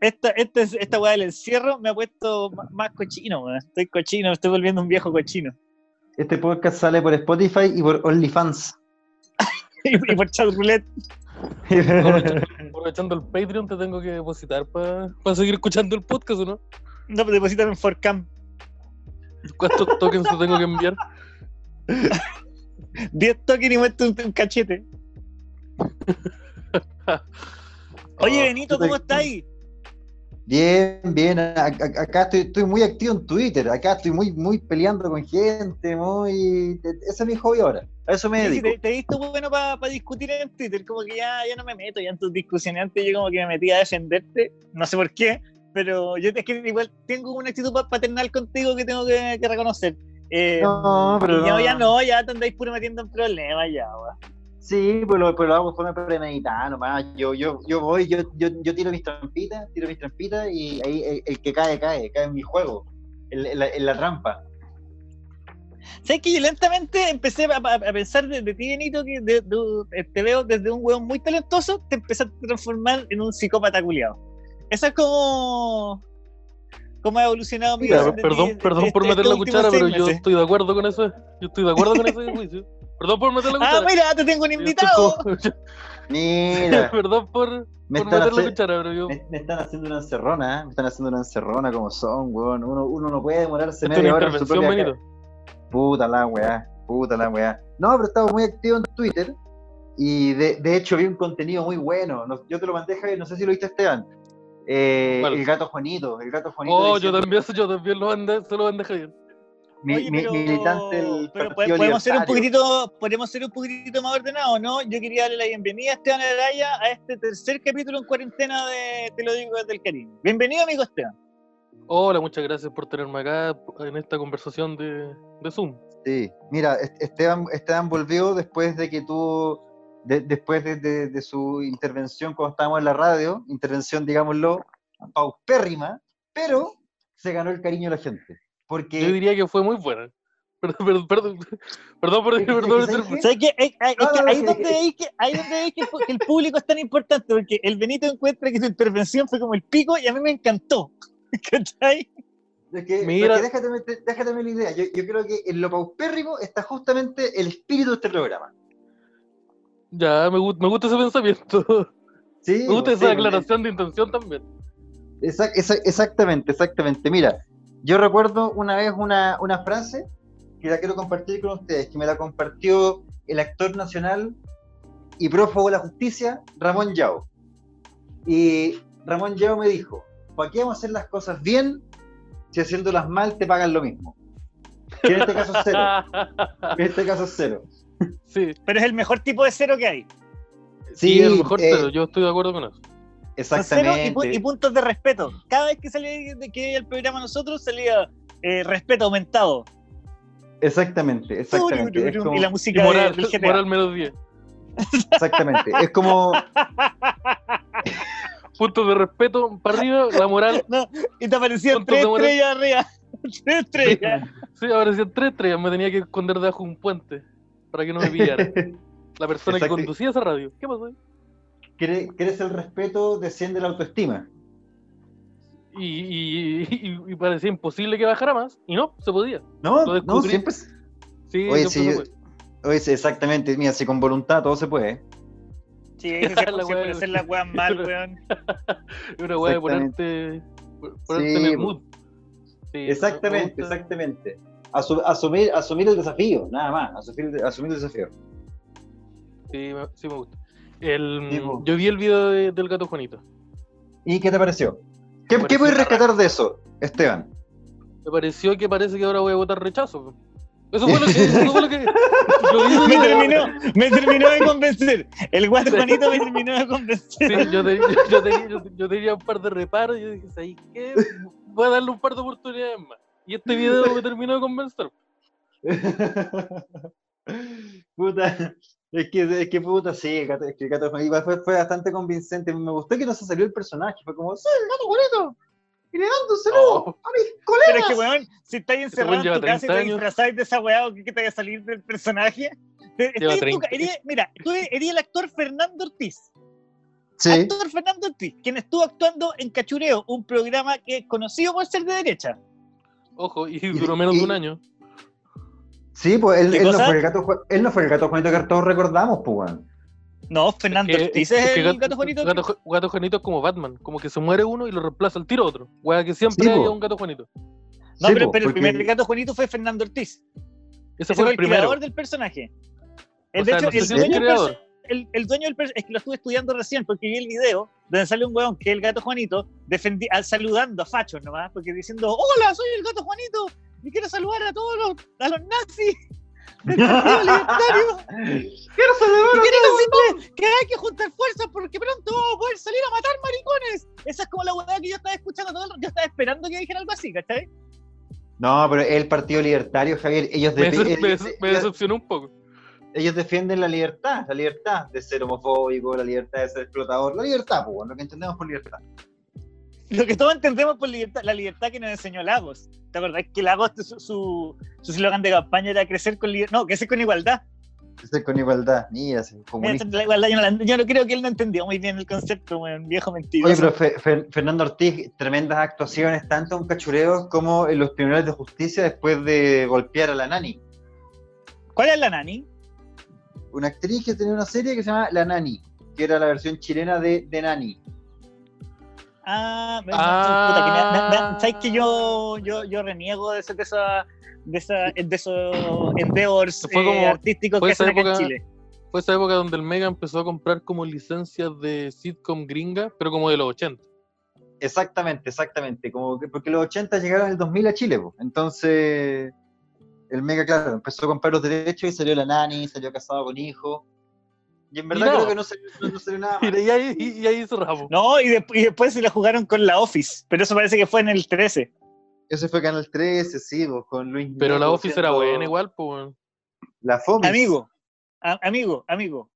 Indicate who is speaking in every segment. Speaker 1: Esta, esta, esta weá del encierro me ha puesto ma- más cochino, weón. Estoy cochino, me estoy volviendo un viejo cochino.
Speaker 2: Este podcast sale por Spotify y por OnlyFans.
Speaker 1: y, y por chat roulette.
Speaker 2: Pero
Speaker 3: Aprovechando el Patreon, te tengo que depositar para seguir escuchando el podcast, ¿o no?
Speaker 1: No, pues depositan en Forcam.
Speaker 3: ¿Cuántos tokens te tengo que enviar?
Speaker 1: 10 tokens y muestra un, un cachete. Oye,
Speaker 3: Ah,
Speaker 1: Benito, ¿cómo estáis?
Speaker 2: Bien, bien. a- a- Acá estoy, estoy muy activo en Twitter. Acá estoy muy, muy peleando con gente. Muy. Ese es mi hobby ahora. A eso
Speaker 1: Sí,
Speaker 2: me
Speaker 1: sí,
Speaker 2: dedico.
Speaker 1: Te, te diste bueno para discutir en Twitter, como que ya, ya no me meto, ya en tus discusiones antes yo como que me metí a defenderte, no sé por qué, pero yo es que igual tengo una actitud pa- paternal contigo que tengo que, que reconocer. Eh,
Speaker 2: No, pero
Speaker 1: y ya,
Speaker 2: no.
Speaker 1: ya no, ya te andáis puro metiendo en problemas ya, weón.
Speaker 2: Sí, pero lo, pero lo hago de forma premeditada nomás. Yo, yo, yo voy, yo, yo, yo tiro mis trampitas, tiro mis trampitas y ahí el, el que cae, cae, cae en mi juego, en, la- en la, en la trampa.
Speaker 1: ¿Sabes que yo lentamente empecé a, a- a pensar de, de ti, Benito, que de- de- te veo desde un weón muy talentoso, te empezaste a transformar en un psicópata culiado. Eso es como... ¿Cómo ha evolucionado mi
Speaker 2: Mira,
Speaker 1: versión de ti
Speaker 3: perdón,
Speaker 1: este-
Speaker 3: perdón por
Speaker 1: este-
Speaker 3: meter la
Speaker 1: estos últimos
Speaker 3: cuchara,
Speaker 1: seis
Speaker 3: pero yo
Speaker 1: meses?
Speaker 3: estoy de acuerdo con eso. Yo estoy de acuerdo con ese juicio. Perdón por meter la
Speaker 1: Ah,
Speaker 3: cuchara.
Speaker 1: mira, te tengo un
Speaker 3: Yo estoy
Speaker 1: invitado.
Speaker 3: como-
Speaker 2: Mira,
Speaker 3: Perdón por,
Speaker 2: me
Speaker 3: por
Speaker 2: están,
Speaker 3: meter la
Speaker 2: hace-
Speaker 3: cuchara, pero yo.
Speaker 2: me, me están haciendo una encerrona, ¿eh? me están haciendo una encerrona como son, weón. Uno, uno no puede demorarse
Speaker 3: Esto es una
Speaker 2: media hora en su
Speaker 3: intervención,
Speaker 2: propia ca-
Speaker 3: Benito.
Speaker 2: Puta la weá, puta la weá. No, pero estaba muy activo en Twitter y de, de hecho vi un contenido muy bueno. No- yo te lo mandé, Javier, no sé si lo viste, Esteban. Eh,
Speaker 3: ¿Cuál?
Speaker 2: El gato Juanito, el gato Juanito.
Speaker 3: Oh, yo
Speaker 2: diciendo-
Speaker 3: también, yo también lo andé, se lo andé Javier.
Speaker 2: mi,
Speaker 1: Oye,
Speaker 2: mi-
Speaker 1: pero-
Speaker 2: militante del
Speaker 1: pero po-
Speaker 2: Partido
Speaker 1: podemos ser un
Speaker 2: Libertario.
Speaker 1: poquitito, podemos ser un poquitito más ordenados, ¿no? Yo quería darle la bienvenida a Esteban Araya a este tercer capítulo en cuarentena de Te lo digo desde el cariño. Bienvenido, amigo Esteban.
Speaker 3: Hola, muchas gracias por tenerme acá en esta conversación de, de Zoom.
Speaker 2: Sí, mira, Es- Esteban, Esteban volvió después de que tuvo, de- después de, de- de su intervención cuando estábamos en la radio, intervención, digámoslo, paupérrima, pero se ganó el cariño de la gente.
Speaker 3: Yo
Speaker 2: Porque
Speaker 3: diría que fue muy buena. Perdón, perdón, perdón, perdón, por-
Speaker 2: Es que-
Speaker 3: perdón,
Speaker 2: es que-
Speaker 3: por-
Speaker 2: ¿sabes
Speaker 1: ¿Sabes qué? Es, es
Speaker 2: No, no,
Speaker 1: que
Speaker 2: no,
Speaker 1: ahí
Speaker 2: sí.
Speaker 1: donde veis que, ahí donde veis que, el pu- que el público es tan importante, porque el Benito encuentra que su intervención fue como el pico y a mí me encantó. ¿Cachai?
Speaker 2: Es que,
Speaker 3: Mira.
Speaker 2: porque déjate, meter- déjate meter la idea. Yo, yo creo que en lo paupérrimo está justamente el espíritu de este programa.
Speaker 3: ya, me, gu- me gusta ese pensamiento.
Speaker 2: Sí,
Speaker 3: Me gusta
Speaker 2: pues, sí,
Speaker 3: esa
Speaker 2: pues,
Speaker 3: aclaración de intención también.
Speaker 2: exac- exac- exactamente, exactamente. Mira, yo recuerdo una vez una, una frase que la quiero compartir con ustedes, que me la compartió el actor nacional y prófugo de la justicia, Ramón Yao. Y Ramón Yao me dijo, ¿para qué vamos a hacer las cosas bien si haciéndolas mal te pagan lo mismo? Que en este caso es cero. En este caso es cero.
Speaker 3: sí,
Speaker 1: Pero es el mejor tipo de cero que hay.
Speaker 3: sí,
Speaker 2: es
Speaker 3: el mejor cero, yo estoy de acuerdo con eso.
Speaker 1: Son cero y,
Speaker 2: eh, Exactamente.
Speaker 1: pu- y puntos de respeto. Cada vez que salía de que el programa nosotros salía eh, respeto aumentado.
Speaker 2: Exactamente, exactamente. Es como,
Speaker 1: y la música
Speaker 3: Y moral,
Speaker 1: de- del GTA.
Speaker 3: moral menos 10.
Speaker 2: exactamente. Es como.
Speaker 3: Puntos de respeto para arriba, la moral.
Speaker 1: Y te aparecían
Speaker 3: Puntos
Speaker 1: tres
Speaker 3: de moral.
Speaker 1: estrellas arriba. tres estrellas.
Speaker 3: Sí, ahora decían tres estrellas, me tenía que esconder debajo de un puente para que no me pillara. La persona
Speaker 2: Exacto.
Speaker 3: que conducía esa radio. ¿Qué pasó? ahí?
Speaker 2: cre- crece el respeto, desciende la autoestima.
Speaker 3: Y, y- y- y parecía imposible que bajara más. Y no, se podía.
Speaker 2: No, no,
Speaker 3: Lo descubrí.
Speaker 2: siempre.
Speaker 3: Sí,
Speaker 2: Oye,
Speaker 3: siempre
Speaker 2: sí,
Speaker 3: se
Speaker 2: yo-
Speaker 3: puede.
Speaker 2: oye, sí, exactamente. Mira, si con voluntad todo se puede.
Speaker 1: Sí, es que siempre
Speaker 3: La
Speaker 1: siempre
Speaker 3: wea-
Speaker 1: hacer las weas mal, weón.
Speaker 3: Es una weá de ponerte, ponerte en
Speaker 2: Sí,
Speaker 3: el mood. Sí,
Speaker 2: Exactamente,
Speaker 3: me gusta.
Speaker 2: exactamente. Asu- asumir, asumir el desafío, nada más. Asumir, asumir el desafío.
Speaker 3: Sí, me, sí me gusta. El,
Speaker 2: Sí, po.
Speaker 3: yo vi el video de- del gato Juanito.
Speaker 2: ¿Y qué te pareció? ¿Qué,
Speaker 3: Me
Speaker 2: qué
Speaker 3: pareció
Speaker 2: puedes
Speaker 3: una
Speaker 2: rescatar de eso, Esteban?
Speaker 3: Me pareció que parece que ahora voy a votar rechazo. Eso fue lo que. Eso fue lo que yo vi
Speaker 1: Me
Speaker 3: esa weá.
Speaker 1: terminó, me terminó de convencer. El guato Juanito me terminó de convencer.
Speaker 3: Sí, yo, te- yo- yo tenía, yo, yo tenía un par de reparos. Yo dije, ¿sabes qué? Voy a darle un par de oportunidades más. Y este video me terminó de convencer.
Speaker 2: puta, es que, es que puta, sí, el gato, es que el gato fue, igual fue, fue bastante convincente. Me gustó que no se salió el personaje, fue como, sí, el gato bonito. Y le dando un saludo
Speaker 3: No.
Speaker 2: a mis
Speaker 1: Pero es
Speaker 2: colegas.
Speaker 1: que, weón, si estáis encerrado
Speaker 3: lleva
Speaker 1: en tu casa y
Speaker 3: 30
Speaker 1: te
Speaker 3: años.
Speaker 1: disfrazáis de esa weá, ¿o qué que te vaya a salir del personaje? Te- estáis en tu
Speaker 3: 30.
Speaker 1: ca- eres- mira, tú eres eres el actor Fernando Ortiz.
Speaker 2: Sí.
Speaker 1: Actor Fernando Ortiz, quien estuvo actuando en Cachureo, un programa que es conocido por ser de derecha.
Speaker 3: Ojo, y
Speaker 2: Y-
Speaker 3: duró menos
Speaker 2: y-
Speaker 3: de un año.
Speaker 2: Sí, pues él,
Speaker 1: ¿Qué
Speaker 2: él no
Speaker 1: cosa?
Speaker 2: fue el gato, Ju- él no fue el gato Juanito que todos recordamos, pues, weón.
Speaker 1: No, Fernando
Speaker 3: Que-
Speaker 1: Ortiz
Speaker 3: Eh, es
Speaker 1: es
Speaker 3: que
Speaker 1: el gato Juanito.
Speaker 3: Gato, Ju- gato Juanito es como Batman, como que se muere uno y lo reemplaza al tiro otro. Wea que siempre
Speaker 2: Sí,
Speaker 3: había
Speaker 2: po.
Speaker 3: un gato Juanito.
Speaker 1: No,
Speaker 2: Sí,
Speaker 1: pero,
Speaker 2: po,
Speaker 1: pero el
Speaker 2: porque-
Speaker 1: primer gato Juanito fue Fernando Ortiz.
Speaker 3: Ese,
Speaker 1: Ese
Speaker 3: fue el primero.
Speaker 1: creador del personaje.
Speaker 3: O
Speaker 1: El,
Speaker 3: sea,
Speaker 1: de hecho,
Speaker 3: no sé
Speaker 1: el
Speaker 3: si
Speaker 2: es el
Speaker 1: dueño del
Speaker 3: creador.
Speaker 1: perso- el- el dueño del personaje, es que lo estuve estudiando recién porque vi el video donde sale un weón que es el gato Juanito defendi- ah, saludando a fachos nomás, porque diciendo, hola, soy el gato Juanito y quiero saludar a todos los, a los nazis. del Partido Libertario".
Speaker 2: Quiero
Speaker 1: Y
Speaker 2: celebrar.
Speaker 1: quiero decirle que hay que juntar fuerzas porque pronto vamos a poder salir a matar maricones. Esa es como la hueá que yo estaba escuchando todo el Yo estaba esperando que dijera algo así, ¿cachai?
Speaker 2: No, pero el Partido Libertario, Javier, ellos,
Speaker 3: Me,
Speaker 2: defi-
Speaker 3: des- me
Speaker 2: ellos-
Speaker 3: des- me decepcionó un poco.
Speaker 2: ellos defienden la libertad, la libertad de ser homofóbico, la libertad de ser explotador, la libertad, pues, weón, lo que entendemos por libertad.
Speaker 1: Lo que todos entendemos por libertad, la libertad que nos enseñó Lagos. ¿Te acordás que Lagos su, su, su slogan de campaña era crecer con libertad? No, crecer con igualdad.
Speaker 2: Estoy con igualdad, mira, sí, comunista.
Speaker 1: La igualdad yo no, la- yo no creo que él no entendió muy bien el concepto, weón, viejo
Speaker 2: Oye,
Speaker 1: mentiroso.
Speaker 2: pero Fe- Fer- Fernando Ortiz, tremendas actuaciones, tanto en Cachureos como en los tribunales de justicia después de golpear a la nani.
Speaker 1: ¿Cuál es la nani?
Speaker 2: Una actriz que tenía una serie que se llama La Nani, que era la versión chilena de, de Nani.
Speaker 1: Ah, me-
Speaker 3: Ah.
Speaker 1: puta, que me- me- me- ¿sabes que yo, yo, yo reniego de, ese- de esa de, esa, de esos endeavors
Speaker 3: Fue como-
Speaker 1: eh, artísticos
Speaker 3: fue
Speaker 1: que
Speaker 3: esa
Speaker 1: hacen acá en
Speaker 3: época-
Speaker 1: Chile?
Speaker 3: Fue esa época donde el Mega empezó a comprar como licencias de sitcom gringa, pero como de los 80.
Speaker 2: Exactamente, exactamente. Como que, porque los 80 llegaron en el 2000 a Chile, po. entonces el mega, claro, empezó a comprar los derechos y salió La Nani, salió casado con hijo. Y en verdad
Speaker 3: no.
Speaker 2: creo que no salió, no- no salió nada
Speaker 3: Y
Speaker 2: más.
Speaker 3: de ahí, y, y ahí cerramos.
Speaker 1: No, y, de- y después se la jugaron con la Office, pero eso parece que fue en el 13.
Speaker 2: Ese fue Canal 13, sí, po, con Luis
Speaker 3: pero la
Speaker 2: Gnocco
Speaker 3: Office era
Speaker 2: siendo
Speaker 3: buena igual, pues.
Speaker 2: La Fomis.
Speaker 1: Amigo, a- amigo, amigo.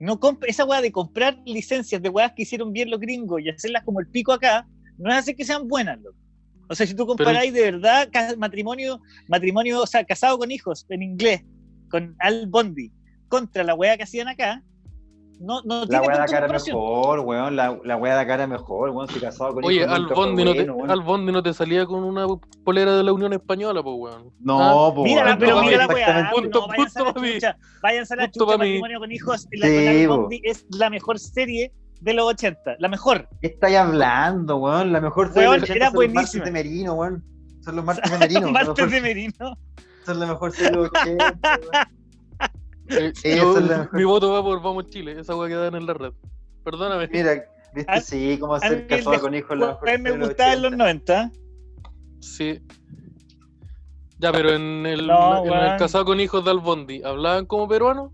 Speaker 1: No comp- esa weá de comprar licencias de weas que hicieron bien los gringos y hacerlas como el pico acá, no hace que sean buenas, loco. O sea, si tú comparáis de verdad ca- matrimonio, matrimonio, o sea, casado con hijos en inglés, con Al Bondi, contra la weá que hacían acá, no, no tiene
Speaker 2: La weá de
Speaker 1: punto de
Speaker 2: acá era
Speaker 1: comparación.
Speaker 2: mejor, weón. La, la weá de acá era mejor, weón. Si casado con
Speaker 3: Oye,
Speaker 2: hijo
Speaker 3: Al
Speaker 2: nunca
Speaker 3: Bondi,
Speaker 2: fue
Speaker 3: no te,
Speaker 2: bueno, weón.
Speaker 3: Al Bondi no te salía con una polera de la Unión Española, pues, weón. Ah,
Speaker 2: No, po,
Speaker 1: Mira, la-
Speaker 2: weón,
Speaker 1: pero
Speaker 2: no,
Speaker 1: mira la weá.
Speaker 2: exactamente.
Speaker 3: Punto,
Speaker 1: no, váyanse a la
Speaker 3: punto pa' mí.
Speaker 1: chucha. Váyanse a la
Speaker 3: Punto
Speaker 1: chucha,
Speaker 3: pa' mí.
Speaker 1: matrimonio con hijos. La,
Speaker 2: Sí,
Speaker 1: con Al
Speaker 2: bo.
Speaker 1: Bondi es la mejor serie de los 80. La mejor.
Speaker 2: ¿Qué estáis hablando, weón? La mejor serie
Speaker 1: Weón,
Speaker 2: del 80
Speaker 1: era
Speaker 2: son los martes
Speaker 1: buenísima.
Speaker 2: de Merino, weón. Son los martes de Merino.
Speaker 1: Martes
Speaker 2: son, los
Speaker 1: de
Speaker 2: mejor-
Speaker 1: Merino.
Speaker 2: son la mejor serie de los 80, weón.
Speaker 3: Eh,
Speaker 2: Sí,
Speaker 3: yo-
Speaker 2: esa es la mejor.
Speaker 3: mi voto va por Vamos Chile, esa weá que dan en la red. Perdóname.
Speaker 2: Mira, viste,
Speaker 1: A-
Speaker 2: sí, cómo
Speaker 1: a mí el
Speaker 2: hacer
Speaker 1: de
Speaker 2: casado con hijo es la mejor
Speaker 1: Pues me
Speaker 2: serie de
Speaker 1: gustaba en los 90.
Speaker 3: Sí. Ya, pero en el,
Speaker 1: No,
Speaker 3: en el
Speaker 1: weón.
Speaker 3: casado con hijos de Al Bondi, ¿hablaban como peruanos?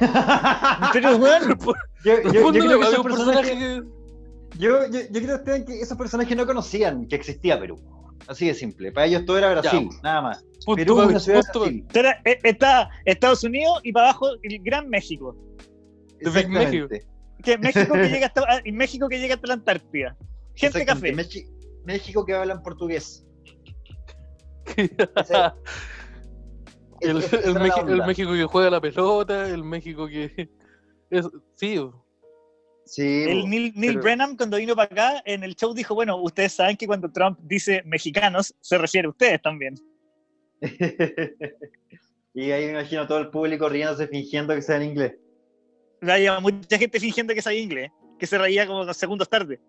Speaker 1: Pero, weón,
Speaker 2: Yo, yo, yo
Speaker 3: Puta,
Speaker 2: creo que
Speaker 3: había
Speaker 2: esos
Speaker 3: un personaje
Speaker 2: personajes,
Speaker 3: que...
Speaker 2: yo, yo, yo creo, Esteban, que esos personajes no conocían que existía Perú. Así de simple. Para ellos todo era Brasil,
Speaker 3: pues.
Speaker 2: nada más.
Speaker 3: Punto
Speaker 2: Perú
Speaker 3: pa'
Speaker 2: es
Speaker 3: mí,
Speaker 2: una ciudad de
Speaker 3: punto pa' mí.
Speaker 2: Brasil.
Speaker 1: era- eh, está Estados Unidos y para abajo el Gran México.
Speaker 3: The Big México.
Speaker 2: Exactamente.
Speaker 1: Que México que llega hasta, ah, y México que llega hasta la Antártida. Gente
Speaker 2: Exactamente.
Speaker 1: café.
Speaker 2: Mexi- México que hablan portugués.
Speaker 3: el,
Speaker 2: Esa- esa
Speaker 3: el
Speaker 2: era la
Speaker 3: Mexi- el
Speaker 2: onda.
Speaker 3: México que juega la pelota, el México que. es- sí,
Speaker 2: Sí,
Speaker 1: El
Speaker 2: bo.
Speaker 1: Neil, Neil
Speaker 2: pero-
Speaker 1: Brennan cuando vino para acá en el show dijo, bueno, ustedes saben que cuando Trump dice mexicanos, se refiere a ustedes también.
Speaker 2: y ahí me imagino todo el público riéndose fingiendo que sea en inglés.
Speaker 1: Había mucha gente fingiendo que sabía inglés, que se reía como dos segundos tarde.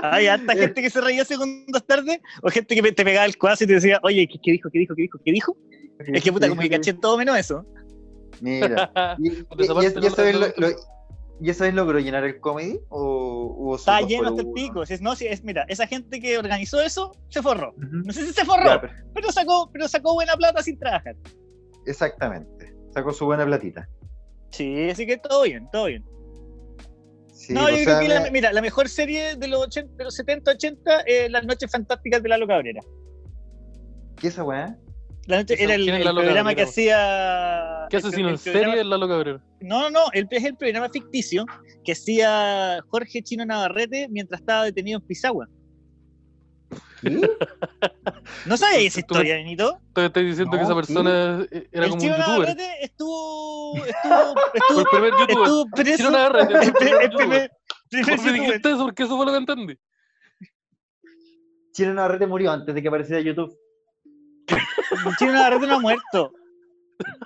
Speaker 1: Había harta gente que se reía segundos tarde o gente que te pegaba el cuadro y te decía, oye, ¿qué, qué dijo? ¿Qué dijo? ¿Qué dijo? ¿Qué dijo? Es que puta, como que caché todo menos eso.
Speaker 2: Mira. Y, y-
Speaker 3: Esa parte
Speaker 2: y-
Speaker 3: no
Speaker 2: y
Speaker 3: la
Speaker 2: eso es lo,
Speaker 3: recuerdo.
Speaker 2: lo- ¿Y eso es logró llenar el comedy? ¿O hubo
Speaker 1: Está
Speaker 3: pues,
Speaker 2: sueldos
Speaker 1: lleno
Speaker 2: por
Speaker 1: hasta el
Speaker 2: uno?
Speaker 1: pico. Si es- no, si es, mira, esa gente que organizó eso se forró.
Speaker 2: Ujú.
Speaker 1: No sé si se forró,
Speaker 2: Ya, pero-
Speaker 1: pero sacó, pero sacó buena plata sin trabajar.
Speaker 2: exactamente. Sacó su buena platita.
Speaker 1: Sí, así que todo bien, todo bien.
Speaker 2: Sí,
Speaker 1: no,
Speaker 2: o
Speaker 1: yo
Speaker 3: pues,
Speaker 1: creo
Speaker 2: sea,
Speaker 1: que la,
Speaker 2: me-
Speaker 1: mira, la mejor serie de los, 80, de los 70, 80, eh, Las Noches Fantásticas de Lalo Cabrera.
Speaker 2: ¿Qué esa weá?
Speaker 1: La noche,
Speaker 3: Esa-
Speaker 1: era el,
Speaker 3: ¿quién es
Speaker 1: el
Speaker 3: Lalo
Speaker 1: programa
Speaker 3: Cabrera? pues.
Speaker 1: que hacía.
Speaker 3: ¿Qué
Speaker 1: el-
Speaker 3: asesino
Speaker 1: el
Speaker 3: en
Speaker 1: programa-
Speaker 3: serie es Lalo Cabrera?
Speaker 1: No, no, no, el, es el programa ficticio que hacía Jorge Chino Navarrete mientras estaba detenido en Pisagua.
Speaker 2: ¿Qué?
Speaker 1: ¿No sabes esa
Speaker 3: Tú- tú-
Speaker 1: historia, Benito?
Speaker 3: Te estoy diciendo
Speaker 2: No,
Speaker 3: que esa persona eh, era
Speaker 1: El
Speaker 3: como un
Speaker 1: chino
Speaker 3: youtuber.
Speaker 1: Navarrete estuvo, estuvo, estuvo,
Speaker 3: Fue el primer youtuber.
Speaker 1: estuvo preso.
Speaker 3: Chino Navarrete.
Speaker 1: El
Speaker 3: fue
Speaker 1: primer-
Speaker 3: El
Speaker 1: el
Speaker 3: primer
Speaker 1: primer- primer
Speaker 3: youtuber. pues. ¿Por qué
Speaker 1: youtuber.
Speaker 3: dijiste eso? Porque eso fue lo que entendí.
Speaker 2: Chino Navarrete murió antes de que apareciera YouTube.
Speaker 1: El Chino Navarrete no ha muerto.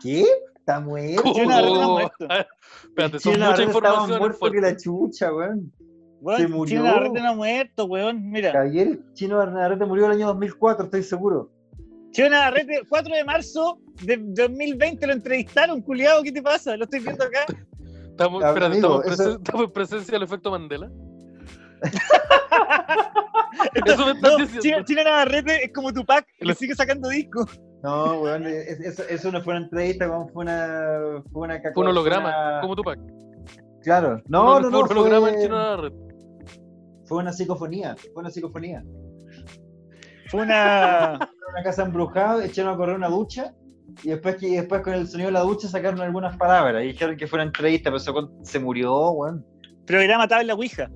Speaker 2: ¿Qué? ¿Está muerto?
Speaker 1: Chino Navarrete no ha
Speaker 3: Oh,
Speaker 1: muerto.
Speaker 3: ah, Espérate, son
Speaker 2: Chino
Speaker 3: mucha
Speaker 2: Navarrete estaba
Speaker 3: información.
Speaker 2: muerto que la chucha, weón.
Speaker 1: Weón,
Speaker 2: Se
Speaker 1: Chino
Speaker 2: murió.
Speaker 1: Navarrete no ha muerto, weón. Mira,
Speaker 2: Javier, Chino Navarrete murió el año 2004, estoy seguro.
Speaker 1: Chino Navarrete, 4 de marzo de 2020 lo entrevistaron, culiado, ¿qué te pasa? Lo estoy viendo acá.
Speaker 3: Estamos,
Speaker 2: Ah,
Speaker 3: espérate,
Speaker 2: amigo,
Speaker 3: estamos, en
Speaker 2: eso-
Speaker 3: presen- estamos en presencia del efecto Mandela. eso me estás
Speaker 1: No,
Speaker 3: diciendo.
Speaker 1: Chino, Chino Navarrete es como Tupac,
Speaker 3: Lo-
Speaker 1: que sigue sacando discos.
Speaker 2: No, weón, es- eso, eso no fue una entrevista, weón, fue una. Fue una caco-
Speaker 3: Fue un holograma,
Speaker 2: una-
Speaker 3: como Tupac.
Speaker 2: Claro. No, no, no.
Speaker 3: Fue un holograma en
Speaker 2: Fue,
Speaker 3: Chino Navarrete.
Speaker 2: fue una psicofonía. Fue una psicofonía. Fue
Speaker 1: Fue una.
Speaker 2: una casa embrujada, echaron a correr una ducha y después, que- y después con el sonido de la ducha sacaron algunas palabras y dijeron que fue una entrevista, pero ese weón se murió, weón.
Speaker 1: programa Tabla la Ouija.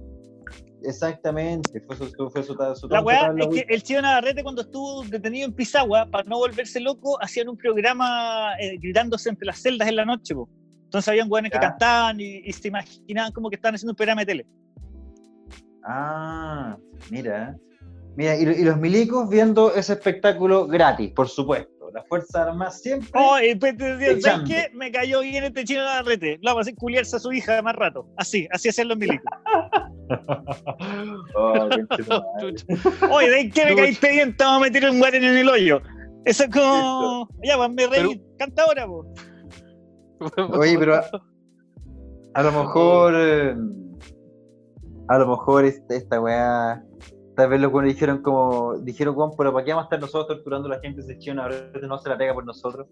Speaker 2: Exactamente. Fue su. Fue su, su, su
Speaker 1: La weá
Speaker 2: tabla,
Speaker 1: es que el Chino Navarrete cuando estuvo detenido en Pisagua, para no volverse loco, hacían un programa eh, gritándose entre las celdas en la noche. po. Entonces habían weones que
Speaker 2: Ya.
Speaker 1: cantaban y, y se imaginaban como que estaban haciendo un programa de tele.
Speaker 2: Ah, mira. Mira, y, y los milicos viendo ese espectáculo gratis, por supuesto. Las Fuerzas Armadas siempre.
Speaker 1: Oh, y después te decían, ¿sabes
Speaker 2: Echando.
Speaker 1: qué? Me cayó bien este Chino Navarrete. Lo vamos a hacer culiarse a su hija más rato. Así, así hacían los milicos.
Speaker 2: Oh, conchetumadre.
Speaker 3: Chucha.
Speaker 1: Oye, ¿de qué me
Speaker 3: Chucha.
Speaker 1: caíste bien? Estamos a meter un guarén en el hoyo. Eso es como... Ya, pues me reí. Canta ahora, po.
Speaker 2: Oye, pero a, a lo mejor. eh, A lo mejor esta, esta weá. Tal vez los buenos dijeron como. Dijeron, Juan, pero ¿para qué vamos a estar nosotros torturando a la gente si Chino Navarrete no se la pega por nosotros?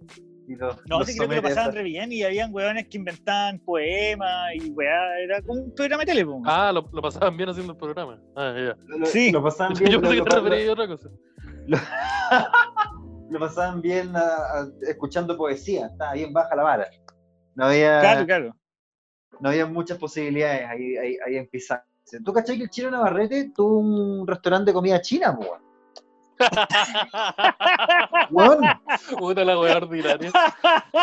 Speaker 2: Y los-
Speaker 1: No,
Speaker 2: los
Speaker 1: sí creo que lo
Speaker 2: somete a
Speaker 1: pasaban
Speaker 2: esa-
Speaker 1: re bien y habían weones que inventaban poemas y weá, era como un programa de tele, po.
Speaker 3: Ah, lo, lo pasaban bien haciendo el programa. Ah, ya.
Speaker 2: lo-
Speaker 1: Sí.
Speaker 2: Lo pasaban bien.
Speaker 3: Yo
Speaker 2: lo-
Speaker 3: pensé que
Speaker 2: lo-
Speaker 3: te refería a otra cosa.
Speaker 2: lo pasaban bien a- a- escuchando poesía, estaba bien baja la vara. No había,
Speaker 1: claro, claro.
Speaker 2: no había muchas posibilidades ahí, ahí, ahí en Pisagua. ¿Tú cachai que el chino Navarrete tuvo un restaurante de comida china, po, weón? Weón,
Speaker 3: Puta la wea ordinaria.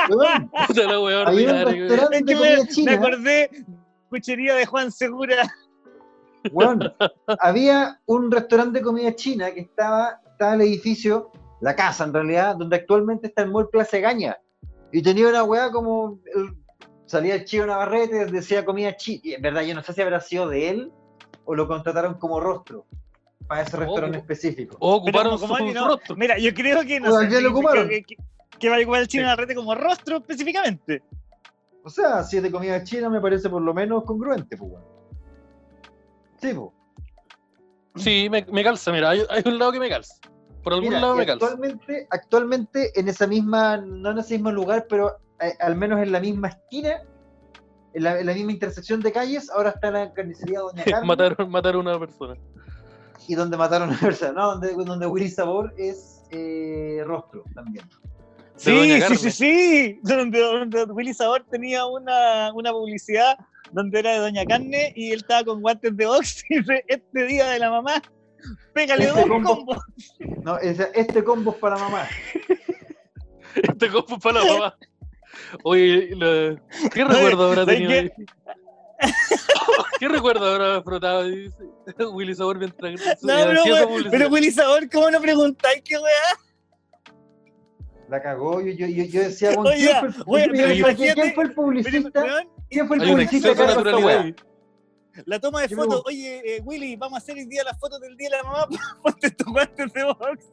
Speaker 2: weón.
Speaker 3: Puta la wea
Speaker 2: Había un
Speaker 3: ordinaria. güey.
Speaker 1: Es
Speaker 2: restaurante
Speaker 1: que me,
Speaker 2: de comida
Speaker 1: me
Speaker 2: china,
Speaker 1: acordé, cuchería de Juan Segura.
Speaker 2: weón. Había un restaurante de comida china que estaba, estaba el edificio, la casa en realidad, donde actualmente está el Mall Plaza Gaña. Y tenía una weá como... el- salía el chino Navarrete, decía comida china. En verdad, yo no sé si habrá sido de él o lo contrataron como rostro para ese restaurante
Speaker 3: Oh.
Speaker 2: específico.
Speaker 3: O
Speaker 1: Pero
Speaker 3: ocuparon
Speaker 1: como Ani,
Speaker 3: su
Speaker 1: no.
Speaker 3: rostro.
Speaker 1: Mira, yo creo que no
Speaker 2: Bueno, ya
Speaker 1: sé,
Speaker 2: lo ocuparon.
Speaker 1: que, que- que va a ocupar el chino
Speaker 3: Sí.
Speaker 1: de la red como rostro específicamente.
Speaker 2: O sea, si es de comida china me parece por lo menos congruente, pues, weón. Sí, pues.
Speaker 3: Sí, me, me calza, mira, hay, hay un lado que me calza. Por algún
Speaker 2: Mira,
Speaker 3: lado
Speaker 2: y
Speaker 3: me calza.
Speaker 2: actualmente, actualmente en esa misma, no en ese mismo lugar, pero eh, al menos en la misma esquina, en la, en la misma intersección de calles, ahora está la carnicería Doña Carmen
Speaker 3: Mataron, mataron a una persona.
Speaker 2: y donde mataron a una persona, no, donde, donde Willy Sabor es eh, rostro también.
Speaker 1: Sí,
Speaker 3: Doña
Speaker 1: sí,
Speaker 3: Carmen.
Speaker 1: sí, sí. Donde, donde Willy Sabor tenía una, una publicidad donde era de Doña Carne y él estaba con guantes de box y dice, este día de la mamá, pégale
Speaker 2: Este
Speaker 1: dos
Speaker 2: combo.
Speaker 1: combos.
Speaker 2: No, o sea, este combo es para mamá.
Speaker 3: Este copo para la mamá. Oye, la- ¿qué recuerdo habrá
Speaker 1: ¿sabes
Speaker 3: tenido?
Speaker 1: qué?
Speaker 3: ahí? ¿Qué recuerdo habrá frotado ahí? Willy Sabor mientras
Speaker 1: No,
Speaker 3: hacía
Speaker 1: pero,
Speaker 3: esa
Speaker 1: weón,
Speaker 3: publicidad?
Speaker 1: pero Willy Sabor, ¿cómo no preguntáis qué weá?
Speaker 2: La cagó, yo, yo, yo, yo decía, weón,
Speaker 1: Oiga,
Speaker 2: ¿quién fue
Speaker 1: weón,
Speaker 2: el- yo
Speaker 1: pero
Speaker 2: decía, ¿quién
Speaker 1: imagínate-
Speaker 2: fue el
Speaker 1: Pero,
Speaker 2: publicista?
Speaker 1: weón,
Speaker 2: ¿Quién fue el
Speaker 3: Hay un
Speaker 2: publicista
Speaker 3: exceso
Speaker 2: que
Speaker 3: de
Speaker 2: hizo esta
Speaker 3: naturalidad.
Speaker 2: weá?
Speaker 3: ahí.
Speaker 1: la toma de
Speaker 2: Yo-
Speaker 1: fotos, oye, eh, Willy, vamos a hacer el día las fotos del día de la mamá, ponte tus guantes de box.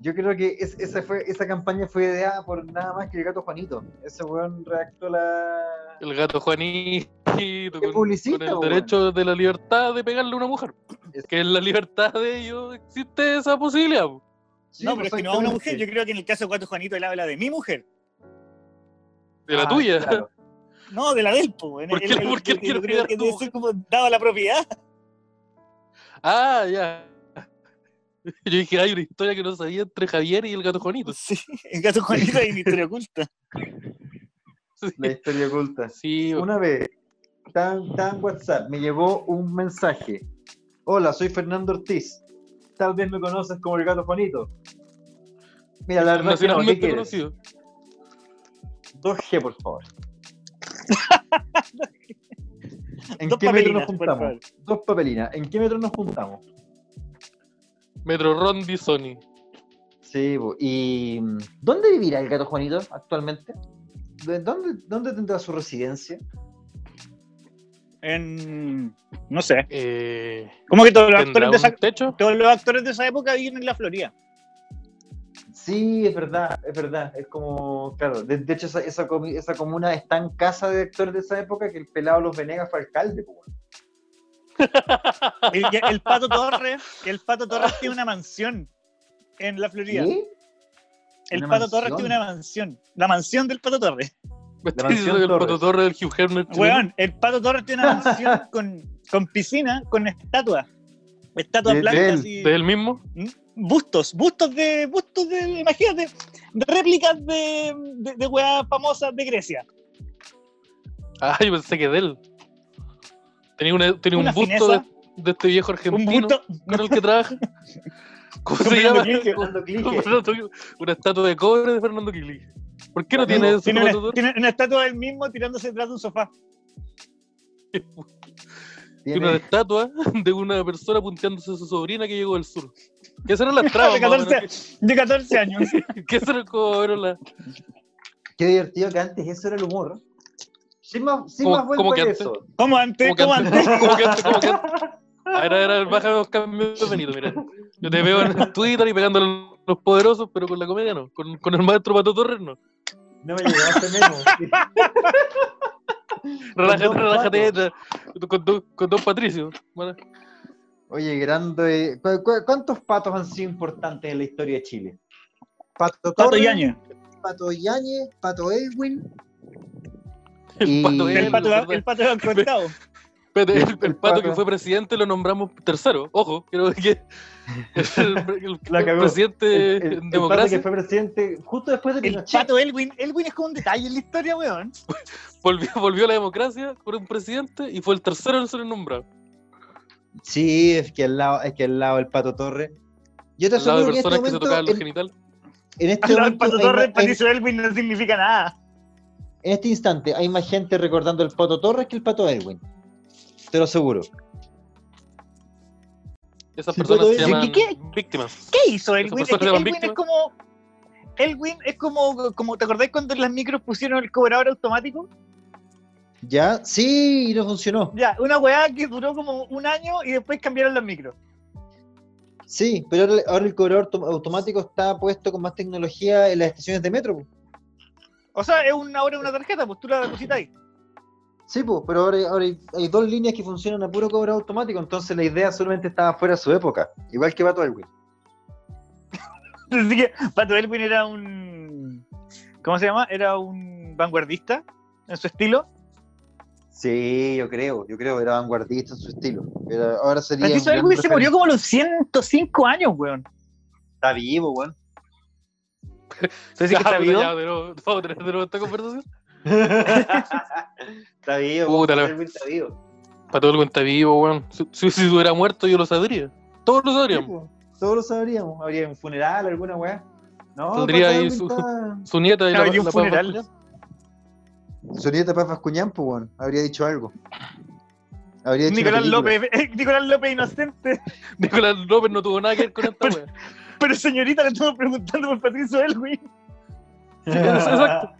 Speaker 2: Yo creo que es- esa, fue, esa campaña fue ideada por nada más que el gato Juanito. Ese weón redactó la.
Speaker 3: El gato Juanito con,
Speaker 2: publicista,
Speaker 3: con el
Speaker 2: po,
Speaker 3: derecho de la libertad de pegarle a una mujer.
Speaker 2: Es-
Speaker 3: Que en la libertad de ellos existe esa posibilidad. po.
Speaker 2: Sí, pues,
Speaker 1: no, pero es que no a
Speaker 3: Ah,
Speaker 1: una mujer,
Speaker 2: exactamente.
Speaker 1: yo creo que en el caso de Cuatro Juanito él habla de mi mujer,
Speaker 3: De la
Speaker 2: Ah,
Speaker 3: tuya.
Speaker 2: claro.
Speaker 1: no de la del po. En
Speaker 3: ¿Por qué-
Speaker 1: el- el-
Speaker 3: por qué
Speaker 1: yo- yo
Speaker 3: quiere
Speaker 1: creo
Speaker 3: pegar
Speaker 1: que
Speaker 3: tu
Speaker 1: debe
Speaker 3: mujer?
Speaker 1: ser como dado la propiedad.
Speaker 3: Ah, ya. Yo dije, hay una historia que no sabía entre Javier y el gato Juanito.
Speaker 1: Sí, en caso de Juanito hay una historia oculta.
Speaker 2: La historia oculta.
Speaker 3: Sí,
Speaker 2: Una vez, tan, tan WhatsApp, me llegó un mensaje. Hola, soy Fernando Ortiz. Tal vez me conoces como el gato Juanito. Mira, la verdad, Pinochet, ¿qué
Speaker 3: Nacionalmente
Speaker 2: quieres?
Speaker 3: conocido.
Speaker 2: 2G, por favor. ¿En
Speaker 1: Dos
Speaker 2: qué metro nos
Speaker 1: papelinas, por
Speaker 2: juntamos?
Speaker 1: favor.
Speaker 2: Dos papelinas. ¿En qué metro nos juntamos?
Speaker 3: Metro Rondi Sony.
Speaker 2: Sí, po. y mm, ¿dónde vivirá el gato Juanito actualmente? ¿De ¿Dónde, dónde tendrá su residencia?
Speaker 1: En, no sé.
Speaker 3: Eh,
Speaker 1: Como que todos los,
Speaker 3: ¿Tendrá
Speaker 1: actores de esa,
Speaker 3: un techo?
Speaker 1: todos los actores de esa época viven en la Florida.
Speaker 2: Sí, es verdad, es verdad. Es como, claro, de, de hecho esa, esa, comi- esa comuna es tan casa de actores de esa época que el pelado Los Venegas fue alcalde. po, weón.
Speaker 1: El, el Pato Torres, el Pato Torres tiene una mansión en la Florida.
Speaker 2: ¿Sí?
Speaker 1: El
Speaker 2: ¿Una
Speaker 1: Pato
Speaker 2: mansión?
Speaker 1: Torres tiene una mansión. La mansión del Pato Torres.
Speaker 3: Me
Speaker 2: La
Speaker 3: estás diciendo que el
Speaker 2: mansión
Speaker 3: Pato Torres del Hugh Hefner. chileno.
Speaker 1: Weón, el Pato Torres tiene una mansión con, con piscina, con estatuas. Estatuas
Speaker 2: De- de
Speaker 1: blancas
Speaker 2: él,
Speaker 1: y
Speaker 3: ¿De él mismo?
Speaker 1: bustos, bustos de, bustos de, imagínate, de réplicas de, de, de weas famosas de Grecia.
Speaker 3: Ah, yo pensé que de él. Tenía, una- tenía
Speaker 1: Una
Speaker 3: un busto
Speaker 1: fineza.
Speaker 3: de, de este viejo
Speaker 1: Un
Speaker 3: argentino
Speaker 1: busto,
Speaker 3: con el que trabaja. ¿Cómo se
Speaker 1: Fernando
Speaker 3: llama?
Speaker 1: Quilige.
Speaker 2: Fernando Quilige.
Speaker 3: Con Fernando Quilige. Una estatua de cobre de Fernando Quilige. ¿Por qué no tiene eso?
Speaker 1: tiene
Speaker 3: Pato
Speaker 1: una,
Speaker 3: Torres?
Speaker 1: tiene una estatua del mismo tirándose detrás de un sofá.
Speaker 3: Tiene una
Speaker 2: Tiene,
Speaker 3: estatua de una persona punteándose a su sobrina que llegó del sur. Que esa era la traba,
Speaker 1: de, 14, de 14 años.
Speaker 3: Que esa era como, era la-
Speaker 2: qué divertido que antes eso era el humor. Sin más, sin
Speaker 3: ¿Cómo-
Speaker 2: más
Speaker 3: cómo
Speaker 2: vuelta que
Speaker 3: que antes?
Speaker 2: eso.
Speaker 1: Como antes,
Speaker 3: como que
Speaker 1: como antes.
Speaker 3: antes, como que antes, como que antes. Ahora, ahora, baja los cambios, Benito, mira. Yo te veo en Twitter y pegándole a los poderosos, pero con la comedia no. Con, con el maestro Pato Torres no.
Speaker 2: No me llegó este memo.
Speaker 3: Relájate,
Speaker 2: dos
Speaker 3: relájate. tra- Con, dos- con dos patricios. ¿vale?
Speaker 2: Oye, grande. ¿cu- cu- ¿Cuántos patos han sido importantes en la historia de Chile? Pato
Speaker 1: Pato
Speaker 2: Torres,
Speaker 1: Yañez.
Speaker 2: Pato Yañez, Pato Edwin.
Speaker 3: El
Speaker 2: Y-
Speaker 3: pato,
Speaker 2: El
Speaker 1: El
Speaker 3: él,
Speaker 1: pato,
Speaker 3: ¿verdad?
Speaker 1: el pato de Cortado.
Speaker 3: Espérate, el,
Speaker 2: El-
Speaker 3: el
Speaker 2: el
Speaker 3: pato
Speaker 2: pato.
Speaker 3: que fue presidente lo nombramos tercero. Ojo, creo que el, el-
Speaker 2: La cagó.
Speaker 3: presidente
Speaker 2: el- el-
Speaker 3: en
Speaker 2: el pato
Speaker 3: democracia
Speaker 2: que fue presidente justo después de
Speaker 1: El
Speaker 2: Pinochet.
Speaker 1: pato Elwin. Elwin es como un detalle en la historia, weón.
Speaker 3: volvió, volvió a la democracia por un presidente y fue el tercero en ser nombrado.
Speaker 2: Sí, es que al lado, es que al lado del Pato Torres. Yo te
Speaker 3: Al lado de
Speaker 2: aseguro que en este
Speaker 3: personas que se
Speaker 2: momento,
Speaker 3: tocaban los
Speaker 2: en,
Speaker 3: genitales.
Speaker 2: en este
Speaker 1: Al lado del
Speaker 2: momento
Speaker 1: pato
Speaker 2: hay
Speaker 1: Torres,
Speaker 2: más- hay-
Speaker 1: Patricio Elwin no significa nada.
Speaker 2: en este instante hay más gente recordando el Pato Torres que el Pato Edwin. Te lo aseguro.
Speaker 3: Esas
Speaker 2: Sí,
Speaker 3: personas
Speaker 2: pato
Speaker 3: se
Speaker 2: es-
Speaker 3: llaman
Speaker 1: ¿Qué-
Speaker 3: víctimas.
Speaker 1: ¿Qué hizo Elwin?
Speaker 3: personas
Speaker 1: Es que
Speaker 3: eran
Speaker 1: Elwin es
Speaker 3: víctimas.
Speaker 1: como. Elwin es como, como. ¿Te acordás cuando en las micros pusieron el cobrador automático?
Speaker 2: ¿Ya? Sí, y no funcionó.
Speaker 1: Ya, una weá que duró como un año y después cambiaron las micros.
Speaker 2: Sí, pero ahora, ahora el cobrador autom- automático está puesto con más tecnología en las estaciones de metro. po.
Speaker 1: O sea, es una hora una tarjeta, pues tú la depositáis.
Speaker 2: Sí, po, pero ahora, ahora hay, hay dos líneas que funcionan a puro cobrador automático, entonces la idea solamente estaba fuera de su época. Igual que Pato Edwin.
Speaker 1: Así que Pato Elwin era un. ¿Cómo se llama? Era un vanguardista en su estilo.
Speaker 2: Sí, yo creo, yo creo, era vanguardista en su estilo. Era- ahora sería. un
Speaker 1: Patricio
Speaker 2: gran
Speaker 1: Elwin se
Speaker 2: referente.
Speaker 1: murió como a los 105 años, weón.
Speaker 2: Está vivo, weón.
Speaker 1: Se dice que está
Speaker 3: Ya,
Speaker 1: vivo.
Speaker 3: ya, de nuevo, vamos a tener de nuevo esta conversación.
Speaker 2: está vivo, weón,
Speaker 3: Puta la-
Speaker 2: Elwin está vivo.
Speaker 3: Para todo el cuenta vivo, weón. Si, si, si hubiera muerto, yo lo sabría. Todos lo
Speaker 2: Sí, pues.
Speaker 3: sabríamos.
Speaker 2: po, Todos lo sabríamos. Habría un funeral, alguna weá. No,
Speaker 3: Tendría
Speaker 2: Pato
Speaker 3: ahí
Speaker 2: Edwin
Speaker 3: su-
Speaker 2: está-
Speaker 3: Su nieta y la,
Speaker 1: Habría Ah, un
Speaker 3: la Paz
Speaker 1: funeral.
Speaker 3: Bascuñán.
Speaker 2: Su nieta Paz Vascuñán, pues, weón. Habría dicho algo. Habría dicho una
Speaker 1: Nicolás
Speaker 2: película.
Speaker 1: López, eh, Nicolás López inocente.
Speaker 3: Nicolás López no tuvo nada que ver con esta
Speaker 1: Pero-
Speaker 3: weón.
Speaker 1: Pero señorita, le estamos preguntando por Patricio Elwin.
Speaker 3: Exacto.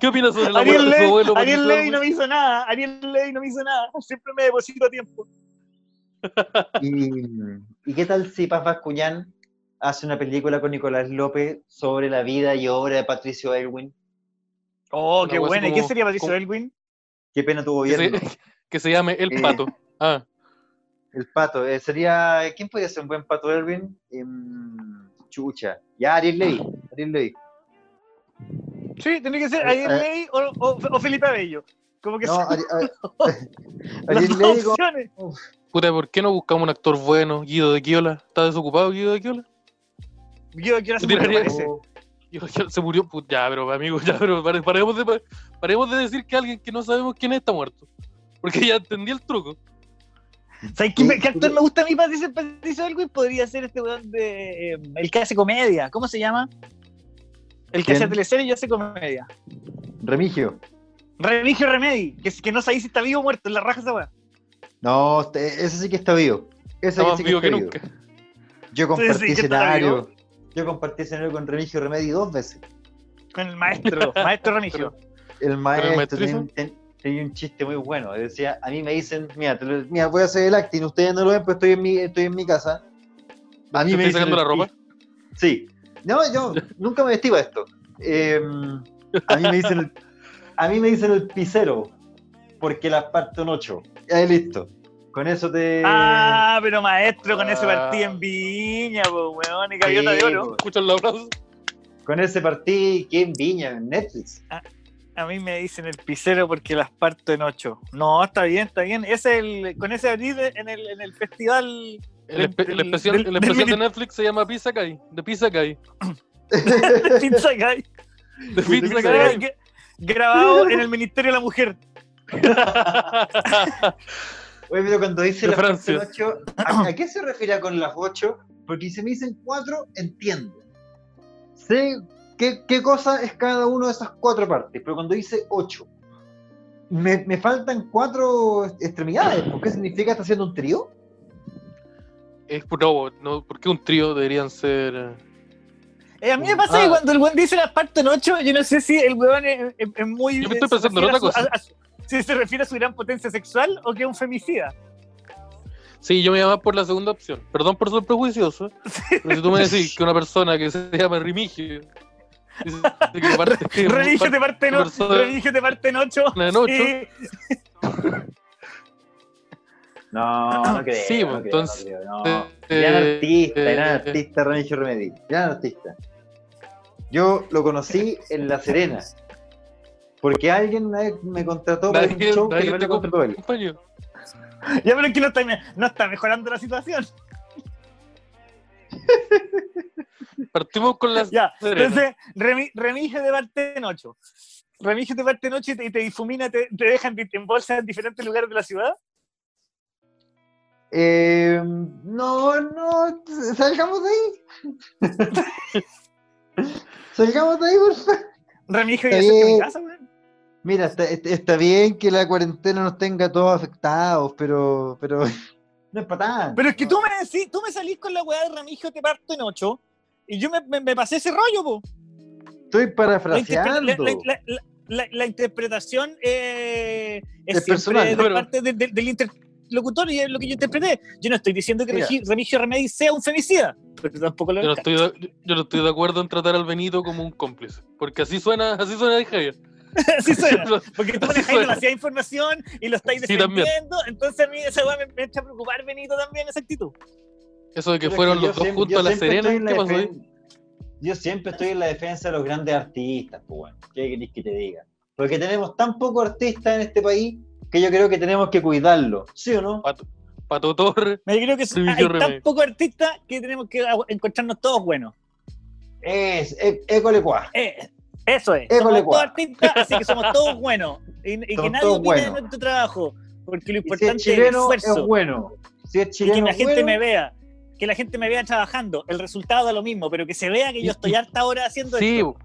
Speaker 3: ¿Qué opinas sobre la muerte
Speaker 1: Ariel
Speaker 3: de su
Speaker 1: Levy,
Speaker 3: abuelo?
Speaker 1: Ariel
Speaker 3: Patricio
Speaker 1: Levy no
Speaker 3: Elwin?
Speaker 1: me hizo nada. Ariel Levy no me hizo nada. Siempre me deposito a tiempo.
Speaker 2: ¿Y, y qué tal si Paz Vascuñán hace una película con Nicolás López sobre la vida y obra de Patricio Elwin?
Speaker 1: Oh,
Speaker 3: Una
Speaker 1: qué
Speaker 3: wea así
Speaker 1: bueno. ¿Y qué
Speaker 3: como-
Speaker 1: sería Patricio
Speaker 3: como-
Speaker 1: Elwin?
Speaker 2: Qué pena tu
Speaker 3: que,
Speaker 2: gobierno.
Speaker 3: se, que se llame El
Speaker 2: Eh.
Speaker 3: Pato. Ah,
Speaker 2: El pato. eh, sería. ¿Quién podría ser un buen pato Elwin? Em, chucha. Ya, Ariel Levy. Ariel Levy.
Speaker 1: Sí, tendría que ser
Speaker 2: Eh,
Speaker 1: Ariel
Speaker 2: eh.
Speaker 1: Levy o, o- o Felipe Abello. Como que
Speaker 2: No,
Speaker 1: son
Speaker 2: Ari- Ari-
Speaker 1: las
Speaker 2: Ariel
Speaker 1: dos
Speaker 2: Levy. como-
Speaker 1: opciones.
Speaker 3: puta, ¿por qué no buscamos un actor bueno? Guido de Quiola. ¿Está desocupado Guido de Quiola?
Speaker 1: Yo quiero hacer
Speaker 3: Yo tiraría-
Speaker 1: parece.
Speaker 2: Oh.
Speaker 3: Guido de Quiola se murió. Put- ya, pero amigo, ya, pero pare- paremos de, pa- paremos de decir que alguien que no sabemos quién es está muerto. Porque ya entendí el truco.
Speaker 1: ¿Sabes qué, me- qué actor me gusta a mí para decir, para decir algo? Y podría ser este weón de. eh, el que hace comedia. ¿Cómo se llama? El que
Speaker 2: ¿Quién?
Speaker 1: hace teleseries y hace comedia.
Speaker 2: Remigio.
Speaker 1: Remigio Remedi. Que, que no sabéis si está vivo o muerto. En la raja esa weá.
Speaker 2: No, este- ese sí que está vivo. Ese
Speaker 3: Está más
Speaker 2: sí
Speaker 3: vivo que
Speaker 2: está vivo.
Speaker 3: nunca.
Speaker 1: Ese
Speaker 2: Yo
Speaker 1: sí
Speaker 2: compartí
Speaker 1: que está
Speaker 2: escenario. Yo compartí escenario con Remigio Remedi dos veces.
Speaker 1: Con el maestro. maestro Remigio.
Speaker 2: El maestro
Speaker 3: maestrizo?
Speaker 2: tenía, un- ten- tenía un chiste muy bueno. Decía, a mí me dicen, mira, te lo- mira, voy a hacer el acting, ustedes no lo ven, pero estoy en mi, estoy en mi casa. A mí
Speaker 3: ¿Te
Speaker 2: me
Speaker 3: estoy
Speaker 2: dicen
Speaker 3: sacando
Speaker 2: el
Speaker 3: la ropa?
Speaker 2: Sí. No, yo nunca me vestí para esto. Eh, a, mí me dicen el, a mí me dicen el pisero, porque las parto en ocho. Ahí listo. Con eso te...
Speaker 1: Ah, pero maestro con ese
Speaker 3: Ah.
Speaker 1: partido en Viña, po, weón. Y gaviota
Speaker 2: Sí,
Speaker 1: de oro.
Speaker 2: po.
Speaker 3: Escuchan los abrazos.
Speaker 2: Con ese partí que en Viña, en Netflix.
Speaker 1: A mí me dicen el pisero porque las parto en ocho. No, está bien, está bien. Es el, con ese abrir en el, en el festival.
Speaker 3: El, espe- el
Speaker 1: del-
Speaker 3: especial,
Speaker 1: del-
Speaker 3: el
Speaker 1: del
Speaker 3: especial de
Speaker 1: mini-
Speaker 3: Netflix se llama Pizza Guy. De Pizza Guy.
Speaker 1: de Pizza Guy.
Speaker 3: De Pizza
Speaker 1: Gra-
Speaker 3: Guy.
Speaker 1: gra- Grabado en el Ministerio de la Mujer.
Speaker 2: Oye, pero cuando dice las
Speaker 3: De
Speaker 2: parto en
Speaker 3: Francia.
Speaker 2: ocho, ¿a, a qué se refiere con las ocho? Porque si me dicen cuatro, entiendo. Sé qué, qué cosa es cada una de esas cuatro partes, pero cuando dice ocho, me, me faltan cuatro extremidades. ¿Por qué significa está haciendo un trío?
Speaker 3: Es- pues, no, no, ¿por qué un trío deberían ser...? eh?
Speaker 1: Eh, a mí me pasa
Speaker 2: Ah.
Speaker 1: que cuando el weón dice las parto en ocho, yo no sé si el weón es, es- es muy.
Speaker 3: Yo me estoy
Speaker 1: se
Speaker 3: pensando en
Speaker 1: refiere
Speaker 3: otra
Speaker 1: a su- a- a su- Si se refiere a su gran potencia sexual o que es un femicida.
Speaker 3: Sí, yo me llamaba por la segunda opción. Perdón por ser prejuicioso. Pero si tú me decís que una persona que se llama Remigio... dice que parte- que
Speaker 1: Remigio
Speaker 3: parte
Speaker 1: te parte en ocho.
Speaker 3: persona-
Speaker 1: Remigio te parte en ocho.
Speaker 3: en ocho,
Speaker 1: Y-
Speaker 2: No, no creo.
Speaker 3: Sí,
Speaker 2: no creo,
Speaker 3: entonces,
Speaker 2: no creo,
Speaker 3: eh,
Speaker 2: no. Gran
Speaker 3: eh,
Speaker 2: artista, gran
Speaker 3: eh,
Speaker 2: artista, Remigio Remedi. Gran artista. Yo lo conocí en La Serena. Porque alguien una vez me contrató para un
Speaker 3: Nadie,
Speaker 2: show que
Speaker 3: nadie
Speaker 2: no
Speaker 3: te
Speaker 2: le contrató él.
Speaker 3: acompañó.
Speaker 1: Ya, pero es que no está, me- no está mejorando la situación.
Speaker 3: Partimos con las...
Speaker 1: Ya,
Speaker 3: Serena.
Speaker 1: entonces, remi, remige de parte en ocho. Remige de parte en ocho y te, y te difumina, te, te dejan di- en bolsas en diferentes lugares de la ciudad.
Speaker 2: Eh, no, no, salgamos de ahí. salgamos de ahí, por favor.
Speaker 1: Remige y
Speaker 2: Está
Speaker 1: acerca a mi
Speaker 2: bien.
Speaker 1: casa, weón.
Speaker 2: Mira, está, est- está bien que la cuarentena nos tenga todos afectados, pero, pero no es para tanto.
Speaker 1: Pero es que tú me decís, tú me salís con la weá de Remigio te parto en ocho. Y yo me, me- me pasé ese rollo, po.
Speaker 2: Estoy
Speaker 1: La, interpre-
Speaker 2: parafraseando.
Speaker 1: la- la- la- la- la interpretación eh, es
Speaker 2: Es
Speaker 1: siempre
Speaker 2: personal,
Speaker 1: de
Speaker 3: pero-
Speaker 1: parte de- de- del interlocutor y es lo que yo interpreté. Yo no estoy diciendo que
Speaker 2: Mira.
Speaker 1: Regi- Remigio Remedi sea un femicida, pero tampoco lo
Speaker 3: Yo no,
Speaker 1: descarto.
Speaker 3: estoy de, yo no estoy de acuerdo en tratar al Benito como un cómplice. Porque así suena, así suena el Javier.
Speaker 1: Así suena. Porque tú
Speaker 3: Así
Speaker 1: manejáis
Speaker 3: fue.
Speaker 1: demasiada información y lo estáis
Speaker 3: Sí, también.
Speaker 1: defendiendo, entonces a mí esa weá me, me echa a preocupar, Benito, también esa actitud.
Speaker 3: Eso de que
Speaker 2: Pero es
Speaker 3: fueron
Speaker 2: yo
Speaker 3: los dos
Speaker 2: siempre-
Speaker 3: juntos
Speaker 2: yo
Speaker 3: a la
Speaker 2: siempre
Speaker 3: Serena,
Speaker 2: estoy en la
Speaker 3: ¿qué pasó ahí?
Speaker 2: defen- Yo siempre estoy en la defensa de los grandes artistas, pues bueno, ¿qué querés que te diga? Porque tenemos tan pocos artistas en este país que yo creo que tenemos que cuidarlo, ¿sí o no?
Speaker 3: Pato, Pato Torre,
Speaker 1: Me creo que es-
Speaker 3: Sí, yo
Speaker 1: hay tan
Speaker 3: remedio.
Speaker 1: pocos artistas que tenemos que agu- encontrarnos todos buenos.
Speaker 2: Es, es, école cuá.
Speaker 1: Eh, eso es.
Speaker 2: École,
Speaker 1: somos todos
Speaker 2: guau.
Speaker 1: artistas, así que somos todos buenos. Y, y que
Speaker 2: Somos
Speaker 1: nadie
Speaker 2: todos
Speaker 1: opine de
Speaker 2: buenos.
Speaker 1: nuestro trabajo. Porque lo
Speaker 2: Y Si es
Speaker 1: importante es el
Speaker 2: chileno, es
Speaker 1: esfuerzo.
Speaker 2: bueno. Si es
Speaker 1: y que
Speaker 2: chileno,
Speaker 1: la
Speaker 2: es
Speaker 1: gente
Speaker 2: bueno.
Speaker 1: me vea. Que la gente me vea trabajando. El resultado da lo mismo, pero que se vea que
Speaker 3: Y-
Speaker 1: yo estoy harta ahora haciendo
Speaker 3: sí,
Speaker 1: esto.
Speaker 3: bo.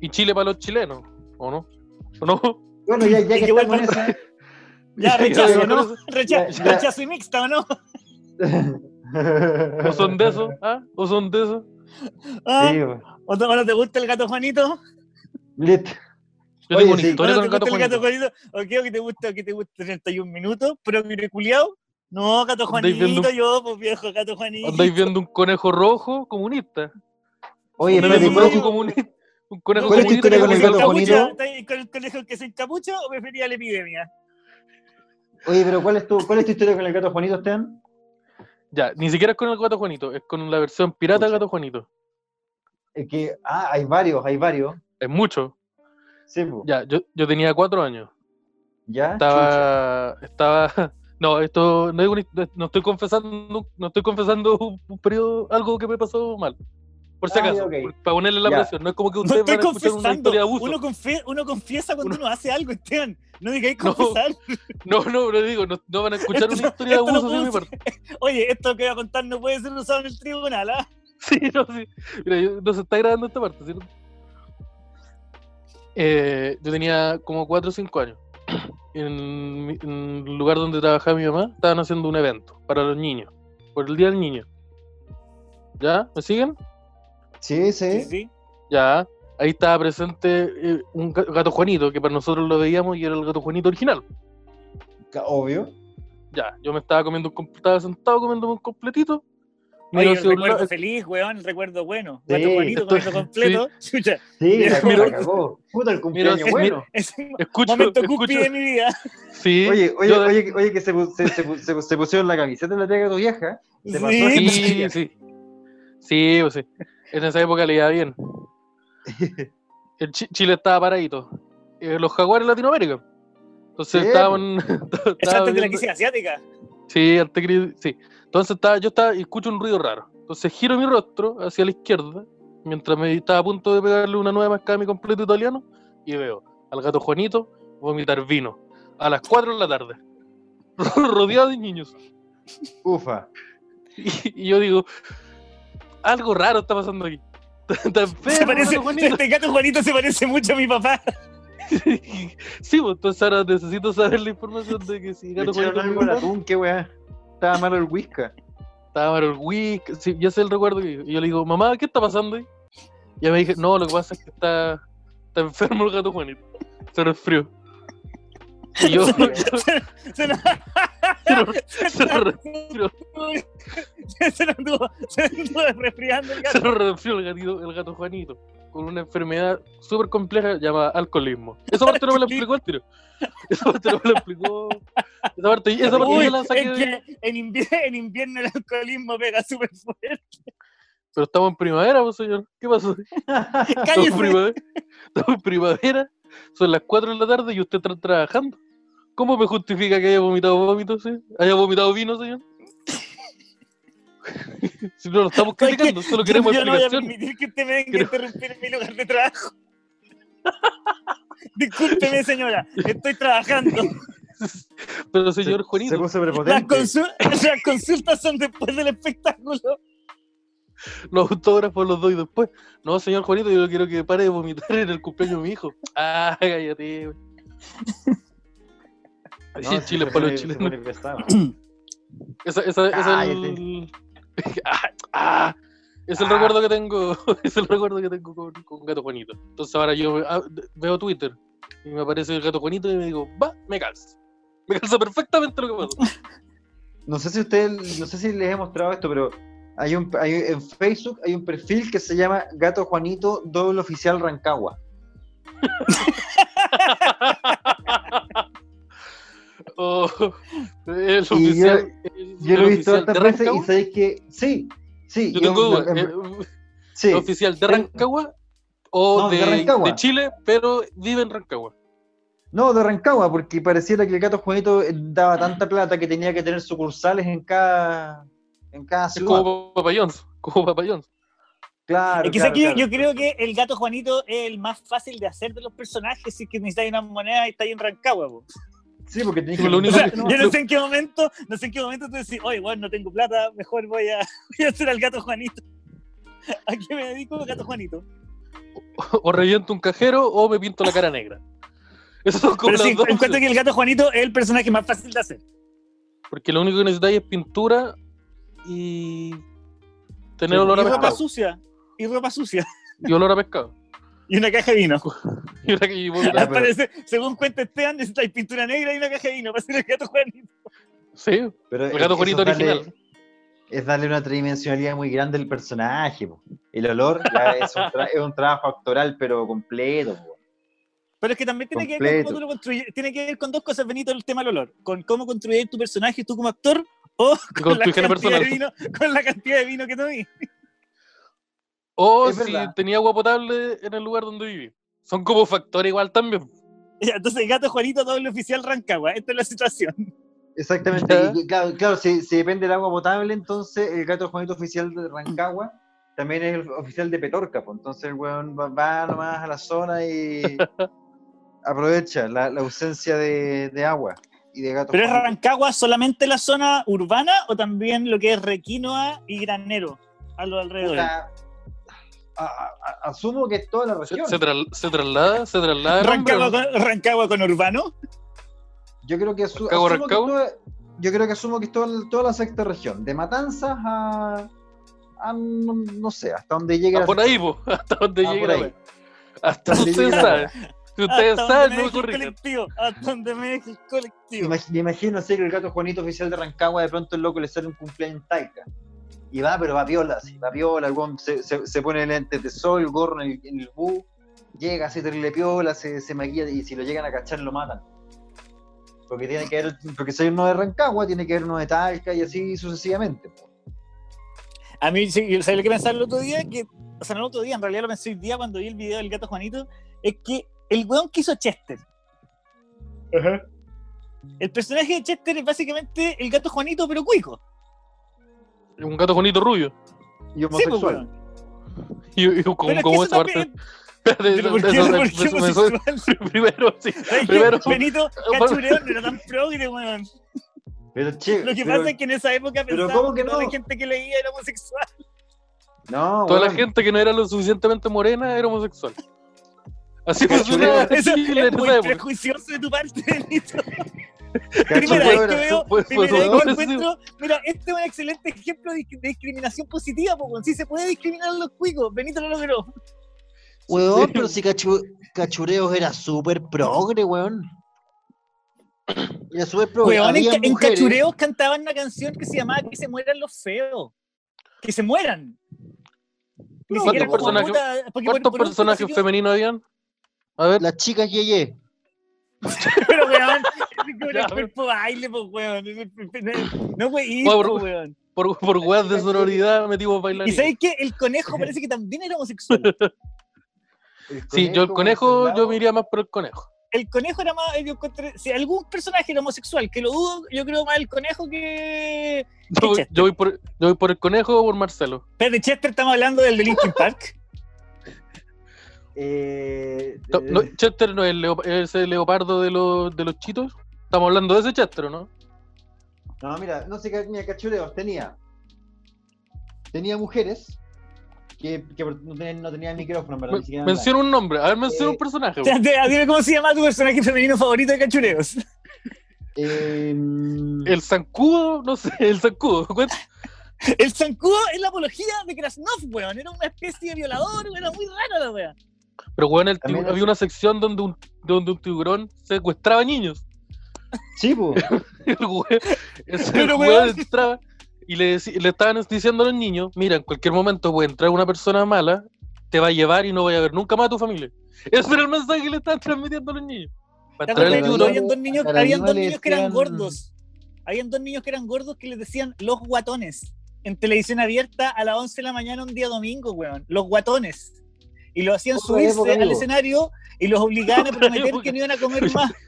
Speaker 3: y Chile para los chilenos, ¿o no? ¿O no?
Speaker 2: Bueno, ya, ya
Speaker 1: Y que
Speaker 2: que estamos en
Speaker 1: vuelvan-
Speaker 2: esa...
Speaker 1: Ya,
Speaker 2: Ya,
Speaker 1: rechazo,
Speaker 2: ya,
Speaker 1: ¿no? Recha-
Speaker 2: ya, ya.
Speaker 1: Rechazo y mixta, ¿o no?
Speaker 3: ¿O son de eso? ¿Ah? ¿O son de eso?
Speaker 1: Ah,
Speaker 2: Sí, pues.
Speaker 1: ¿O no- o no te gusta el gato Juanito?
Speaker 2: Listo.
Speaker 3: Yo
Speaker 2: Oye,
Speaker 3: tengo una
Speaker 2: sí.
Speaker 3: historia
Speaker 1: Ahora
Speaker 3: con el
Speaker 1: te
Speaker 3: gato
Speaker 1: gusta el gato
Speaker 3: Juanito.
Speaker 1: Juanito. O creo que te gusta, que te gusta 31 minutos, pero mire culiao. No, gato
Speaker 3: Andáis viendo-
Speaker 1: Juanito, yo, pues viejo, gato Juanito.
Speaker 3: Andáis viendo un conejo rojo comunista.
Speaker 2: Oye,
Speaker 1: Sí,
Speaker 3: Un
Speaker 1: pero
Speaker 2: espérate,
Speaker 1: sí,
Speaker 3: conejo
Speaker 1: sí.
Speaker 2: ¿cuál es- ¿Cuál es tu historia con
Speaker 3: rojo comunista. Un conejo comunista que
Speaker 2: el
Speaker 3: usa
Speaker 2: gato
Speaker 3: capucha.
Speaker 2: Juanito?
Speaker 1: ¿Estáis con el conejo que se encapucha o prefería la epidemia?
Speaker 2: oye, pero ¿cuál es, tu, ¿cuál es tu historia con el gato Juanito, Esteban?
Speaker 3: Ya, ni siquiera es con el gato Juanito, es con la versión pirata del gato Juanito.
Speaker 2: Es que, ah, hay varios, hay varios.
Speaker 3: Es mucho.
Speaker 2: Sí, pues.
Speaker 3: Ya, yo, yo tenía cuatro años.
Speaker 2: Ya.
Speaker 3: estaba estaba no esto no, es una- no estoy confesando no estoy confesando un, un periodo algo que me pasó mal por si
Speaker 2: Ah, ya,
Speaker 3: acaso
Speaker 2: ok.
Speaker 3: por- para ponerle la
Speaker 2: Ya.
Speaker 3: presión no es como que
Speaker 1: No
Speaker 3: ustedes
Speaker 1: estoy
Speaker 3: van a escuchar una
Speaker 1: confesando.
Speaker 3: historia de abuso
Speaker 1: Uno, confie- uno confiesa cuando uno, hace algo, Esteban. No digáis
Speaker 3: No.
Speaker 1: confesar.
Speaker 3: No, no, lo digo, no, no van a escuchar
Speaker 1: Esto-
Speaker 3: una historia de
Speaker 1: esto lo
Speaker 3: abuso de mi
Speaker 1: puse.
Speaker 3: parte.
Speaker 1: Oye, esto que voy a contar no puede ser usado en el tribunal, ¿ah?
Speaker 3: Sí, no, sí. Mira, yo- no se está grabando esta parte, ¿cierto? Eh, yo tenía como 4 o 5 años. En, mi- en el lugar donde trabajaba mi mamá, estaban haciendo un evento para los niños, por el Día del Niño. ¿Ya? ¿Me siguen?
Speaker 2: Sí,
Speaker 1: Sí,
Speaker 2: sí.
Speaker 1: sí.
Speaker 3: Ya, ahí estaba presente eh, un ga- gato Juanito, que para nosotros lo veíamos y era el gato Juanito original.
Speaker 2: ca- Obvio.
Speaker 3: Ya, yo me estaba comiendo un compl- estaba sentado comiendo un completito.
Speaker 1: Oye,
Speaker 3: miro
Speaker 1: el
Speaker 3: hacia un
Speaker 1: recuerdo
Speaker 3: lado-
Speaker 1: feliz, weón, el recuerdo bueno.
Speaker 2: Sí.
Speaker 1: Gato Juanito con eso completo. Chucha,
Speaker 2: Sí,
Speaker 1: Mira,
Speaker 2: la,
Speaker 1: mira.
Speaker 2: la cagó. Puta, el cumpleaños
Speaker 3: Mira,
Speaker 2: bueno.
Speaker 1: ese
Speaker 3: escucho,
Speaker 1: momento
Speaker 3: escucho-
Speaker 1: cupi de mi vida.
Speaker 3: sí,
Speaker 2: Oye, oye,
Speaker 3: yo-
Speaker 2: oye, que- oye, que se, pu- se, se, pu- se, pu- se pusieron la camiseta en la tega de tu vieja. Te pasó
Speaker 1: Sí.
Speaker 2: así.
Speaker 3: Sí, sí. Sí, pues sí. En esa época le iba bien. El Chi- Chile estaba paradito. Eh, los jaguares en Latinoamérica. Entonces
Speaker 2: Sí,
Speaker 3: estaban.
Speaker 1: Es antes de la
Speaker 3: viendo-
Speaker 1: crisis asiática.
Speaker 3: Sí, antes que- sí. Entonces estaba, yo estaba y escucho un ruido raro. Entonces giro mi rostro hacia la izquierda, mientras me estaba a punto de pegarle una nueva mascada a mi completo italiano, y veo al gato Juanito vomitar vino a las 4 de la tarde, rodeado de niños.
Speaker 2: Ufa.
Speaker 3: Y, y yo digo, algo raro está pasando aquí. Está enfermo
Speaker 1: Se
Speaker 3: el
Speaker 1: parece,
Speaker 3: gato Juanito.
Speaker 1: este gato Juanito se parece mucho a mi papá.
Speaker 3: Sí, pues entonces ahora necesito saber la información de que si
Speaker 2: Le
Speaker 3: gato
Speaker 2: echaron
Speaker 3: Juanito
Speaker 2: algo al
Speaker 3: vomitó,
Speaker 2: atún, qué weá. Estaba malo el whisky.
Speaker 3: estaba Marol Wick, sí, yo sé el recuerdo que y yo le digo, mamá, ¿qué está pasando ahí? Y ella me dije, no, lo que pasa es que está, está enfermo el gato Juanito, se resfrió. Y yo, yo-
Speaker 1: Se nos,
Speaker 3: se
Speaker 1: se
Speaker 3: lo
Speaker 1: nos,
Speaker 3: resfrió,
Speaker 1: se nos anduvo, se nos anduvo resfriando el
Speaker 3: se
Speaker 1: gato.
Speaker 3: lo resfrió el, gatito, el gato Juanito, con una enfermedad súper compleja llamada alcoholismo. Esa parte no me la explicó el tiro. Esa parte no me la explicó. Esa parte, esa parte
Speaker 1: Uy,
Speaker 3: yo la saqué.
Speaker 1: es
Speaker 3: de-
Speaker 1: que en, invier- en invierno el alcoholismo pega súper fuerte.
Speaker 3: Pero estamos en primavera, pues, señor. ¿Qué pasó? Estamos en
Speaker 1: Cállese.
Speaker 3: primavera, estamos en primavera, son las 4 de la tarde y usted está trabajando. ¿Cómo me justifica que haya vomitado vómito, sí? ¿Haya vomitado vino, señor? si no lo estamos
Speaker 1: ¿Sabes qué?
Speaker 3: criticando, solo queremos
Speaker 1: yo no voy a
Speaker 3: explicaciones.
Speaker 1: permitir que usted me venga a
Speaker 3: Creo-
Speaker 1: interrumpir en mi lugar de trabajo. Discúlpeme, señora, estoy trabajando.
Speaker 3: Pero señor
Speaker 2: Se
Speaker 3: Juanito,
Speaker 2: puso
Speaker 1: Las,
Speaker 2: prepotente.
Speaker 1: consu- las consultas son después del espectáculo.
Speaker 3: los autógrafos los doy después. No, señor Juanito, yo quiero que pare de vomitar en el cumpleaños de mi hijo. Ah, cállate, güey. Así en Chile, para los chilenos. Esa, esa, esa es el... Ah, ah, es el
Speaker 2: Ah.
Speaker 3: recuerdo que tengo, es el recuerdo que tengo con, con Gato Juanito. Entonces ahora yo ah, veo Twitter y me aparece el Gato Juanito y me digo, va, me calza. Me calza perfectamente lo que pasó.
Speaker 2: No sé si ustedes, no sé si les he mostrado esto, pero hay un, hay- en Facebook hay un perfil que se llama Gato Juanito Doble Oficial Rancagua.
Speaker 3: Oh, el
Speaker 2: yo-
Speaker 3: oficial, el-
Speaker 2: Yo lo
Speaker 3: el
Speaker 2: he visto
Speaker 3: oficial de
Speaker 2: tantas veces y
Speaker 3: Rancagua.
Speaker 2: sabéis que sí, sí.
Speaker 3: Yo
Speaker 2: y es
Speaker 3: tengo
Speaker 2: una-
Speaker 3: duda,
Speaker 2: em-
Speaker 3: eh,
Speaker 2: sí.
Speaker 3: ¿el oficial de Rancagua o
Speaker 2: No,
Speaker 3: de,
Speaker 2: de Rancagua.
Speaker 3: de Chile, pero vive en Rancagua.
Speaker 2: No, de Rancagua, porque pareciera que el Gato Juanito eh, daba tanta plata que tenía que tener sucursales en cada, en cada
Speaker 3: Es
Speaker 2: ciudad.
Speaker 3: como papayón, como papayón.
Speaker 2: Claro,
Speaker 1: Es que
Speaker 2: claro,
Speaker 1: sé que yo-
Speaker 2: claro.
Speaker 1: yo creo que el gato Juanito es el más fácil de hacer de los personajes. Si es que necesitáis una moneda y estáis en Rancagua. po.
Speaker 2: Sí, porque tenés
Speaker 3: Sí,
Speaker 2: que...
Speaker 3: lo único
Speaker 1: O sea,
Speaker 3: que-
Speaker 1: yo no sé en qué momento, no sé en qué momento tú decís, oye, bueno, no tengo plata, mejor voy a, voy a hacer al gato Juanito. ¿A qué me dedico, gato Juanito?
Speaker 3: o reviento un cajero o me pinto la cara negra. Eso son como
Speaker 1: Pero sí,
Speaker 3: las dos
Speaker 1: encuentro
Speaker 3: opciones.
Speaker 1: que el gato Juanito es el personaje más fácil de hacer.
Speaker 3: Porque lo único que necesitáis es pintura y tener
Speaker 2: Sí,
Speaker 3: olor
Speaker 1: Y
Speaker 3: a
Speaker 1: ropa
Speaker 3: pescado.
Speaker 1: sucia. Y ropa sucia.
Speaker 3: Y olor a pescado.
Speaker 1: Y una caja de vino.
Speaker 3: Y ahora que llevo-
Speaker 2: Ya, pero-
Speaker 1: Parece, según cuenta Esteban, necesitáis pintura negra y una caja de vino para hacer el gato Juanito.
Speaker 3: sí,
Speaker 2: Pero
Speaker 3: El
Speaker 2: es
Speaker 3: gato
Speaker 2: que eso
Speaker 3: Juanito
Speaker 2: es darle-
Speaker 3: original.
Speaker 2: es darle una tridimensionalidad muy grande al personaje. po. El olor ya es, un tra- es un trabajo actoral, pero completo. po.
Speaker 1: Pero es que también tiene que ver con
Speaker 2: Completo.
Speaker 1: cómo tú lo construyes. Tiene que ver con dos cosas, Benito, el tema del olor. Con cómo construir tu personaje tú como actor o con,
Speaker 3: con
Speaker 1: la,
Speaker 3: tu higiene
Speaker 1: cantidad
Speaker 3: personal.
Speaker 1: De vino, con la cantidad de vino que tomé.
Speaker 3: O
Speaker 2: Es
Speaker 3: si
Speaker 2: verdad.
Speaker 3: tenía agua potable en el lugar donde viví. Son como factores igual también.
Speaker 1: Ya, Entonces, el gato Juanito, doble oficial Rancagua. Esta es la situación.
Speaker 2: Exactamente.
Speaker 3: Ya.
Speaker 2: y claro, claro, si, si depende del agua potable, entonces el gato Juanito oficial de Rancagua también es el oficial de Petorca. po. Entonces el weón va, va nomás a la zona y aprovecha la, la ausencia de, de agua y de gatos.
Speaker 1: ¿Pero es
Speaker 2: Juanito.
Speaker 1: Rancagua solamente la zona urbana o también lo que es Requinoa y Granero a los alrededores?
Speaker 2: Puta,
Speaker 3: eh.
Speaker 2: a- a- a- asumo que es toda la
Speaker 3: Se,
Speaker 2: región.
Speaker 3: se tras- se traslada, se traslada. el hombre,
Speaker 1: Rancagua
Speaker 3: ¿no?
Speaker 1: con, Rancagua con Urbano.
Speaker 2: Yo creo que, asu-
Speaker 3: Rancagua,
Speaker 2: asumo, que
Speaker 3: Rancagua.
Speaker 2: toda, yo creo que asumo que es toda, toda la sexta región, de Matanzas a, a no, no sé, hasta donde llegue
Speaker 3: Ah,
Speaker 2: la
Speaker 3: por ahí, po, hasta donde
Speaker 2: Ah,
Speaker 3: llegue
Speaker 2: por
Speaker 3: la
Speaker 2: ahí.
Speaker 3: wea. Hasta
Speaker 2: Hasta
Speaker 3: donde ustedes
Speaker 2: llega la wea.
Speaker 3: saben. Si ustedes
Speaker 1: hasta
Speaker 3: saben,
Speaker 1: donde
Speaker 3: no
Speaker 1: me
Speaker 3: me
Speaker 1: deje el
Speaker 3: corrijan.
Speaker 1: colectivo. Hasta donde me deje el colectivo.
Speaker 2: Imag- Me imagino así que el gato Juanito oficial de Rancagua de pronto el loco le sale un cumpleaños en Talca. Y va, pero va piola, sí, va piola, el weón se, se- se pone lentes de sol, el gorro en el, en el bus, llega, se terrible piola, se, se maquilla y si lo llegan a cachar lo matan. Porque tiene que haber, porque si hay uno de Rancagua, tiene que haber uno de Talca y así sucesivamente. po.
Speaker 1: A mí, sí, yo sabía lo que pensaba el otro día, que, o sea, no el otro día, en realidad lo pensé hoy día cuando vi el video del gato Juanito, es que el weón que hizo Chester. El personaje de Chester es básicamente el gato Juanito, pero cuico.
Speaker 3: Un gato bonito rubio.
Speaker 2: Y
Speaker 1: Sí, pues,
Speaker 2: homosexual.
Speaker 1: weón.
Speaker 3: Y, y como,
Speaker 1: Pero es que eso
Speaker 3: como esa parte.
Speaker 1: también-
Speaker 3: de- de-
Speaker 1: pero ¿por
Speaker 3: de-
Speaker 1: qué
Speaker 3: de-
Speaker 1: por
Speaker 3: de-
Speaker 1: qué
Speaker 3: de- de- de-
Speaker 1: homosexual?
Speaker 3: Primero, sí.
Speaker 1: ¿Sabes qué?
Speaker 3: Primero.
Speaker 1: Benito
Speaker 3: bueno.
Speaker 1: Cachureón no era tan progre, weón.
Speaker 2: Pero che,
Speaker 1: Lo que
Speaker 2: pero-
Speaker 1: pasa es que en esa época
Speaker 2: pero
Speaker 1: pensábamos
Speaker 2: ¿cómo
Speaker 1: que
Speaker 2: que
Speaker 1: toda la
Speaker 2: no?
Speaker 1: gente que leía era homosexual.
Speaker 2: no,
Speaker 3: Toda la
Speaker 2: weón.
Speaker 3: gente que no era lo suficientemente morena era homosexual. Así funciona
Speaker 2: Cachureo.
Speaker 1: Eso
Speaker 3: Chile en
Speaker 1: es muy
Speaker 3: esa época.
Speaker 1: prejuicioso de tu parte, Benito.
Speaker 2: Cacho,
Speaker 1: Primera vez
Speaker 2: weón,
Speaker 1: que veo,
Speaker 3: fue- fue
Speaker 1: primera vez
Speaker 3: todo
Speaker 1: que
Speaker 3: eso.
Speaker 1: encuentro. Mira, este es un excelente ejemplo de disc- de discriminación positiva, porque si se puede discriminar a los cuicos, Benito lo logró.
Speaker 2: Weón, pero si cachu- Cachureos era súper progre, weón. Era súper progre.
Speaker 1: Weón, en,
Speaker 2: Había
Speaker 1: ca- en
Speaker 2: mujeres-
Speaker 1: Cachureos cantaban una canción que se llamaba Que se mueran los feos. Que se mueran. Ni
Speaker 3: ¿Cuántos
Speaker 1: siquiera como
Speaker 3: personajes-
Speaker 1: puta, porque por-
Speaker 3: ¿Cuántos
Speaker 1: por último
Speaker 3: personajes
Speaker 1: se quedó-
Speaker 3: femeninos habían? A ver,
Speaker 2: Las chicas Yeye.
Speaker 1: Pero weón, ese con
Speaker 3: Ya,
Speaker 1: el cuerpo baile, pues weón. ese- No, weón,
Speaker 3: Weón, bro.
Speaker 1: weón.
Speaker 3: por, por weas de sonoridad metimos
Speaker 1: Y
Speaker 3: bailarines.
Speaker 1: sabéis que el conejo parece que también era homosexual.
Speaker 3: Sí, yo el conejo, yo me iría más por el conejo.
Speaker 1: El conejo era más. Yo encontré, si algún personaje era homosexual, que lo dudo, yo creo más el conejo que.
Speaker 3: Yo, voy-
Speaker 1: Chester.
Speaker 3: yo voy por, yo voy por el conejo o por Marcelo.
Speaker 1: Pero de Chester estamos hablando del de Linkin Park.
Speaker 2: Eh,
Speaker 3: No, no,
Speaker 2: eh,
Speaker 3: Chester no es el leop- ese leopardo de los, de los chitos. Estamos hablando de ese Chester, ¿no?
Speaker 2: no, mira, no sé qué. Mira, Cachureos tenía. Tenía mujeres que, que no tenían, no tenían micrófono, pero
Speaker 3: Men-
Speaker 2: ni siquiera. hablaban.
Speaker 3: menciona un nombre, a ver, menciona
Speaker 2: Eh,
Speaker 3: un personaje.
Speaker 1: O sea, te- ah, Dime cómo se llama tu personaje femenino favorito de cachureos.
Speaker 2: Eh,
Speaker 3: El zancudo, no sé, el zancudo. cuenta.
Speaker 1: El zancudo es la apología de Krasnov, weón. Era una especie de violador, weón. Era muy raro la weón.
Speaker 3: Pero bueno, el
Speaker 2: También
Speaker 3: tibu-
Speaker 2: es-
Speaker 3: había una sección donde un, donde un tiburón secuestraba niños.
Speaker 2: Sí, po.
Speaker 3: El güey- ese
Speaker 1: Pero,
Speaker 3: güey
Speaker 1: weón.
Speaker 3: entraba y le, deci- le estaban diciendo a los niños, mira, en cualquier momento puede entrar una persona mala, te va a llevar y no vaya a ver nunca más a tu familia. Ese era el mensaje que le estaban transmitiendo a los niños. Para
Speaker 1: ¿Te
Speaker 3: entrar
Speaker 1: acuerdas que
Speaker 3: el
Speaker 2: tiburón?
Speaker 1: habían
Speaker 3: tiburón,
Speaker 1: dos niños,
Speaker 2: Al
Speaker 1: habían dos
Speaker 2: animal le
Speaker 1: niños que eran
Speaker 2: decían-
Speaker 1: gordos? Habían dos niños que eran gordos que les decían los guatones en televisión abierta a las 11 de la mañana un día domingo, weón. Los guatones. Y lo hacían
Speaker 2: Otra
Speaker 1: subirse
Speaker 2: época,
Speaker 1: al
Speaker 2: amigo.
Speaker 1: escenario y los obligaban a
Speaker 3: Otra
Speaker 1: prometer
Speaker 3: época.
Speaker 1: que no iban a comer más.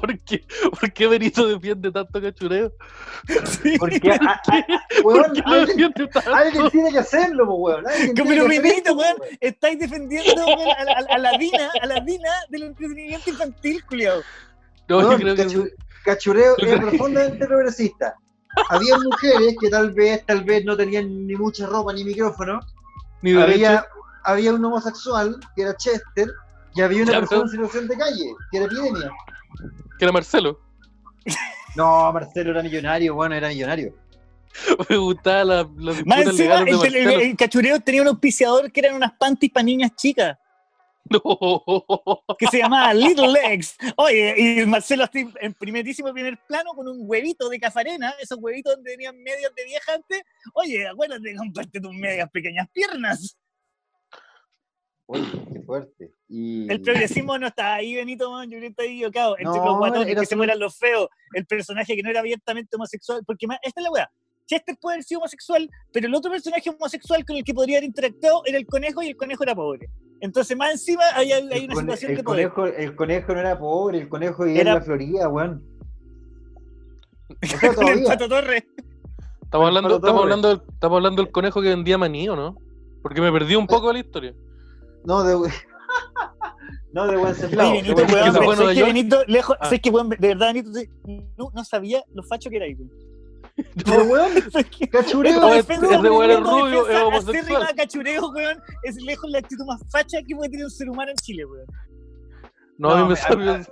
Speaker 3: ¿por qué, ¿por qué Benito defiende tanto cachureo?
Speaker 1: Sí.
Speaker 2: Porque. a- a- a-
Speaker 3: ¿Por
Speaker 2: weón,
Speaker 3: qué lo
Speaker 2: alguien,
Speaker 3: defiende tanto?
Speaker 2: alguien tiene que hacerlo, po, weón. Alguien
Speaker 1: Como
Speaker 2: tiene
Speaker 1: lo
Speaker 2: que hacer
Speaker 1: Benito,
Speaker 2: esto, po,
Speaker 1: weón. Estáis defendiendo weón, a, la- a la Dina, a la Dina del entretenimiento infantil, culiao.
Speaker 3: No, yo
Speaker 2: Weón,
Speaker 3: creo que
Speaker 2: cachu- Cachureo es profundamente progresista. Había mujeres que tal vez, tal vez no tenían ni mucha ropa ni micrófono.
Speaker 3: ni derecho.
Speaker 2: Había, había un homosexual que era Chester y había una
Speaker 3: Ya,
Speaker 2: persona en
Speaker 3: pero-
Speaker 2: situación de calle que era epidemia.
Speaker 3: que era Marcelo.
Speaker 2: No, Marcelo era millonario, bueno, era millonario.
Speaker 3: Me gustaba la, las
Speaker 1: Más
Speaker 3: disputas
Speaker 1: encima,
Speaker 3: legales de
Speaker 1: el, tele-
Speaker 3: Marcelo.
Speaker 1: el cachureo tenía un auspiciador que eran unas panties para niñas chicas.
Speaker 3: No.
Speaker 1: que se llamaba Little Legs. Oye, y Marcelo así en primerísimo primer plano con un huevito de cafarena, esos huevitos donde tenían medias de vieja antes. Oye, acuérdate de comprarte tus medias pequeñas piernas.
Speaker 2: Oye, qué fuerte. Y...
Speaker 1: El progresismo no está ahí, Benito, man, yo creo que está equivocado. Entre
Speaker 2: No,
Speaker 1: los guatones,
Speaker 2: era
Speaker 1: que se
Speaker 2: solo-
Speaker 1: mueran los feos, el personaje que no era abiertamente homosexual, porque más- esta es la weá. Chester puede haber sido homosexual, pero el otro personaje homosexual con el que podría haber interactuado era el conejo y el conejo era pobre. Entonces, más encima, hay, hay
Speaker 2: El,
Speaker 1: una
Speaker 2: cone-
Speaker 1: situación
Speaker 2: el
Speaker 1: de poder.
Speaker 2: conejo, el conejo no era pobre, el conejo vivía
Speaker 1: Era-
Speaker 2: en la Florida, weón. O sea,
Speaker 1: Con el
Speaker 2: todavía.
Speaker 1: Pato Torres.
Speaker 3: Estamos hablando,
Speaker 2: Pablo
Speaker 3: estamos,
Speaker 2: Torres.
Speaker 3: hablando del, estamos hablando del conejo que vendía maní, ¿o no? Porque me perdí un poco de la historia.
Speaker 2: No, de... No, de Wenceslao.
Speaker 1: Oye, Benito,
Speaker 2: de
Speaker 3: bueno,
Speaker 1: weón,
Speaker 3: eso
Speaker 1: sé
Speaker 3: fue
Speaker 2: Wenceslao.
Speaker 3: en Nueva
Speaker 1: que
Speaker 3: York.
Speaker 1: Benito, lejos,
Speaker 3: Ah.
Speaker 1: sé que weón, de verdad, Benito, sí, no, no sabía lo facho que era ahí, weón.
Speaker 2: Pero, weón,
Speaker 1: Sé que-
Speaker 2: cachureo.
Speaker 1: Esta
Speaker 3: es-
Speaker 1: defensa,
Speaker 3: es de
Speaker 1: weón,
Speaker 3: weón, es
Speaker 1: esta
Speaker 3: rubio, es
Speaker 1: defensa
Speaker 3: homosexual.
Speaker 1: acérrima de cachureo, weón, es lejos la actitud más facha que puede tener un ser humano en Chile, weón.
Speaker 3: No, a mí
Speaker 2: No,
Speaker 3: me
Speaker 2: a-
Speaker 3: sorprendió.
Speaker 2: a-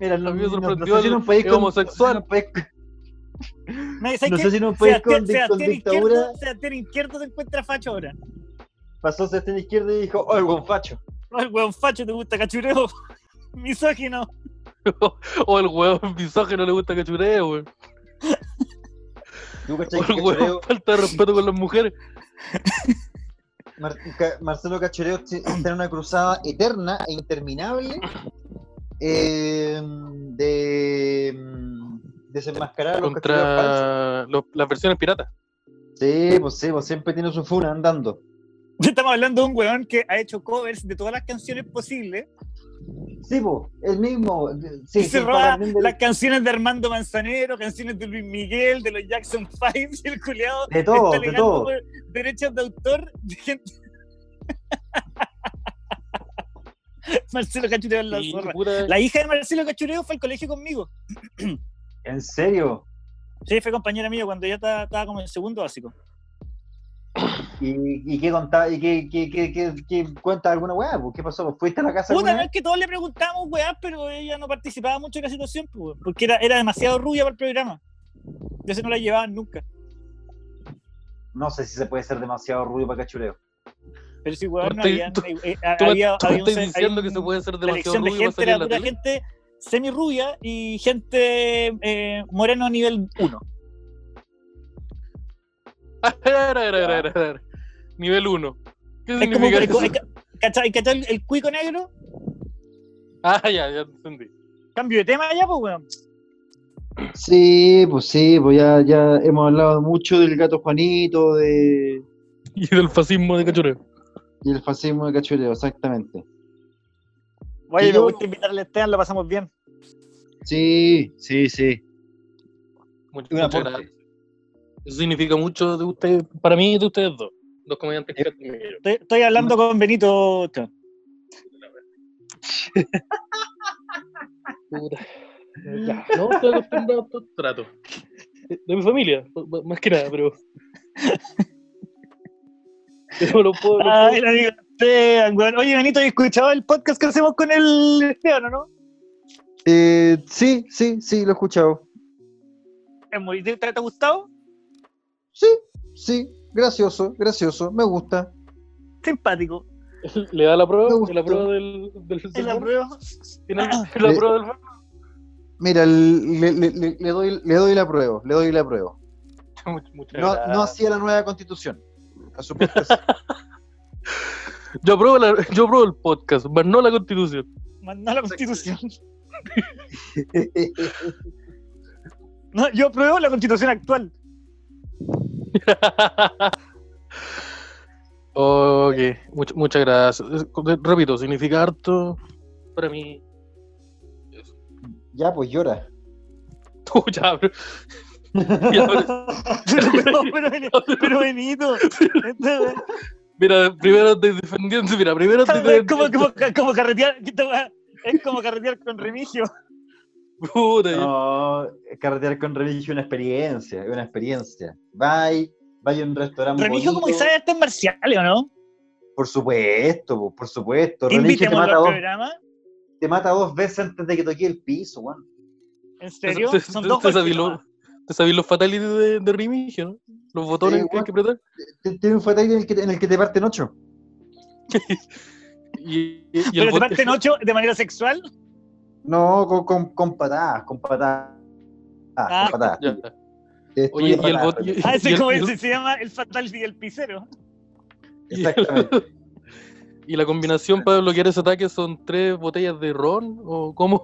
Speaker 2: Mira, no,
Speaker 3: a mí me
Speaker 2: no- no
Speaker 3: sorprendió
Speaker 2: sé si en un
Speaker 3: el-
Speaker 2: país
Speaker 3: el
Speaker 2: con-
Speaker 3: homosexual.
Speaker 2: No sé si en un país-
Speaker 1: Me- ¿sabes
Speaker 2: no
Speaker 1: qué?
Speaker 2: sé si en un país con, dic- con
Speaker 1: Sebastián
Speaker 2: dictadura
Speaker 1: Izquierdo, Sebastián Izquierdo se encuentra facho ahora.
Speaker 2: pasó Sebastián Izquierdo y dijo, oh, el buen facho.
Speaker 1: No, el weón facho te gusta cachureo. Misógino.
Speaker 3: O el weón misógino le gusta cachureo, weón.
Speaker 2: Tú, cachai,
Speaker 3: O
Speaker 2: que
Speaker 3: el weón
Speaker 2: cachureo,
Speaker 3: falta de respeto con las mujeres.
Speaker 2: Mar- Ca- Marcelo Cachureo t- está en una cruzada eterna e interminable eh, de mm, desenmascarar a los cachureos falsos.
Speaker 3: Contra los- las versiones piratas.
Speaker 2: Sí, pues sí, pues siempre tiene su funa andando.
Speaker 1: Estamos hablando de un weón que ha hecho covers de todas las canciones posibles.
Speaker 2: Sí, pues, el mismo. de- Sí,
Speaker 1: y se
Speaker 2: sí,
Speaker 1: roba
Speaker 2: Paladín del-
Speaker 1: las canciones de Armando Manzanero, canciones de Luis Miguel, de los Jackson Five, y el culeado
Speaker 2: De todo,
Speaker 1: está
Speaker 2: de
Speaker 1: alegando
Speaker 2: todo.
Speaker 1: por derechos de autor de gente. Marcelo Cachureo en la
Speaker 3: Y,
Speaker 1: zorra.
Speaker 3: puta,
Speaker 1: La hija de Marcelo Cachureo fue al colegio conmigo.
Speaker 2: ¿En serio?
Speaker 1: Sí, fue compañera mía cuando ella estaba, estaba como en segundo básico.
Speaker 2: ¿Y, y qué contaba? ¿Y qué, qué, qué, qué, qué cuenta alguna weá? pues? ¿Qué pasó? pues? ¿Fuiste a la casa
Speaker 1: Puta,
Speaker 2: alguna
Speaker 1: no es
Speaker 2: vez?
Speaker 1: que todos le preguntamos, weá, pero ella no participaba mucho en la situación, pues, weón, porque era, era demasiado rubia para el programa. Entonces no la llevaban nunca.
Speaker 2: No sé si se puede ser demasiado rubio para cachureo.
Speaker 1: Pero sí, weón, no
Speaker 3: Tú-
Speaker 1: había.
Speaker 3: tú-
Speaker 1: eh, eh,
Speaker 3: Tú me,
Speaker 1: había-
Speaker 3: tú me
Speaker 1: había un-
Speaker 3: estás diciendo
Speaker 1: había
Speaker 3: que se
Speaker 1: un-
Speaker 3: puede ser
Speaker 1: la
Speaker 3: demasiado
Speaker 1: elección de
Speaker 3: rubio para
Speaker 1: gente
Speaker 3: salir
Speaker 1: era
Speaker 3: en la
Speaker 1: pura
Speaker 3: tele.
Speaker 1: gente semi-rubia y gente eh, moreno nivel 1.
Speaker 3: Era, era, era, era, era. Nivel 1. ¿Qué
Speaker 1: Es como
Speaker 3: significa
Speaker 1: es como-
Speaker 3: eso?
Speaker 1: es ca- ¿cachai? ¿Cachai? el, el cuico negro.
Speaker 3: Ah, ya, ya entendí.
Speaker 1: Cambio de tema ya, pues, weón.
Speaker 2: Sí, pues sí, pues ya, ya hemos hablado mucho del gato Juanito, de
Speaker 3: Y del fascismo de cachureo.
Speaker 2: y el fascismo de cachureo, exactamente.
Speaker 1: Oye,
Speaker 2: Y
Speaker 1: me
Speaker 2: yo-
Speaker 1: gusta invitarle a Esteban, lo pasamos bien.
Speaker 2: Sí, sí, sí.
Speaker 3: Muchas,
Speaker 2: Un
Speaker 3: muchas
Speaker 2: aporte.
Speaker 3: gracias. Eso significa mucho de ustedes, para mí y de ustedes dos. Dos comediantes
Speaker 2: Eh.
Speaker 3: que admiro.
Speaker 1: Estoy, estoy hablando con Benito. Esteban.
Speaker 3: Puta. Eh, Ya, no estoy acostumbrado a estos tratos. De mi familia, m- más que nada, pero. Pero lo puedo. lo
Speaker 1: Ah,
Speaker 3: puedo-
Speaker 1: el amigo Esteban, weón. Oye, Benito, ¿has escuchado el podcast que hacemos con el Esteban, o no?
Speaker 2: Eh, sí, sí, sí, lo he escuchado.
Speaker 1: Es muy- ¿Te, te ha gustado?
Speaker 2: Sí, sí, gracioso, gracioso, me gusta.
Speaker 1: Simpático.
Speaker 3: Le da la prueba,
Speaker 2: Me gustó.
Speaker 3: la prueba del. del,
Speaker 1: Te
Speaker 3: del
Speaker 1: la
Speaker 3: verbo.
Speaker 1: pruebo.
Speaker 3: ¿Tiene el- la
Speaker 2: Le-
Speaker 3: prueba del verbo?
Speaker 2: Mira, el- le, le- le- le doy, le doy la prueba, le doy la prueba.
Speaker 3: Much- muchas
Speaker 2: No,
Speaker 3: gracias.
Speaker 2: no hacía la nueva constitución. A su podcast.
Speaker 3: Yo apruebo, la, yo apruebo el podcast, pero no la constitución.
Speaker 1: Mandó a la constitución. No, yo apruebo la constitución actual.
Speaker 3: ok, much- muchas gracias. Es- Repito, significa harto para mí.
Speaker 2: ya, pues llora.
Speaker 3: Tú, ya, pero- ya, pero-
Speaker 1: pero, pero, Benito, pero Benito. este esta weá-
Speaker 3: mira, primero estoy defendiendo. Mira, primero estoy
Speaker 1: Es como,
Speaker 3: defendiendo.
Speaker 1: como, como carretear. que esta weá Es como carretear con Remigio.
Speaker 3: Puta, ya.
Speaker 2: No, carretear con Remigio es una experiencia, es una experiencia. Bye, vaya a un restaurante.
Speaker 1: Remigio, como que
Speaker 2: bonito.
Speaker 1: sabe artes marciales, ¿o no?
Speaker 2: Por supuesto, po, por supuesto. Remigio te
Speaker 1: Invitémoslo
Speaker 2: mata,
Speaker 1: al
Speaker 2: dos,
Speaker 1: programa.
Speaker 2: te mata dos veces antes de que toque el piso, weón.
Speaker 1: ¿En serio?
Speaker 3: Te- te-
Speaker 1: Son
Speaker 3: te-
Speaker 1: dos
Speaker 3: te
Speaker 1: golpes
Speaker 3: sabí lo-
Speaker 1: nomás.
Speaker 3: ¿Te sabías los fatalities de, de Remigio, no? Los botones
Speaker 2: Sí,
Speaker 3: que hay
Speaker 2: bueno.
Speaker 3: que apretar.
Speaker 2: T- Tiene un fatality en el que, en el que te parten ocho.
Speaker 3: Y, y- y el
Speaker 1: Pero te
Speaker 3: bot-
Speaker 1: parten ocho de manera sexual.
Speaker 2: No, con, con, con patadas, con patadas.
Speaker 1: Ah,
Speaker 2: con patadas.
Speaker 3: Ya.
Speaker 2: Te destruye
Speaker 3: Oye, y el
Speaker 2: patadas,
Speaker 3: bot.
Speaker 2: Remigio.
Speaker 3: y-
Speaker 1: Ah,
Speaker 3: y
Speaker 1: ese
Speaker 3: el-
Speaker 1: como
Speaker 3: y el-
Speaker 1: ese se llama el fatal y el picero.
Speaker 3: y-
Speaker 2: Exactamente.
Speaker 3: Y la combinación para bloquear ese ataque son tres botellas de ron o cómo?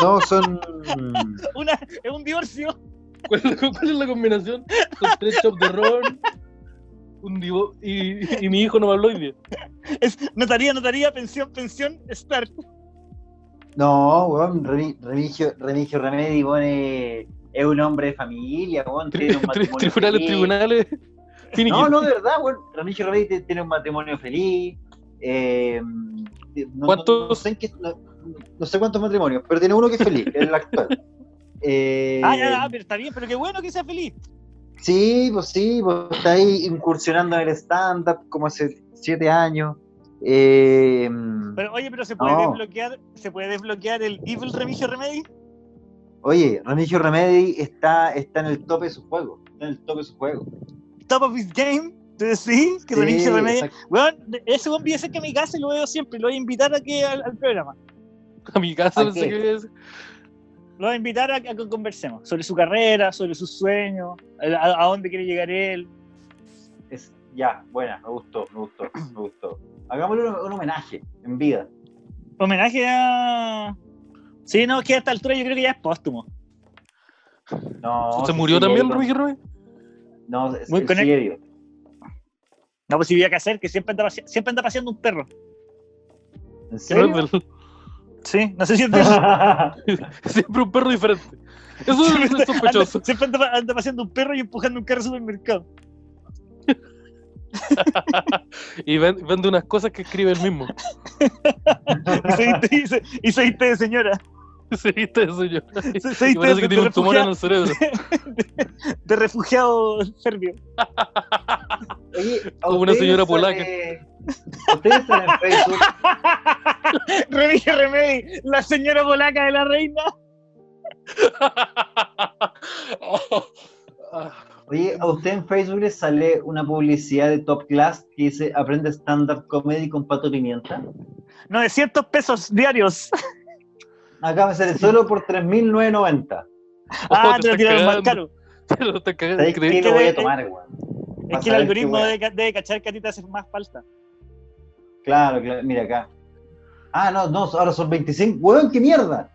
Speaker 2: No, son.
Speaker 1: Una, es un divorcio.
Speaker 3: ¿Cuál, cuál es la combinación? Son tres chops de ron. Un divo y, y mi hijo no me habló hoy día.
Speaker 1: Es notaría, notaría, pensión, pensión, start.
Speaker 2: No, weón, Remi- Remigio, Remigio Remedi, weón, eh, es un hombre de familia, weón.
Speaker 3: Tri-
Speaker 2: Tiene un
Speaker 3: tri-
Speaker 2: matrimonio
Speaker 3: tribunales,
Speaker 2: feliz.
Speaker 3: tribunales.
Speaker 2: No,
Speaker 3: finiquito.
Speaker 2: no, de verdad, weón. Remigio Remedi te- tiene un matrimonio feliz, Eh, no,
Speaker 3: ¿Cuántos?
Speaker 2: no- no sé en qué- no- no sé cuántos matrimonios, pero tiene uno que es feliz, el actor. Eh,
Speaker 1: Ah, ya, ya, pero está bien, pero qué bueno que sea feliz.
Speaker 2: Sí, pues sí, pues está ahí incursionando en el stand-up como hace siete años. Eh,
Speaker 1: Pero oye, pero se puede
Speaker 2: No.
Speaker 1: desbloquear, se puede desbloquear el Evil Remigio Remedy.
Speaker 2: oye, Remigio Remedy está, está en el tope de su juego. Está en el tope de su juego.
Speaker 1: Top of his game. ¿Tú decís que
Speaker 2: Sí,
Speaker 1: Remigio Remedy?
Speaker 2: exacto.
Speaker 1: Bueno, ese buen viene cerca a mi casa y lo veo siempre. Lo voy a invitar aquí al, al programa.
Speaker 3: A mi casa
Speaker 2: ¿A
Speaker 3: pensé
Speaker 2: qué?
Speaker 3: que es-
Speaker 1: Lo voy a invitar a, a que conversemos sobre su carrera, sobre sus sueños, a, a dónde quiere llegar él.
Speaker 2: Es- ya, buena, me gustó, me gustó, me gustó. Hagámosle un, un homenaje en vida.
Speaker 1: Homenaje a. Sí, no, es que a esta altura yo creo que ya es póstumo.
Speaker 2: No,
Speaker 3: ¿Se
Speaker 2: sí
Speaker 3: murió
Speaker 2: sigue
Speaker 3: también ¿eh?
Speaker 2: vivo.
Speaker 3: Ricky Rubio?
Speaker 2: No, sí-
Speaker 1: Muy
Speaker 2: sí
Speaker 1: conect-
Speaker 2: sigue vivo.
Speaker 1: No, pues si había que hacer, que siempre anda, pase- siempre anda paseando un perro.
Speaker 2: ¿En
Speaker 3: Que no
Speaker 2: serio?
Speaker 3: es del-
Speaker 1: Sí, no sé si es de-
Speaker 3: Siempre un perro diferente. Eso es
Speaker 1: Siempre anda,
Speaker 3: sospechoso.
Speaker 1: siempre anda- anda paseando un perro y empujando un carro al supermercado.
Speaker 3: Y ven- vende unas cosas que escribe él mismo.
Speaker 1: Y se viste, y se- y se viste de señora.
Speaker 3: Sí, viste eso yo. Y
Speaker 1: Se, se viste
Speaker 3: parece
Speaker 1: de, de
Speaker 3: que tiene un tumor en
Speaker 1: refugiado,
Speaker 3: el cerebro.
Speaker 1: de refugiado serbio.
Speaker 2: Oye, ¿a
Speaker 3: Como una
Speaker 2: ustedes
Speaker 3: señora
Speaker 2: sale-
Speaker 3: polaca.
Speaker 2: Ustedes están en Facebook.
Speaker 1: Remedy, Remedy, la señora polaca de la reina.
Speaker 3: Oh,
Speaker 2: Oye, a usted en Facebook le sale una publicidad de Top Class que dice Aprende Stand-Up Comedy con Pato Pimienta.
Speaker 1: 900 pesos diarios.
Speaker 2: Acá me sale solo por 3.990.
Speaker 1: Ah,
Speaker 3: oh, te
Speaker 1: te lo
Speaker 3: está
Speaker 1: tiraron más
Speaker 3: cagando.
Speaker 1: caro.
Speaker 3: Te lo está cagando.
Speaker 2: ¿Sabes
Speaker 3: Increíble.
Speaker 2: qué lo voy a tomar, weón?
Speaker 1: Es que el algoritmo debe, ca- debe cachar que a ti te hace más falta.
Speaker 2: Claro, claro, mira acá. Ah, no, no, ahora son 25. ¡Weón, qué mierda!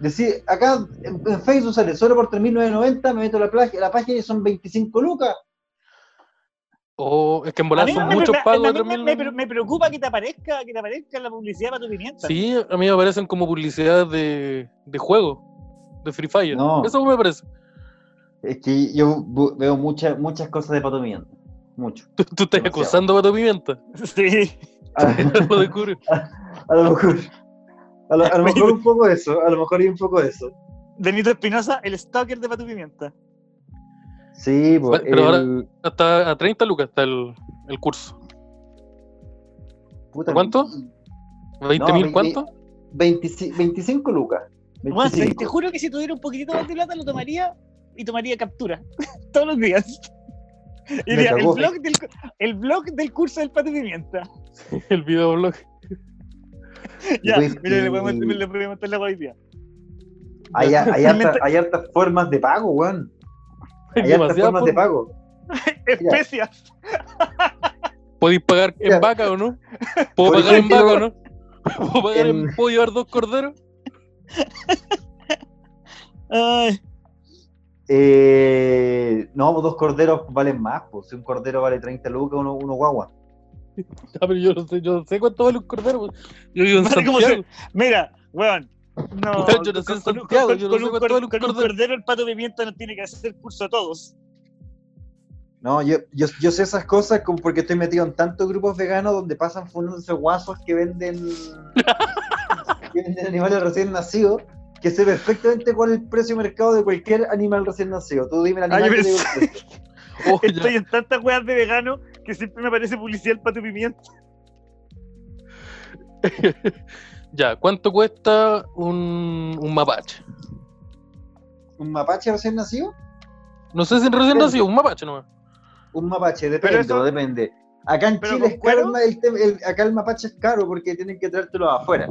Speaker 2: Decir, acá en, en Facebook sale solo por 3.990, me meto a la, pla- a la página y son 25 lucas.
Speaker 3: Oh, es que en
Speaker 1: A
Speaker 3: volar
Speaker 1: mí
Speaker 3: son
Speaker 1: me-
Speaker 3: muchos
Speaker 1: me-
Speaker 3: pagos.
Speaker 1: a
Speaker 3: de
Speaker 1: mí me,
Speaker 3: 3.000.
Speaker 1: me- me preocupa que te aparezca, que te aparezca en la publicidad para tu pimienta.
Speaker 3: Sí, a mí me parecen como publicidad de, de juego, de Free Fire.
Speaker 2: No.
Speaker 3: Eso me parece.
Speaker 2: Es que yo bu- veo muchas muchas cosas de Pato Pimienta. Mucho.
Speaker 3: Tú, tú estás
Speaker 2: Demasiado.
Speaker 3: acusando a Pato Pimienta.
Speaker 1: Sí.
Speaker 3: lo descubrí.
Speaker 2: A lo mejor. A lo, a lo mejor un poco eso, a lo mejor hay un poco de eso.
Speaker 1: Benito Espinosa, el stalker de Pato Pimienta.
Speaker 2: Sí, pues,
Speaker 3: Pero ahora-
Speaker 2: el-
Speaker 3: Hasta a 30 lucas está el, el curso.
Speaker 2: puta,
Speaker 3: ¿Cuánto? ¿20
Speaker 2: No,
Speaker 3: mil
Speaker 2: veinti-
Speaker 3: cuánto?
Speaker 2: 25, 25 lucas.
Speaker 1: Bueno, sí,
Speaker 2: 25.
Speaker 1: te juro que si tuviera un poquitito más de plata lo tomaría y tomaría captura todos los días. Y
Speaker 2: Me
Speaker 1: diría, el,
Speaker 2: cagó.
Speaker 1: blog del, el blog del curso del Pato Pimienta.
Speaker 3: El videoblog.
Speaker 1: Ya,
Speaker 2: Pues,
Speaker 1: mira, le
Speaker 2: y-
Speaker 1: podemos le podemos meter la guaypía.
Speaker 2: hay, hay
Speaker 1: Realmente-
Speaker 2: harta- hay hartas formas de pago, weón.
Speaker 3: Hay
Speaker 2: Hay hartas
Speaker 3: demasiadas
Speaker 2: formas de
Speaker 3: formas.
Speaker 2: pago.
Speaker 1: Especias.
Speaker 3: Podéis pagar
Speaker 2: Mira.
Speaker 3: en vaca o no. Puedo
Speaker 2: Por
Speaker 3: pagar en
Speaker 2: ejemplo,
Speaker 3: vaca o no. Puedo pagar en.
Speaker 2: en-
Speaker 3: ¿Puedo llevar dos corderos?
Speaker 1: Ay,
Speaker 2: Eh, no, pues, dos corderos valen más. Pues. Si un cordero vale 30 lucas, uno, uno guagua.
Speaker 3: Ah, pero yo no sé, yo no sé cuánto vale un cordero. pues. Yo vivo en
Speaker 1: Vale como
Speaker 3: Santiago.
Speaker 1: mira, weón. No,
Speaker 3: Weón, yo no sé
Speaker 1: con,
Speaker 3: en Santiago,
Speaker 1: con-
Speaker 3: yo no
Speaker 1: con
Speaker 3: sé
Speaker 1: un
Speaker 3: cuánto vale un
Speaker 1: cor- con un
Speaker 3: cordero.
Speaker 1: cordero el pato pimienta nos tiene que hacer curso a todos.
Speaker 2: No, yo, yo, yo sé esas cosas como porque estoy metido en tantos grupos veganos donde pasan fundándose guasos que venden, que venden animales recién nacidos, que sé perfectamente cuál es el precio de mercado de cualquier animal recién nacido. Tú dime el
Speaker 1: Ah,
Speaker 2: animal
Speaker 1: yo
Speaker 2: que te digo el
Speaker 1: pensé-
Speaker 2: precio.
Speaker 3: Oh, ya.
Speaker 1: Estoy en tantas weas de vegano que siempre me aparece publicidad del pato pimienta.
Speaker 3: Ya, ¿cuánto cuesta un, un mapache?
Speaker 2: ¿Un mapache recién nacido?
Speaker 3: No sé si recién
Speaker 2: Depende.
Speaker 3: nacido, un mapache nomás.
Speaker 2: Un mapache, depende,
Speaker 1: Pero eso-
Speaker 2: depende. Acá en
Speaker 1: ¿Pero
Speaker 2: Chile
Speaker 1: con
Speaker 2: es caro,
Speaker 1: cuero?
Speaker 2: ma- el tem- el- acá el mapache es caro porque tienen que traértelo afuera.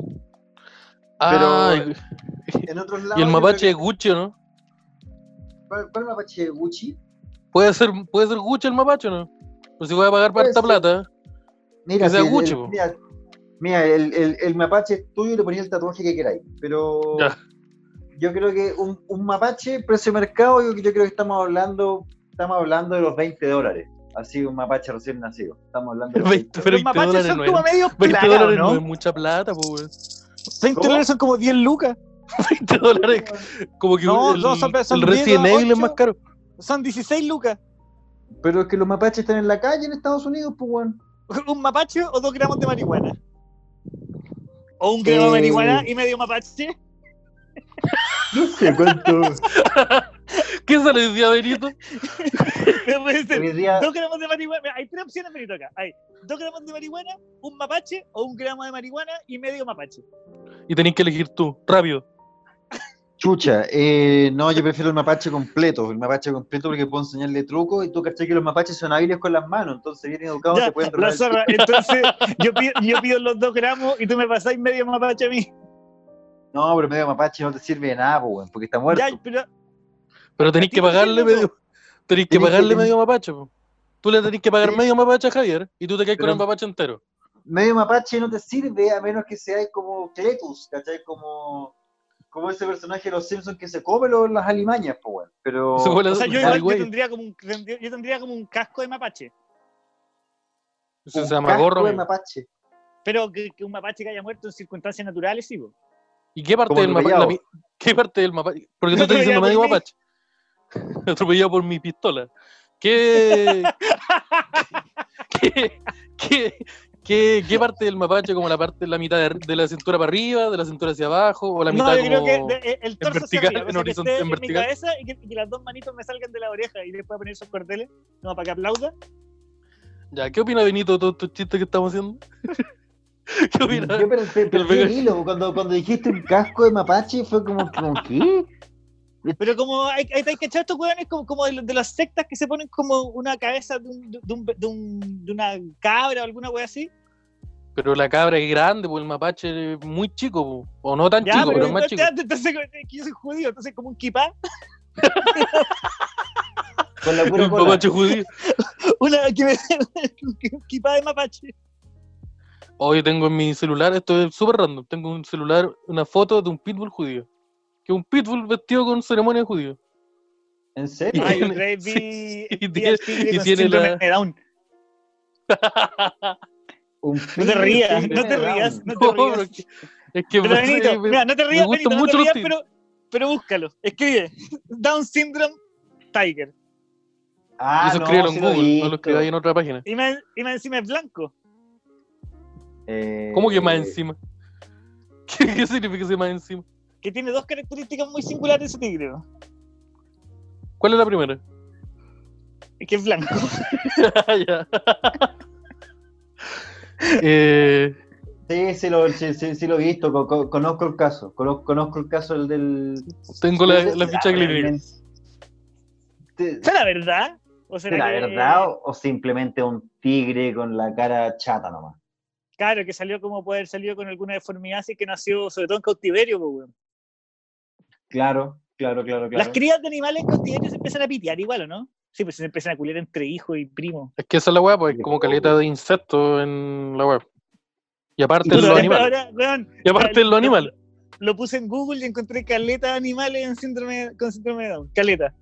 Speaker 3: Ah,
Speaker 2: Pero-
Speaker 3: y-
Speaker 2: En otros
Speaker 3: y,
Speaker 2: lados,
Speaker 3: el
Speaker 2: yo
Speaker 3: mapache
Speaker 2: creo
Speaker 3: es Gucci, ¿o ¿no?
Speaker 2: que- ¿Cuál, cuál mapache es Gucci?
Speaker 3: ¿Puede ser, puede ser Gucci el mapache, ¿o ¿no? Pues si voy a pagar
Speaker 2: Puede
Speaker 3: harta
Speaker 2: ser.
Speaker 3: plata.
Speaker 2: Mira,
Speaker 3: Que sea
Speaker 2: si el-
Speaker 3: Gucci,
Speaker 2: el-
Speaker 3: po.
Speaker 2: mira, mira, el, el- el mapache es tuyo y le ponías el tatuaje que queráis. Pero
Speaker 3: Ya.
Speaker 2: yo creo que un, un mapache, precio de mercado, yo, yo creo que estamos hablando, estamos hablando de los 20 dólares. Así un mapache recién nacido. Estamos hablando de los
Speaker 3: 20, pero 20 dólares
Speaker 1: son
Speaker 3: no
Speaker 1: como
Speaker 3: es.
Speaker 1: medio
Speaker 3: 20
Speaker 1: plata,
Speaker 3: dólares
Speaker 1: ¿no?
Speaker 3: no es mucha plata, pues.
Speaker 1: 20
Speaker 2: ¿Cómo?
Speaker 1: dólares son como 10 lucas.
Speaker 3: 20 dólares, como que
Speaker 1: No,
Speaker 3: un- el,
Speaker 1: no, son- son
Speaker 3: el Resident
Speaker 1: 10,
Speaker 3: Evil es más
Speaker 1: ocho.
Speaker 3: caro.
Speaker 1: Son 16 lucas.
Speaker 2: Pero es que los mapaches están en la calle en Estados Unidos, pues, weón.
Speaker 1: un mapache o dos gramos de marihuana. O un
Speaker 3: Eh,
Speaker 1: gramo de marihuana y medio mapache.
Speaker 2: No sé cuánto.
Speaker 3: ¿Qué sale el día, Benito?
Speaker 1: Puede ser
Speaker 2: Hoy día,
Speaker 1: Dos gramos de marihuana. Mira, Hay tres opciones, Benito, acá. Hay dos gramos de marihuana, un mapache o un gramo de marihuana y medio mapache.
Speaker 3: Y tenés que elegir tú, rápido.
Speaker 2: chucha, eh, no, yo prefiero el mapache completo. El mapache completo porque puedo enseñarle trucos y tú caché que los mapaches son hábiles con las manos, entonces bien educados
Speaker 1: Ya,
Speaker 2: te pueden
Speaker 1: la
Speaker 2: robar. el-
Speaker 1: zorra. Entonces, yo pido, yo pido los dos gramos y tú me pasáis medio mapache a mí.
Speaker 2: No, pero medio mapache no te sirve de nada, po, weón, porque está muerto.
Speaker 1: Ya, pero
Speaker 3: Pero tenés
Speaker 1: ti
Speaker 3: que
Speaker 1: te
Speaker 3: pagarle
Speaker 1: sirve,
Speaker 3: medio. Tenés que
Speaker 2: Tenés que
Speaker 3: pagarle
Speaker 2: tener-
Speaker 3: medio mapache. po. Tú le tenés que pagar
Speaker 2: Sí.
Speaker 3: medio mapache a Javier y tú te quedas con
Speaker 2: Pero-
Speaker 3: el mapache entero.
Speaker 2: medio mapache no te sirve a menos que seas como Cletus, ¿cachai? Como, como ese personaje de los Simpsons que se come los- las alimañas, po, weón. Pero.
Speaker 3: Se vuelve
Speaker 1: o
Speaker 3: a-
Speaker 1: sea, yo,
Speaker 3: Ay,
Speaker 1: igual, yo,
Speaker 3: güey,
Speaker 1: tendría como un, tendría- yo tendría como un casco de mapache.
Speaker 3: eso
Speaker 2: un
Speaker 3: se llama
Speaker 2: casco
Speaker 3: gorro.
Speaker 2: de
Speaker 3: amigo.
Speaker 2: mapache.
Speaker 1: Pero que, que un mapache que haya muerto en circunstancias naturales, sí, po.
Speaker 3: ¿Y qué parte
Speaker 2: Como
Speaker 3: del mapache?
Speaker 2: atropellado.
Speaker 3: la mi- ¿Qué parte del mapache? Porque tú estás
Speaker 1: Atropellado
Speaker 3: diciendo
Speaker 1: por
Speaker 3: medio
Speaker 1: mí.
Speaker 3: mapache. Atropellado por mi pistola. ¿Qué... ¿Qué... qué, qué, qué parte del mapache? ¿Como la parte la mitad de, ar- de la cintura para arriba, de la cintura hacia abajo? ¿O la
Speaker 1: No,
Speaker 3: mitad
Speaker 1: yo creo
Speaker 3: como...
Speaker 1: que de- eh, el torso hacia
Speaker 3: vertical,
Speaker 1: arriba,
Speaker 3: en
Speaker 1: o sea, que
Speaker 3: horizonte-
Speaker 1: esté
Speaker 3: en
Speaker 1: en mi
Speaker 3: vertical.
Speaker 1: cabeza y que, y que las dos manitos me salgan de la oreja y después poner esos cordeles, no, para que aplauda.
Speaker 3: Ya, ¿qué opina Benito de todos estos chistes que estamos haciendo? ¿Qué opina?
Speaker 2: Yo perdí, perdí
Speaker 3: vegano.
Speaker 2: el hilo. Cuando, cuando dijiste un casco de mapache fue como, como ¿qué?
Speaker 1: Pero como hay, hay, hay que echar estos hueones como, como de, lo- de las sectas que se ponen como una cabeza de, un, de, un- de un- de una cabra o alguna wea así.
Speaker 3: Pero la cabra es grande, pues el mapache es muy chico, po. o no tan
Speaker 1: Ya,
Speaker 3: chico, pero,
Speaker 1: pero
Speaker 3: es más
Speaker 1: no
Speaker 3: chico.
Speaker 1: te- entonces, es que yo soy judío, entonces como un kipá,
Speaker 2: Con la pura
Speaker 3: El
Speaker 2: cola.
Speaker 3: mapache judío.
Speaker 1: una, que me- un kipá de mapache.
Speaker 3: Hoy Oh, tengo en mi celular, esto es súper random, tengo un celular, una foto de un pitbull judío. Que un pitbull vestido con ceremonia judío.
Speaker 2: ¿En
Speaker 3: Y
Speaker 2: serio?
Speaker 1: Ay,
Speaker 3: tiene-
Speaker 1: otra vez vi-
Speaker 3: sí, y
Speaker 1: vi al
Speaker 3: tiene-
Speaker 1: tigre
Speaker 3: y
Speaker 1: con
Speaker 3: tiene
Speaker 1: síndrome
Speaker 3: la-
Speaker 1: de Down.
Speaker 2: Un
Speaker 1: No te
Speaker 2: pin-
Speaker 1: rías,
Speaker 2: pin-
Speaker 1: no te
Speaker 2: down.
Speaker 1: rías, no te
Speaker 3: No,
Speaker 1: rías.
Speaker 3: pero es que- es que
Speaker 1: Pero Benito,
Speaker 3: me-
Speaker 1: mira, no te rías,
Speaker 3: gustan
Speaker 1: Benito, no te
Speaker 3: mucho los
Speaker 1: rías,
Speaker 3: tigres.
Speaker 1: pero, pero búscalo. Escribe Down Syndrome Tiger.
Speaker 2: Ah,
Speaker 3: eso
Speaker 2: no,
Speaker 3: escríbelo
Speaker 2: sí
Speaker 3: en
Speaker 2: lo
Speaker 3: Google, no lo
Speaker 2: visto.
Speaker 3: escribáis en otra página.
Speaker 1: Y más, y más encima es blanco.
Speaker 2: Eh,
Speaker 3: ¿Cómo que más encima? ¿Qué, qué significa ese más encima?
Speaker 1: Que tiene dos características muy singulares ese tigre. ¿no?
Speaker 3: ¿Cuál es la primera?
Speaker 1: Es que es blanco.
Speaker 3: Ya. Eh,
Speaker 2: Sí, sí lo, sí, sí, sí lo he visto, co- co- conozco el caso, cono- conozco el caso del... del
Speaker 3: tengo la, la ficha clínica.
Speaker 2: Te-
Speaker 1: ¿Será verdad? ¿O será
Speaker 2: ¿Será
Speaker 1: que-
Speaker 2: verdad o, o simplemente un tigre con la cara chata nomás?
Speaker 1: Claro, que salió como puede haber salido con alguna deformidad, así que nació sobre todo en cautiverio. pues, weón.
Speaker 2: Claro, claro, claro, claro.
Speaker 1: Las crías de animales en cautiverio se empiezan a pitear igual, ¿o no? Sí, pues se empiezan a culiar entre hijos y primos.
Speaker 3: Es que esa es la weá, pues
Speaker 2: Sí,
Speaker 3: es como
Speaker 2: obvio.
Speaker 3: caleta de insectos en la weá. Y aparte
Speaker 2: Y tú
Speaker 3: en
Speaker 1: Puta,
Speaker 3: los
Speaker 2: sabes,
Speaker 3: animales.
Speaker 1: ahora, weón,
Speaker 3: Y aparte en los animales.
Speaker 1: lo puse en Google y encontré caleta de animales en síndrome, con síndrome de Down. Caleta.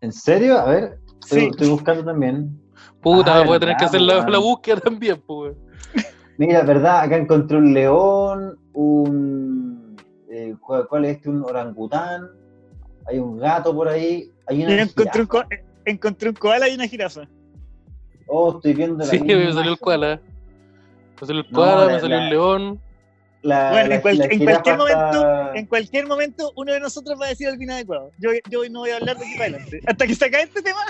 Speaker 2: ¿En serio? A ver, estoy,
Speaker 1: Sí.
Speaker 2: estoy buscando también.
Speaker 3: Puta,
Speaker 2: Ah,
Speaker 3: voy a tener que
Speaker 2: verdad,
Speaker 3: hacer la,
Speaker 2: weón.
Speaker 3: la búsqueda también, pues. weón.
Speaker 2: Mira, verdad, acá encontré un león, un... eh, ¿cuál, cuál es este? Un orangután, hay un gato por ahí, hay
Speaker 1: Y
Speaker 2: una...
Speaker 1: encontré un,
Speaker 2: jirafa.
Speaker 1: ko- encontré un koala y una jirafa.
Speaker 2: Oh, estoy viendo la
Speaker 3: Sí,
Speaker 2: misma
Speaker 3: me salió el
Speaker 2: imagen.
Speaker 3: koala. Me salió el
Speaker 2: No,
Speaker 3: koala,
Speaker 2: la-
Speaker 3: me salió
Speaker 2: la-
Speaker 3: el león.
Speaker 2: La,
Speaker 1: Bueno, en cual- en
Speaker 2: jirafa
Speaker 1: cualquier momento,
Speaker 2: está-
Speaker 1: En cualquier momento, uno de nosotros va a decir algo inadecuado. Yo, yo hoy no voy a hablar de aquí para adelante. Hasta que se acabe este tema.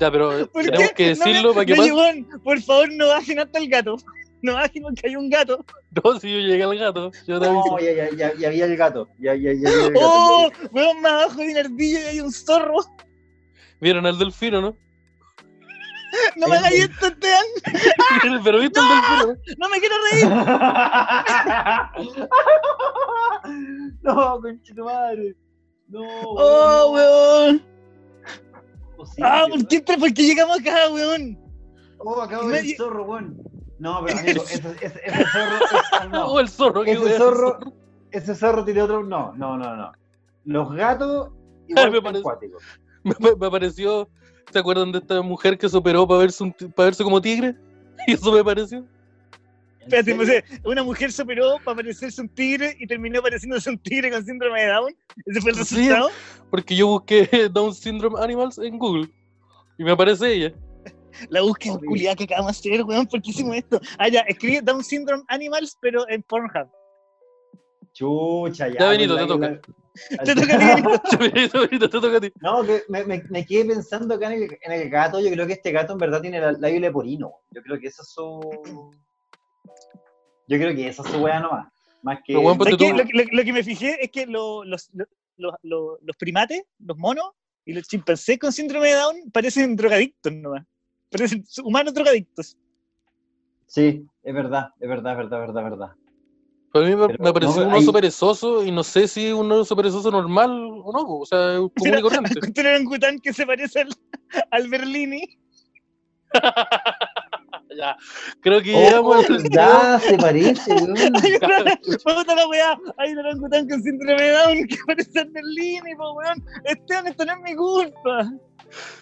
Speaker 3: Ya, pero
Speaker 1: ¿por
Speaker 3: tenemos
Speaker 1: qué?
Speaker 3: que
Speaker 1: No me-
Speaker 3: decirlo para que
Speaker 1: no,
Speaker 3: pase.
Speaker 1: Iván, por favor, no bajen hasta el gato. No bajen porque hay un gato.
Speaker 3: No, si yo llegué al gato. Yo te aviso.
Speaker 2: No, Oh, ya, ya, ya, ya había el gato. Ya, ya, ya había el gato.
Speaker 1: ¡Oh! Weón, más abajo de una ardilla y hay un zorro.
Speaker 3: Vieron al delfino, ¿no?
Speaker 1: No me hagáis esto, Esteban.
Speaker 3: pero viste al delfino, ¿no?
Speaker 1: No me quiero reír.
Speaker 2: no, conchito madre. No.
Speaker 1: ¡Oh, weón! ¡Ah,
Speaker 2: weón.
Speaker 1: ¿por qué, entra- por qué llegamos acá, weón?
Speaker 2: Oh, acabo
Speaker 1: Me-
Speaker 2: de ver el zorro, weón. No, pero amigo, ese, ese, ese zorro es calmado.
Speaker 3: Oh, el zorro, qué
Speaker 2: Ese
Speaker 3: weón.
Speaker 2: zorro, ese zorro tiene otro. No, no, no, no. Los gatos igual
Speaker 3: Me
Speaker 2: son
Speaker 3: parece.
Speaker 2: acuáticos.
Speaker 3: Me, me- me apareció. ¿Se acuerdan de esta mujer que se operó para verse, un ti- para verse como tigre? Y eso me pareció.
Speaker 2: ¿En
Speaker 1: Espérate,
Speaker 2: serio?
Speaker 1: no sé, una mujer se operó para parecerse un tigre y terminó pareciéndose un tigre con síndrome de Down. Ese fue el
Speaker 3: Sí.
Speaker 1: resultado.
Speaker 3: Porque yo busqué Down Syndrome Animals en Google. Y me aparece ella.
Speaker 1: La búsqueda culiada que acabamos de hacer, weón, ¿por qué hicimos esto? Ah, ya, escribe Down Syndrome Animals, pero en Pornhub.
Speaker 2: Chucha, ya. pues,
Speaker 3: Ya, Benito, te
Speaker 2: con la-
Speaker 3: toca.
Speaker 2: con la-
Speaker 1: Te toca a ti, Benito.
Speaker 3: Benito, Benito, te toca a ti.
Speaker 2: No, que me, me, me quedé pensando acá en el, en el gato. Yo creo que este gato en verdad tiene la- labio leporino. Yo creo que eso es su. Yo creo que esa es su weá nomás. Más que.
Speaker 3: Pero, weón, pues,
Speaker 1: ¿Sabes qué?
Speaker 3: Ponte tú-
Speaker 1: Lo, que- lo- lo que me fijé es que lo- los, lo- lo- lo- los primates, los monos y los chimpancés con síndrome de Down parecen drogadictos nomás. Parecen humanos drogadictos.
Speaker 2: Sí, es verdad, es verdad, es verdad, es verdad, es verdad.
Speaker 3: Para mí me,
Speaker 2: Pero
Speaker 3: me pareció
Speaker 2: no,
Speaker 3: un
Speaker 2: ahí-
Speaker 3: oso perezoso y no sé si un oso perezoso normal o no, o sea, es común y corriente.
Speaker 1: Encontré un orangután que se parece al, al Berlini.
Speaker 3: Ya. Creo que
Speaker 2: Oh,
Speaker 3: llegamos al-
Speaker 2: ya se parece, weón.
Speaker 1: Hay un orang- puta la weá, hay un orangután con síndrome de Down que parece al Berlini, po weón. Esteban, esto no es mi culpa.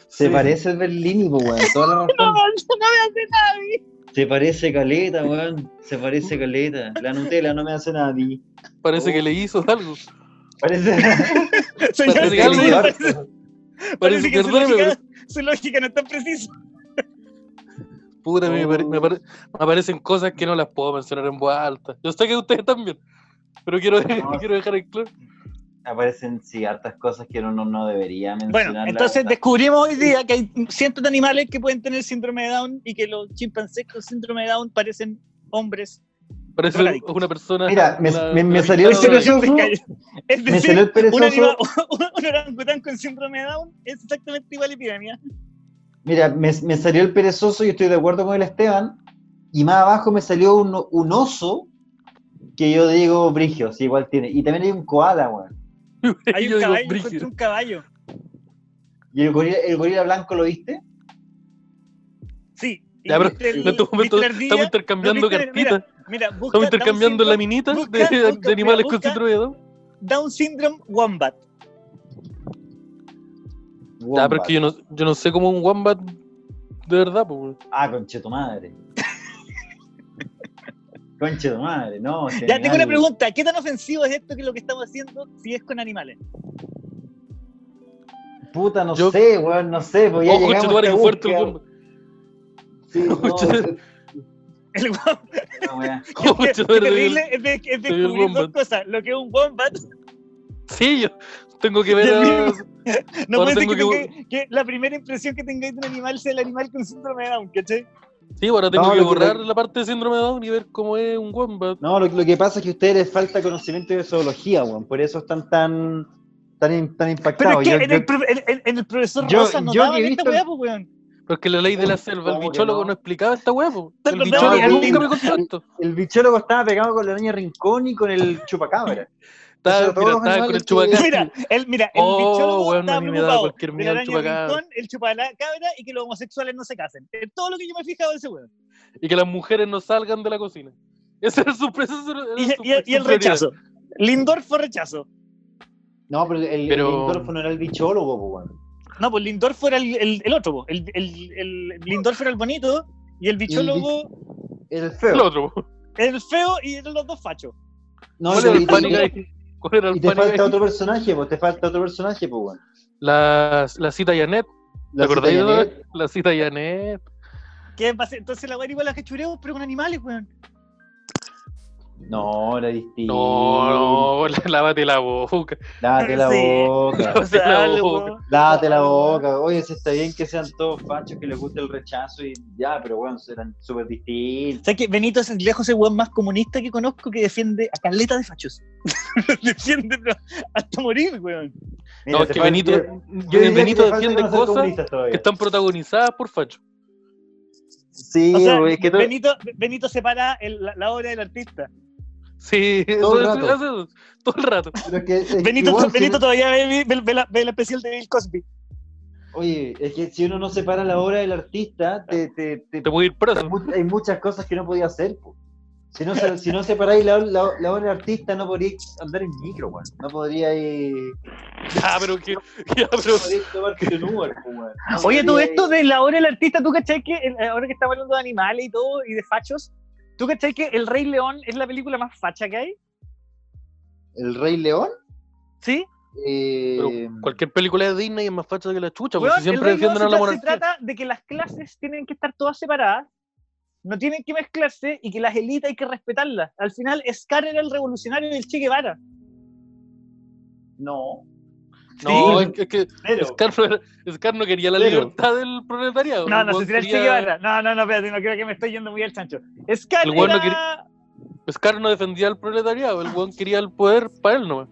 Speaker 2: Se
Speaker 3: Sí.
Speaker 2: parece al Berlini, po, weón. Toda la
Speaker 1: No,
Speaker 2: razón.
Speaker 1: no me hace nada.
Speaker 2: Se parece caleta, weón. Se parece caleta. La Nutella no me hace nada a mí.
Speaker 3: Parece
Speaker 2: oh.
Speaker 3: que le hizo algo.
Speaker 2: Parece.
Speaker 1: Señor,
Speaker 3: Parece que
Speaker 1: señor,
Speaker 3: algo-
Speaker 1: parece-
Speaker 3: Parece que
Speaker 1: su
Speaker 3: perdóname, pero
Speaker 1: lógica, su lógica no es tan precisa.
Speaker 3: Puta, a mí me, pare-
Speaker 2: Oh.
Speaker 3: me pare- me aparecen cosas que no las puedo mencionar en voz alta. Yo sé que ustedes también, pero
Speaker 2: No.
Speaker 3: quiero, quiero dejar en claro.
Speaker 2: Aparecen ciertas cosas que uno no debería mencionar.
Speaker 1: Bueno,
Speaker 2: la
Speaker 1: entonces
Speaker 2: verdad.
Speaker 1: descubrimos hoy día que hay cientos de animales que pueden tener síndrome de Down y que los chimpancés con síndrome de Down parecen hombres.
Speaker 3: Parece
Speaker 1: Drogadictos.
Speaker 3: una persona.
Speaker 2: Mira, me-
Speaker 3: una-
Speaker 2: me- me
Speaker 3: una
Speaker 2: salió el
Speaker 3: persona
Speaker 2: cerebro.
Speaker 3: drogadicta.
Speaker 1: Es
Speaker 2: Me salió
Speaker 1: decir,
Speaker 2: el perezoso.
Speaker 1: un, anima- un orangután con síndrome de Down es exactamente igual a epidemia.
Speaker 2: Mira, me, me salió el perezoso y estoy de acuerdo con el Esteban. Y más abajo me salió un, un oso que yo digo brigio, sí, igual tiene. Y también hay un koala, weón.
Speaker 1: Hay
Speaker 3: Yo
Speaker 1: un
Speaker 3: digo,
Speaker 1: caballo,
Speaker 3: "Brígido".
Speaker 1: encontré un caballo.
Speaker 2: ¿Y el gorila, el gorila blanco lo viste?
Speaker 1: Sí. y
Speaker 3: Ya, pero
Speaker 1: viste el-
Speaker 3: en este
Speaker 1: viste
Speaker 3: momento
Speaker 1: la ardilla,
Speaker 3: estamos intercambiando
Speaker 1: ¿No viste?
Speaker 3: cartitas.
Speaker 1: Mira, busca
Speaker 3: Estamos intercambiando
Speaker 1: Down,
Speaker 3: laminitas de,
Speaker 1: busca-
Speaker 3: de
Speaker 1: busca-
Speaker 3: animales
Speaker 1: mira,
Speaker 3: con
Speaker 1: busca-
Speaker 3: síndrome de Down.
Speaker 1: Syndrome- Down Syndrome Wombat.
Speaker 3: Ya, Ah, pero es que yo no, yo no sé cómo un wombat de verdad, pues. weón.
Speaker 2: Ah, concheto madre. concheto madre, no.
Speaker 1: Ya
Speaker 2: genial.
Speaker 1: tengo una pregunta. ¿Qué tan ofensivo es esto que lo que estamos haciendo si es con animales?
Speaker 2: Puta, no
Speaker 3: Yo-
Speaker 2: sé, weón, no sé. Pues ya
Speaker 3: Oh,
Speaker 2: llegamos
Speaker 3: concha tu
Speaker 2: a
Speaker 3: madre,
Speaker 2: esta
Speaker 3: qué fuerte el
Speaker 2: búsqueda.
Speaker 3: wombat.
Speaker 1: El wombat.
Speaker 2: Sí, no,
Speaker 3: Conchetumare.
Speaker 2: no, weón.
Speaker 1: Qué-
Speaker 3: Concha
Speaker 1: qué
Speaker 3: tu madre,
Speaker 1: terrible es, de- es
Speaker 3: vi el
Speaker 1: descubrir dos
Speaker 3: wombat.
Speaker 1: cosas. Lo que es un wombat.
Speaker 3: Sí, yo tengo que ver.
Speaker 1: Ya,
Speaker 3: a-
Speaker 1: No
Speaker 3: Ahora
Speaker 1: puede ser que,
Speaker 3: tengo que-
Speaker 1: tenga- que la primera impresión que tengáis de un animal sea el animal con síndrome de Down, ¿cachai?
Speaker 3: Sí, ahora tengo
Speaker 2: No,
Speaker 3: que
Speaker 2: lo que-
Speaker 3: borrar la parte de síndrome de Down y ver cómo es un wombat.
Speaker 2: No, lo, lo que pasa es que a ustedes les falta conocimiento de zoología, weón. Por eso están tan, tan, in- tan
Speaker 1: Pero
Speaker 2: impactados.
Speaker 1: es que
Speaker 2: Yo-
Speaker 1: en,
Speaker 2: yo-
Speaker 1: el, pro- en- en- en el profesor
Speaker 2: yo-
Speaker 1: Rosa no
Speaker 2: yo
Speaker 1: daban
Speaker 2: que he
Speaker 1: esta
Speaker 2: visto-
Speaker 1: weá, pues, weón.
Speaker 3: Porque la ley de la selva, el
Speaker 2: ¿Cómo que
Speaker 3: bichólogo no,
Speaker 2: no
Speaker 3: explicaba esta hueá, po.
Speaker 1: Te
Speaker 3: El
Speaker 1: lo
Speaker 3: bichólogo
Speaker 2: tengo que-
Speaker 3: nunca me contó esto.
Speaker 2: El bichólogo estaba pegado con la niña Rincón y con el chupacabra.
Speaker 3: Estaba,
Speaker 2: Eso, todos
Speaker 3: mira,
Speaker 2: los
Speaker 3: estaba con el
Speaker 2: animales
Speaker 3: chupacabra.
Speaker 1: Mira, el, mira, el
Speaker 3: Oh,
Speaker 1: bichólogo
Speaker 3: weón,
Speaker 1: estaba
Speaker 3: a mí me daba
Speaker 1: preocupado
Speaker 3: cualquier
Speaker 1: de la
Speaker 3: miedo el
Speaker 1: araña
Speaker 3: chupacabra.
Speaker 1: rincón, el chupacabra y que los homosexuales no se casen. Es todo lo que yo me he fijado de ese weón.
Speaker 3: Y que las mujeres no salgan de la cocina. Ese era su preso.
Speaker 1: Y, y- y el rechazo. Lindor fue rechazo.
Speaker 2: No, pero el,
Speaker 3: Pero-
Speaker 2: el Lindorfo no era el bichólogo, po, weón.
Speaker 1: No, pues Lindor era el, el- el otro, po. el, el, el- Lindorf era el bonito y el bichólogo
Speaker 2: El
Speaker 3: El
Speaker 2: feo.
Speaker 3: otro. po.
Speaker 1: el feo y eran los dos fachos.
Speaker 2: No,
Speaker 3: ¿Cuál
Speaker 2: y-
Speaker 3: era el
Speaker 2: y-
Speaker 3: pánico ahí? ¿Cuál era
Speaker 2: y
Speaker 3: el
Speaker 2: te
Speaker 3: pánico ahí?
Speaker 2: falta otro personaje, pues te falta otro personaje, pues weón.
Speaker 3: La, la cita Janet. ¿Te
Speaker 2: La
Speaker 3: acordáis de
Speaker 2: cita
Speaker 3: la,
Speaker 2: Janet,
Speaker 3: la cita Janet?
Speaker 1: Que va a ser- entonces la weá era igual a cachureo, pero con animales, weón.
Speaker 2: No, era distinto.
Speaker 3: No, no, lávate la boca.
Speaker 2: Date la
Speaker 1: Sí.
Speaker 2: boca.
Speaker 3: O sea,
Speaker 1: Dale,
Speaker 3: ojo.
Speaker 1: weón.
Speaker 2: Date la boca. Oye, si está bien que sean todos fachos que les guste el rechazo y ya, pero bueno, eran súper distintos.
Speaker 1: ¿Sabes que Benito es lejos el weón más comunista que conozco que defiende a caleta de fachos? defiende pero hasta morir, weón.
Speaker 2: Mira,
Speaker 3: no, es
Speaker 2: te
Speaker 3: que
Speaker 2: falta-
Speaker 3: Benito,
Speaker 2: yo- yo diría
Speaker 3: el
Speaker 2: que
Speaker 3: Benito
Speaker 2: te falta
Speaker 3: defiende
Speaker 2: conocer
Speaker 3: cosas
Speaker 2: comunistas todavía.
Speaker 3: que están protagonizadas por Facho.
Speaker 2: Sí,
Speaker 1: O sea,
Speaker 2: güey, es que todo-
Speaker 1: Benito, Benito separa el- la, la obra del artista.
Speaker 3: Sí,
Speaker 2: Todo el
Speaker 3: eso-
Speaker 2: rato.
Speaker 3: eso- eso- todo el rato.
Speaker 2: pero es que- es que
Speaker 1: Benito,
Speaker 2: igual, si
Speaker 1: Benito
Speaker 2: no-
Speaker 1: todavía ve, ve- ve la, ve la especial de Bill Cosby.
Speaker 2: Oye, es que si uno no separa la obra del artista, te, te- te-
Speaker 3: Te voy a ir preso.
Speaker 2: mu- hay muchas cosas que no podía hacer. po. Si no, se- si no separáis la, la, la obra del artista, no podríais andar en micro, weón. No podríais
Speaker 3: Ya, pero que. Ya,
Speaker 2: no
Speaker 3: pero.
Speaker 2: podríais tomarte un Uber, po, weón. No
Speaker 1: Oye, tú,
Speaker 2: podríais-
Speaker 1: esto de la obra del artista, ¿tú cachai que el- eh, ahora que estamos hablando de animales y todo y de fachos, ¿tú cachai que El Rey León es la película más facha que hay?
Speaker 2: ¿El Rey León?
Speaker 1: ¿Sí?
Speaker 2: Eh,
Speaker 3: Pero cualquier película de Disney es más facha que la chucha, porque
Speaker 1: Weón,
Speaker 3: pues, si siempre
Speaker 1: el Rey
Speaker 3: defienden a la
Speaker 1: León se,
Speaker 3: monarquía.
Speaker 1: tra- se trata de que las clases tienen que estar todas separadas, no tienen que mezclarse y que las élites hay que respetarlas. Al final, Scar era el revolucionario del Che Guevara.
Speaker 2: no.
Speaker 3: No,
Speaker 1: Sí,
Speaker 3: es que, es que
Speaker 1: pero-
Speaker 3: Scar, no era- Scar no quería la
Speaker 2: Pero-
Speaker 3: libertad del proletariado.
Speaker 1: No,
Speaker 3: el
Speaker 1: no,
Speaker 3: weón
Speaker 1: se tira el Che
Speaker 3: quería-
Speaker 1: Guevara. No, no, no, espérate, no creo que me estoy yendo muy al chancho. Scar
Speaker 3: El weón no
Speaker 1: era-
Speaker 3: Scar no defendía al proletariado, el weón quería el poder para él nomás.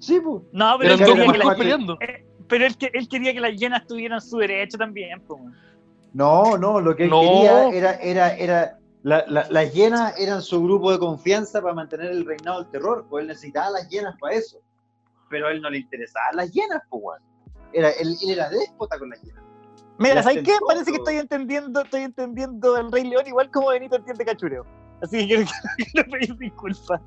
Speaker 2: Sí, pues.
Speaker 1: No, pero
Speaker 3: Eran
Speaker 1: él,
Speaker 2: Scar era
Speaker 3: dos
Speaker 1: quería que
Speaker 2: el
Speaker 3: huecos
Speaker 1: las-
Speaker 2: cuate.
Speaker 3: peleando.
Speaker 1: pero él que- él quería que las llenas tuvieran su derecho también. po.
Speaker 2: No, no, lo que él
Speaker 3: No.
Speaker 2: quería era, era, era la- la- las hienas eran su grupo de confianza para mantener el reinado del terror, pues él necesitaba las hienas para eso. Pero a él no le interesaban las hienas, pues weón. Era, él, él era déspota con las hienas.
Speaker 1: Mira,
Speaker 2: Las
Speaker 1: ¿sabes qué?
Speaker 2: tentó,
Speaker 1: Parece que
Speaker 2: po.
Speaker 1: estoy entendiendo, estoy entendiendo el Rey León igual como Benito entiende Cachureo. Así que quiero, quiero pedir disculpas.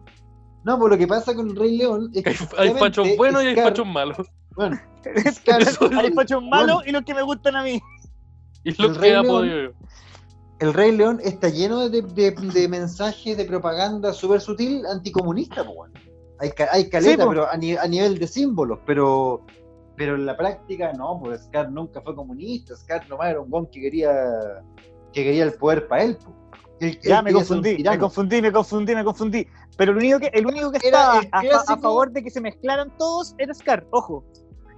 Speaker 2: No, pues lo que pasa con el Rey León es que
Speaker 3: Hay, hay
Speaker 2: justamente
Speaker 3: fachos buenos y hay
Speaker 2: Scar-
Speaker 3: fachos malos.
Speaker 2: bueno, Scar-
Speaker 1: Hay fachos malos
Speaker 2: Bueno,
Speaker 1: y los que me gustan a mí.
Speaker 3: Y lo
Speaker 2: El
Speaker 3: que
Speaker 2: Rey
Speaker 3: ha
Speaker 2: León-
Speaker 3: podido yo.
Speaker 2: el Rey León está lleno de, de- de mensajes de propaganda súper sutil anticomunista, pues weón. Hay, ca- hay caleta,
Speaker 1: Sí, po.
Speaker 2: pero a, ni- a nivel de símbolos, pero, pero en la práctica no, pues Scar nunca fue comunista, Scar nomás era un gon que quería, que quería el poder para él, po. Él- él
Speaker 1: Ya me
Speaker 2: quería ser un
Speaker 1: confundí, me
Speaker 2: tirano.
Speaker 1: confundí, me confundí, me confundí. Pero el único que, el único que
Speaker 2: Era
Speaker 1: estaba
Speaker 2: el
Speaker 1: a, fa- a
Speaker 2: clásico-
Speaker 1: favor de que se mezclaran todos era Scar, ojo.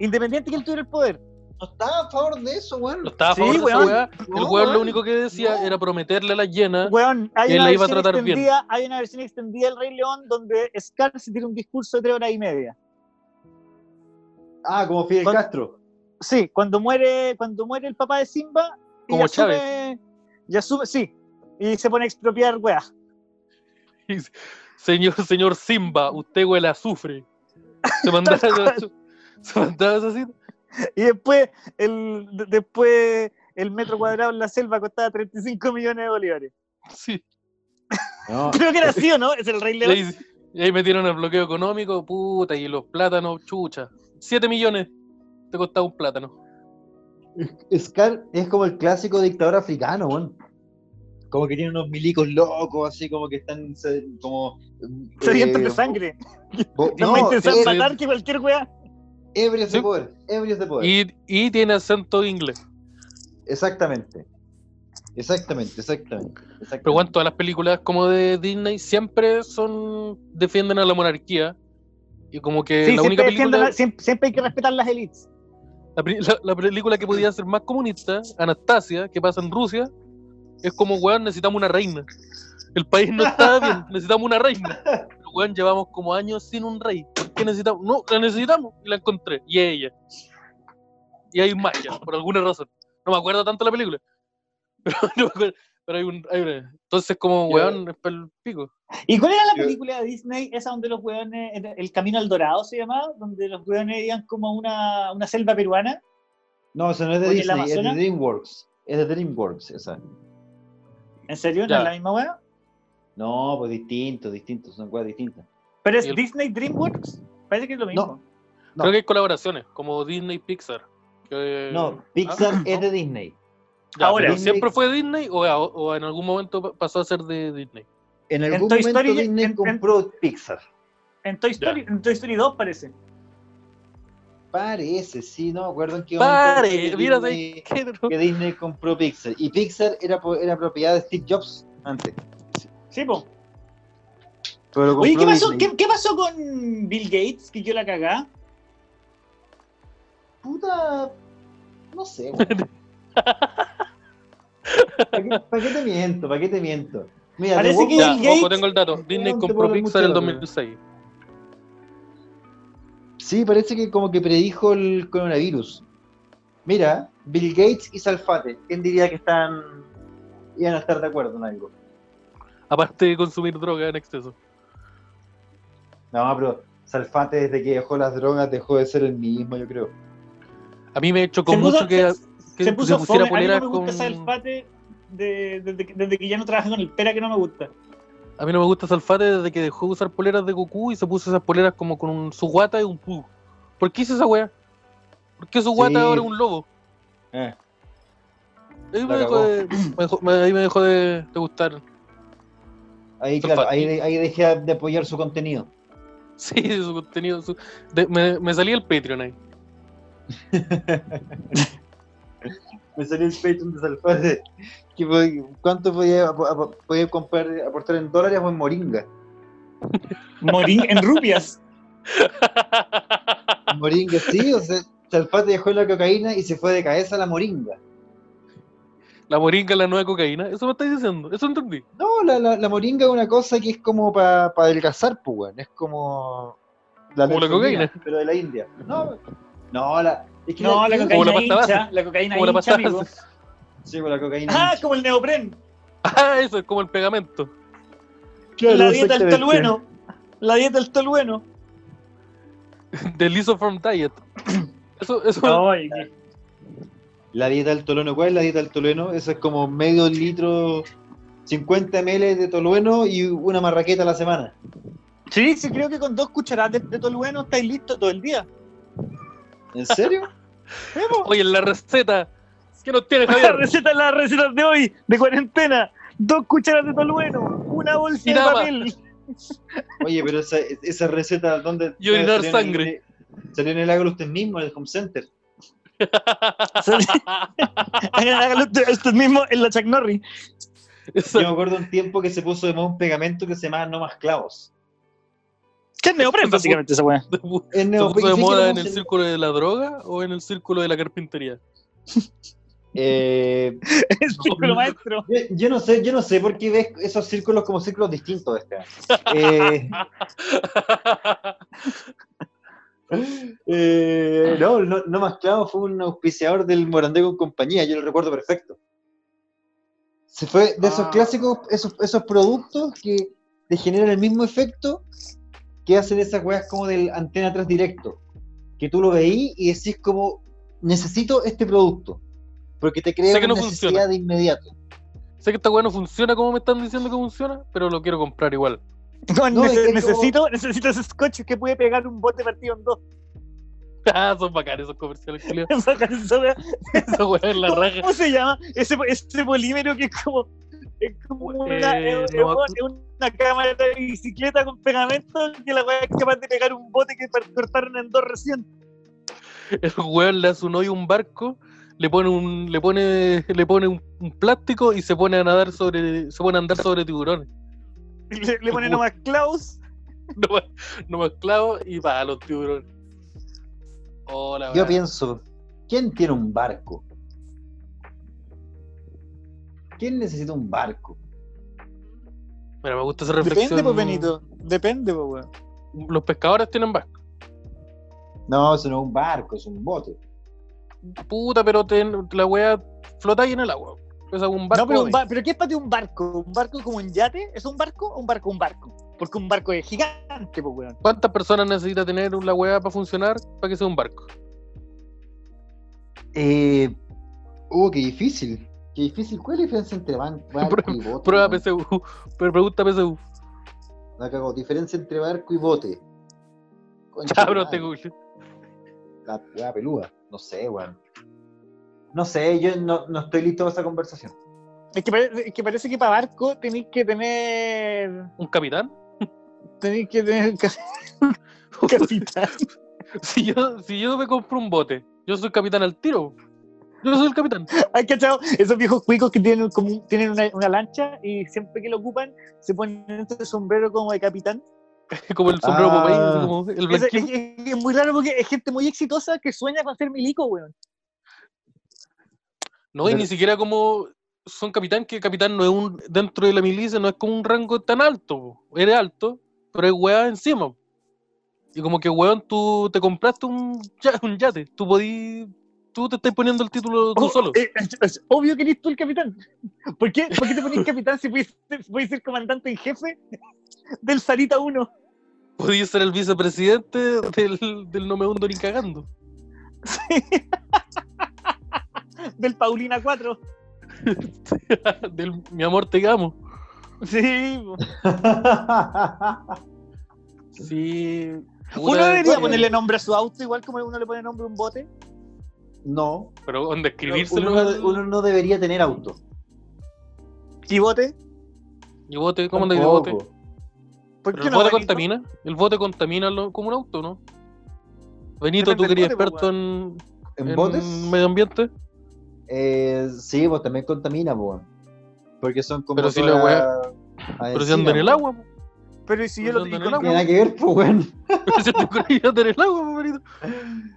Speaker 1: Independiente que él tuviera el poder.
Speaker 2: No estaba a favor de eso, weón.
Speaker 3: No estaba a
Speaker 1: Sí,
Speaker 3: favor de esa
Speaker 1: weón.
Speaker 3: weá. El
Speaker 2: No,
Speaker 3: weón lo
Speaker 2: weón.
Speaker 3: único que decía
Speaker 2: No.
Speaker 3: era prometerle a las llenas
Speaker 1: Weón, hay
Speaker 3: Ah, Que
Speaker 1: una,
Speaker 3: la iba a
Speaker 1: versión
Speaker 3: tratar bien.
Speaker 1: extendida, hay una versión extendida del Rey León donde Scar se tira un discurso de tres horas y media.
Speaker 2: Ah, como Fidel
Speaker 1: Con-
Speaker 2: Castro.
Speaker 1: Sí, cuando muere, cuando muere el papá de Simba, y
Speaker 3: Como
Speaker 1: asume- y asume- sí, y se pone a expropiar weá.
Speaker 3: Y dice, Señor, señor Simba, usted huele a azufre. Se mandaba, se, mandaba esa cita.
Speaker 1: Y después el, de- después el metro cuadrado en la selva costaba 35 millones de bolívares.
Speaker 3: Sí.
Speaker 1: Creo que era así o no, es el Rey
Speaker 3: Y
Speaker 1: León.
Speaker 3: ahí, y ahí metieron el bloqueo económico, puta, y los plátanos, chucha. 7 millones te costaba un plátano.
Speaker 2: Scar es como el clásico dictador africano, weón. Como que tiene unos milicos locos, así como que están se- como.
Speaker 1: Sedientos
Speaker 2: eh,
Speaker 1: de sangre.
Speaker 2: bo-
Speaker 1: No,
Speaker 2: no,
Speaker 1: me interesan
Speaker 2: eh,
Speaker 3: sí.
Speaker 1: matar que cualquier weá.
Speaker 2: ebrios de
Speaker 3: Sí.
Speaker 2: poder, ebrios de poder.
Speaker 3: Y, y tiene acento inglés.
Speaker 2: Exactamente. Exactamente, exactamente. exactamente.
Speaker 3: Pero bueno, todas las películas como de Disney siempre son defienden a la monarquía. Y como que
Speaker 1: Sí,
Speaker 3: la
Speaker 1: siempre,
Speaker 3: única
Speaker 1: defienden
Speaker 3: película,
Speaker 1: a- siempre- siempre hay que respetar las elites.
Speaker 3: la, pri- la- la película que podía ser más comunista, Anastasia, que pasa en Rusia, es como, weón, necesitamos una reina. El país no está bien, necesitamos una reina. Pero, weón, llevamos como años sin un rey. ¿Por qué necesitamos? No, la necesitamos y la encontré. Y es ella. Y hay magia, por alguna razón. No me acuerdo tanto de la película. Pero, no me acuerdo. Pero hay un, hay una- Entonces, como,
Speaker 2: Yo-
Speaker 3: weón, es pel pico.
Speaker 1: ¿Y cuál era la
Speaker 2: Yo-
Speaker 1: película de Disney? Esa donde los weones, El Camino al Dorado se llamaba, donde los weones iban como a una, una selva peruana.
Speaker 2: No, eso no es de
Speaker 1: Oye, ¿el
Speaker 2: Disney, es de
Speaker 1: Amazonas?
Speaker 2: DreamWorks. Es de DreamWorks, esa.
Speaker 1: ¿En serio? ¿No
Speaker 3: Ya.
Speaker 1: es la misma weá?
Speaker 2: No, pues distinto, distinto, son cosas distintas.
Speaker 1: Pero es
Speaker 3: Y el-
Speaker 1: Disney DreamWorks. Parece que es lo mismo.
Speaker 2: No.
Speaker 3: Creo que hay colaboraciones, como Disney Pixar. que-
Speaker 2: No, Pixar
Speaker 3: Ah,
Speaker 2: es
Speaker 3: ¿no?
Speaker 2: de Disney.
Speaker 3: Ya,
Speaker 1: Ahora,
Speaker 3: pero
Speaker 2: Disney-
Speaker 3: ¿siempre fue Disney o, a- o en algún momento pa- pasó a ser de Disney?
Speaker 2: En algún
Speaker 1: Toy
Speaker 2: momento
Speaker 1: Story-
Speaker 2: Disney
Speaker 1: en- en-
Speaker 2: compró Pixar.
Speaker 1: En, Toy Story, en Toy Story 2 parece.
Speaker 2: Parece, sí, no me acuerdo en qué momento.
Speaker 3: ¡Pare!
Speaker 2: que
Speaker 3: Mira,
Speaker 2: Disney-
Speaker 3: ¿sabes qué? No.
Speaker 2: que Disney compró Pixar. Y Pixar era, po- era propiedad de Steve Jobs antes.
Speaker 1: Sí, po.
Speaker 2: Pero lo
Speaker 1: Oye,
Speaker 2: compró
Speaker 1: ¿qué pasó,
Speaker 2: Disney.
Speaker 1: ¿qué, qué pasó con Bill Gates? Que yo la cagá.
Speaker 2: Puta. No sé, weón. ¿Para, qué, para qué te miento? ¿Para qué te miento? Mira,
Speaker 1: Parece
Speaker 2: te voy
Speaker 1: que
Speaker 2: a-
Speaker 3: Ya,
Speaker 1: Bill Gates-
Speaker 3: ojo, tengo el dato. Disney
Speaker 2: No te
Speaker 3: compró
Speaker 2: puedo ver
Speaker 3: Pixar en el
Speaker 2: mucho dato.
Speaker 3: 2006.
Speaker 2: Sí, parece que como que predijo el coronavirus. Mira, Bill Gates y Salfate. ¿Quién diría que están. iban a estar de acuerdo en algo?
Speaker 3: Aparte de consumir droga en exceso.
Speaker 2: No, pero Salfate desde que dejó las drogas dejó de ser el mismo, yo creo.
Speaker 3: A mí me chocó
Speaker 1: Se puso-
Speaker 3: mucho que, que
Speaker 1: se puso
Speaker 3: pusiera
Speaker 1: fome. A mí no
Speaker 3: polera
Speaker 1: me gusta esa
Speaker 3: con-
Speaker 1: alfate de- desde, que- desde que ya no trabaja con el pera que no me gusta.
Speaker 3: A mí no me gusta Salfate desde que dejó de usar poleras de Goku y se puso esas poleras como con un, su guata y un pu. ¿Por qué hizo esa weá? ¿Por qué su guata
Speaker 2: Sí.
Speaker 3: ahora es un lobo?
Speaker 2: Eh.
Speaker 3: Ahí me
Speaker 2: La
Speaker 3: dejó,
Speaker 2: cagó.
Speaker 3: de, me dejó- me- ahí me dejó de- de gustar
Speaker 2: Ahí, claro,
Speaker 3: Salfate.
Speaker 2: ahí, ahí dejé de apoyar su contenido.
Speaker 3: Sí, su contenido. su- de- me, me salía el Patreon ahí.
Speaker 2: Me salió el Patreon de Salfate. Que voy- ¿Cuánto podía, ap- ap- podía comprar, aportar en dólares o en moringa?
Speaker 1: Morí en rupias.
Speaker 2: En Moringa, sí, o sea, Salfate dejó la cocaína y se fue de cabeza a la moringa.
Speaker 3: La moringa, la nueva cocaína. Eso me estáis diciendo. Eso entendí.
Speaker 2: No, la, la, la moringa es una cosa que es como para adelgazar, pues, weón. Es como.
Speaker 3: Como la
Speaker 2: leucemia,
Speaker 3: cocaína.
Speaker 2: Pero de la India. No, no, la. Es que
Speaker 1: No, la
Speaker 2: yo-
Speaker 3: Como la
Speaker 1: cocaína
Speaker 3: pasta base.
Speaker 1: hincha. La cocaína
Speaker 3: Como la
Speaker 1: hincha,
Speaker 3: pasada.
Speaker 1: amigo.
Speaker 2: Sí, con la cocaína.
Speaker 1: Ah, como el neopren.
Speaker 3: Ah, eso es como el pegamento.
Speaker 2: Claro,
Speaker 1: la dieta del
Speaker 2: exactamente.
Speaker 1: tolueno. La dieta del tolueno.
Speaker 3: The Lisoform Diet. Eso, eso.
Speaker 1: Ay, qué-
Speaker 2: La dieta del tolueno, ¿cuál es la dieta del tolueno? Eso es como medio litro, 50 ml de tolueno y una marraqueta a la semana.
Speaker 1: Sí, sí, creo que con dos cucharadas de, de tolueno estáis listos todo el día.
Speaker 2: ¿En serio?
Speaker 3: Oye, la receta. ¿Qué nos tiene
Speaker 1: La
Speaker 3: Javier?
Speaker 1: receta, las recetas de hoy, de cuarentena. Dos cucharadas de tolueno, una bolsa
Speaker 3: Y
Speaker 1: de
Speaker 3: nada
Speaker 1: papel.
Speaker 2: Oye, pero esa, esa receta, ¿dónde?
Speaker 3: Y
Speaker 2: salió
Speaker 3: orinar
Speaker 2: en el-
Speaker 3: sangre.
Speaker 2: Salió en el agro usted mismo, en el home center.
Speaker 1: Háganlo usted mismo en la Chuck Norris.
Speaker 3: Esa-
Speaker 2: Yo me acuerdo un tiempo que se puso de moda un pegamento que se llamaba No Más Clavos.
Speaker 1: Que es neopren, básicamente, esa weá.
Speaker 2: Es
Speaker 3: ¿Se
Speaker 2: neo-
Speaker 3: puso de
Speaker 2: sí que
Speaker 3: moda
Speaker 2: lo
Speaker 3: en el
Speaker 2: puse-
Speaker 3: círculo de la droga o en el círculo de la carpintería?
Speaker 2: Eh,
Speaker 1: Es círculo maestro.
Speaker 2: yo, yo no sé, yo no sé por qué ves esos círculos como círculos distintos este año. Eh, Eh, no, no, no más claro, fue un auspiciador del Morandé con compañía, yo lo recuerdo perfecto. Se fue de esos
Speaker 1: Ah.
Speaker 2: clásicos, esos, esos productos que te generan el mismo efecto que hacen esas weas como del antena 3 directo. Que tú lo veís y decís como, necesito este producto. Porque te crea
Speaker 3: Sé que
Speaker 2: una
Speaker 3: no
Speaker 2: necesidad
Speaker 3: funciona.
Speaker 2: de inmediato.
Speaker 3: sé que esta weá no funciona como me están diciendo que funciona, pero lo quiero comprar igual.
Speaker 1: Con-
Speaker 2: No, es
Speaker 1: nece-
Speaker 2: que
Speaker 1: necesito, necesito ese scotch que puede pegar un bote partido en dos.
Speaker 3: Ah, son bacanes esos comerciales, culiao.
Speaker 1: Esa weá.
Speaker 3: Esa weá es la
Speaker 1: ¿Cómo,
Speaker 3: raja.
Speaker 1: cómo se llama? Ese, ese polímero que es como, es como una,
Speaker 3: Eh,
Speaker 1: es-
Speaker 3: no me
Speaker 1: es una cámara de bicicleta con pegamento que la weá es capaz de pegar un bote que par- cortaron en dos recién.
Speaker 3: El weón le hace un hoyo a un barco, le pone un, le pone, le pone un, un plástico y se pone a nadar sobre, se pone a andar sobre tiburones.
Speaker 1: Le, le
Speaker 3: Uh,
Speaker 1: ponen nomás Klaus.
Speaker 3: No más, no más clavo y va a los tiburones. Hola,
Speaker 2: Yo pienso, ¿quién tiene un barco? ¿Quién necesita un barco?
Speaker 3: Mira, me gusta esa reflexión.
Speaker 1: pues, Depende, pues, weón.
Speaker 3: Los pescadores tienen barco.
Speaker 2: No, eso no es un barco, es un bote.
Speaker 3: Puta, pero ten- la weá flota ahí en el agua. Es un barco.
Speaker 1: No, pero, un
Speaker 3: ahí.
Speaker 1: ba- pero ¿qué es para ti un barco? ¿Un barco como un yate? ¿Es un barco o un barco un barco? Porque un barco es gigante, pues, weón.
Speaker 3: ¿Cuántas personas necesita tener la weá para funcionar para que sea un barco?
Speaker 2: Eh, uh, qué difícil. Qué difícil. ¿Cuál es la diferencia entre ban- barco
Speaker 3: Prueba-
Speaker 2: y bote?
Speaker 3: Prueba
Speaker 2: weón?
Speaker 3: PSU. Pero pregunta PSU.
Speaker 2: La cagó. Diferencia entre barco y bote. Concha
Speaker 3: Ya,
Speaker 2: de
Speaker 3: bro,
Speaker 2: madre,
Speaker 3: te este Google.
Speaker 2: La weá pelúa. No sé, weón. No sé, yo no, no estoy listo para esa conversación.
Speaker 1: Es que, pare- es que parece que para barco tenéis que tener.
Speaker 3: ¿Un capitán?
Speaker 1: Tenéis que tener ca- capitán.
Speaker 3: si, yo, si yo me compro un bote, yo soy capitán al tiro. Yo soy el capitán.
Speaker 1: ¿Has cachado? Esos viejos cuicos que tienen, como, un- tienen una, una lancha y siempre que lo ocupan se ponen este sombrero como de capitán.
Speaker 3: Como el sombrero
Speaker 2: Ah.
Speaker 3: Popeye, así como el
Speaker 1: Es,
Speaker 3: blanquito.
Speaker 1: es- es- es muy raro porque es gente muy exitosa que sueña con ser milico, weón.
Speaker 3: No, y ni siquiera como son capitán, que capitán no es un. Dentro de la milicia no es como un rango tan alto. po. Eres alto, pero es weá encima. po. Y como que weón, tú te compraste un, ya- un yate. Tú podí. Tú te estás poniendo el título tú
Speaker 1: Oh,
Speaker 3: solo.
Speaker 1: eh, es, es obvio que eres tú el capitán. ¿Por qué, por qué te pones capitán si puedes, ser- puedes ser comandante en jefe del Sarita 1?
Speaker 3: Podías ser el vicepresidente del, del No Me Hundo Ni Cagando.
Speaker 1: Del Paulina 4.
Speaker 3: del Mi Amor Te Amo.
Speaker 1: Sí. po.
Speaker 3: Sí.
Speaker 1: Uno
Speaker 3: puta,
Speaker 1: debería
Speaker 3: sí.
Speaker 1: ponerle nombre a su auto, igual como uno le pone nombre a un bote.
Speaker 2: no.
Speaker 3: Pero donde escribírselo.
Speaker 2: Uno, no- uno no debería tener auto.
Speaker 1: ¿Y bote?
Speaker 3: ¿Y bote? ¿Cómo andáis de
Speaker 2: Tampoco.
Speaker 3: bote?
Speaker 1: ¿Por
Speaker 3: Pero
Speaker 1: qué
Speaker 3: el
Speaker 1: no, Benito?
Speaker 3: bote contamina. El bote contamina lo- como un auto, ¿no? Benito,
Speaker 1: Depende
Speaker 3: tú que eres
Speaker 1: del bote,
Speaker 3: experto en,
Speaker 2: ¿En, botes?
Speaker 3: medio ambiente.
Speaker 2: Eh, sí, pues también contamina, pues. Porque son como.
Speaker 3: Pero si
Speaker 2: toda
Speaker 3: la
Speaker 2: a
Speaker 3: Pero si
Speaker 2: encina,
Speaker 3: andan en el
Speaker 2: po.
Speaker 3: agua. po.
Speaker 1: Pero ¿y si yo
Speaker 3: Pero
Speaker 1: lo
Speaker 3: anda en
Speaker 1: tengo
Speaker 3: el
Speaker 2: No tiene nada que ver, pues, weón.
Speaker 3: Pero si tú crees que andan en el agua, po, Benito.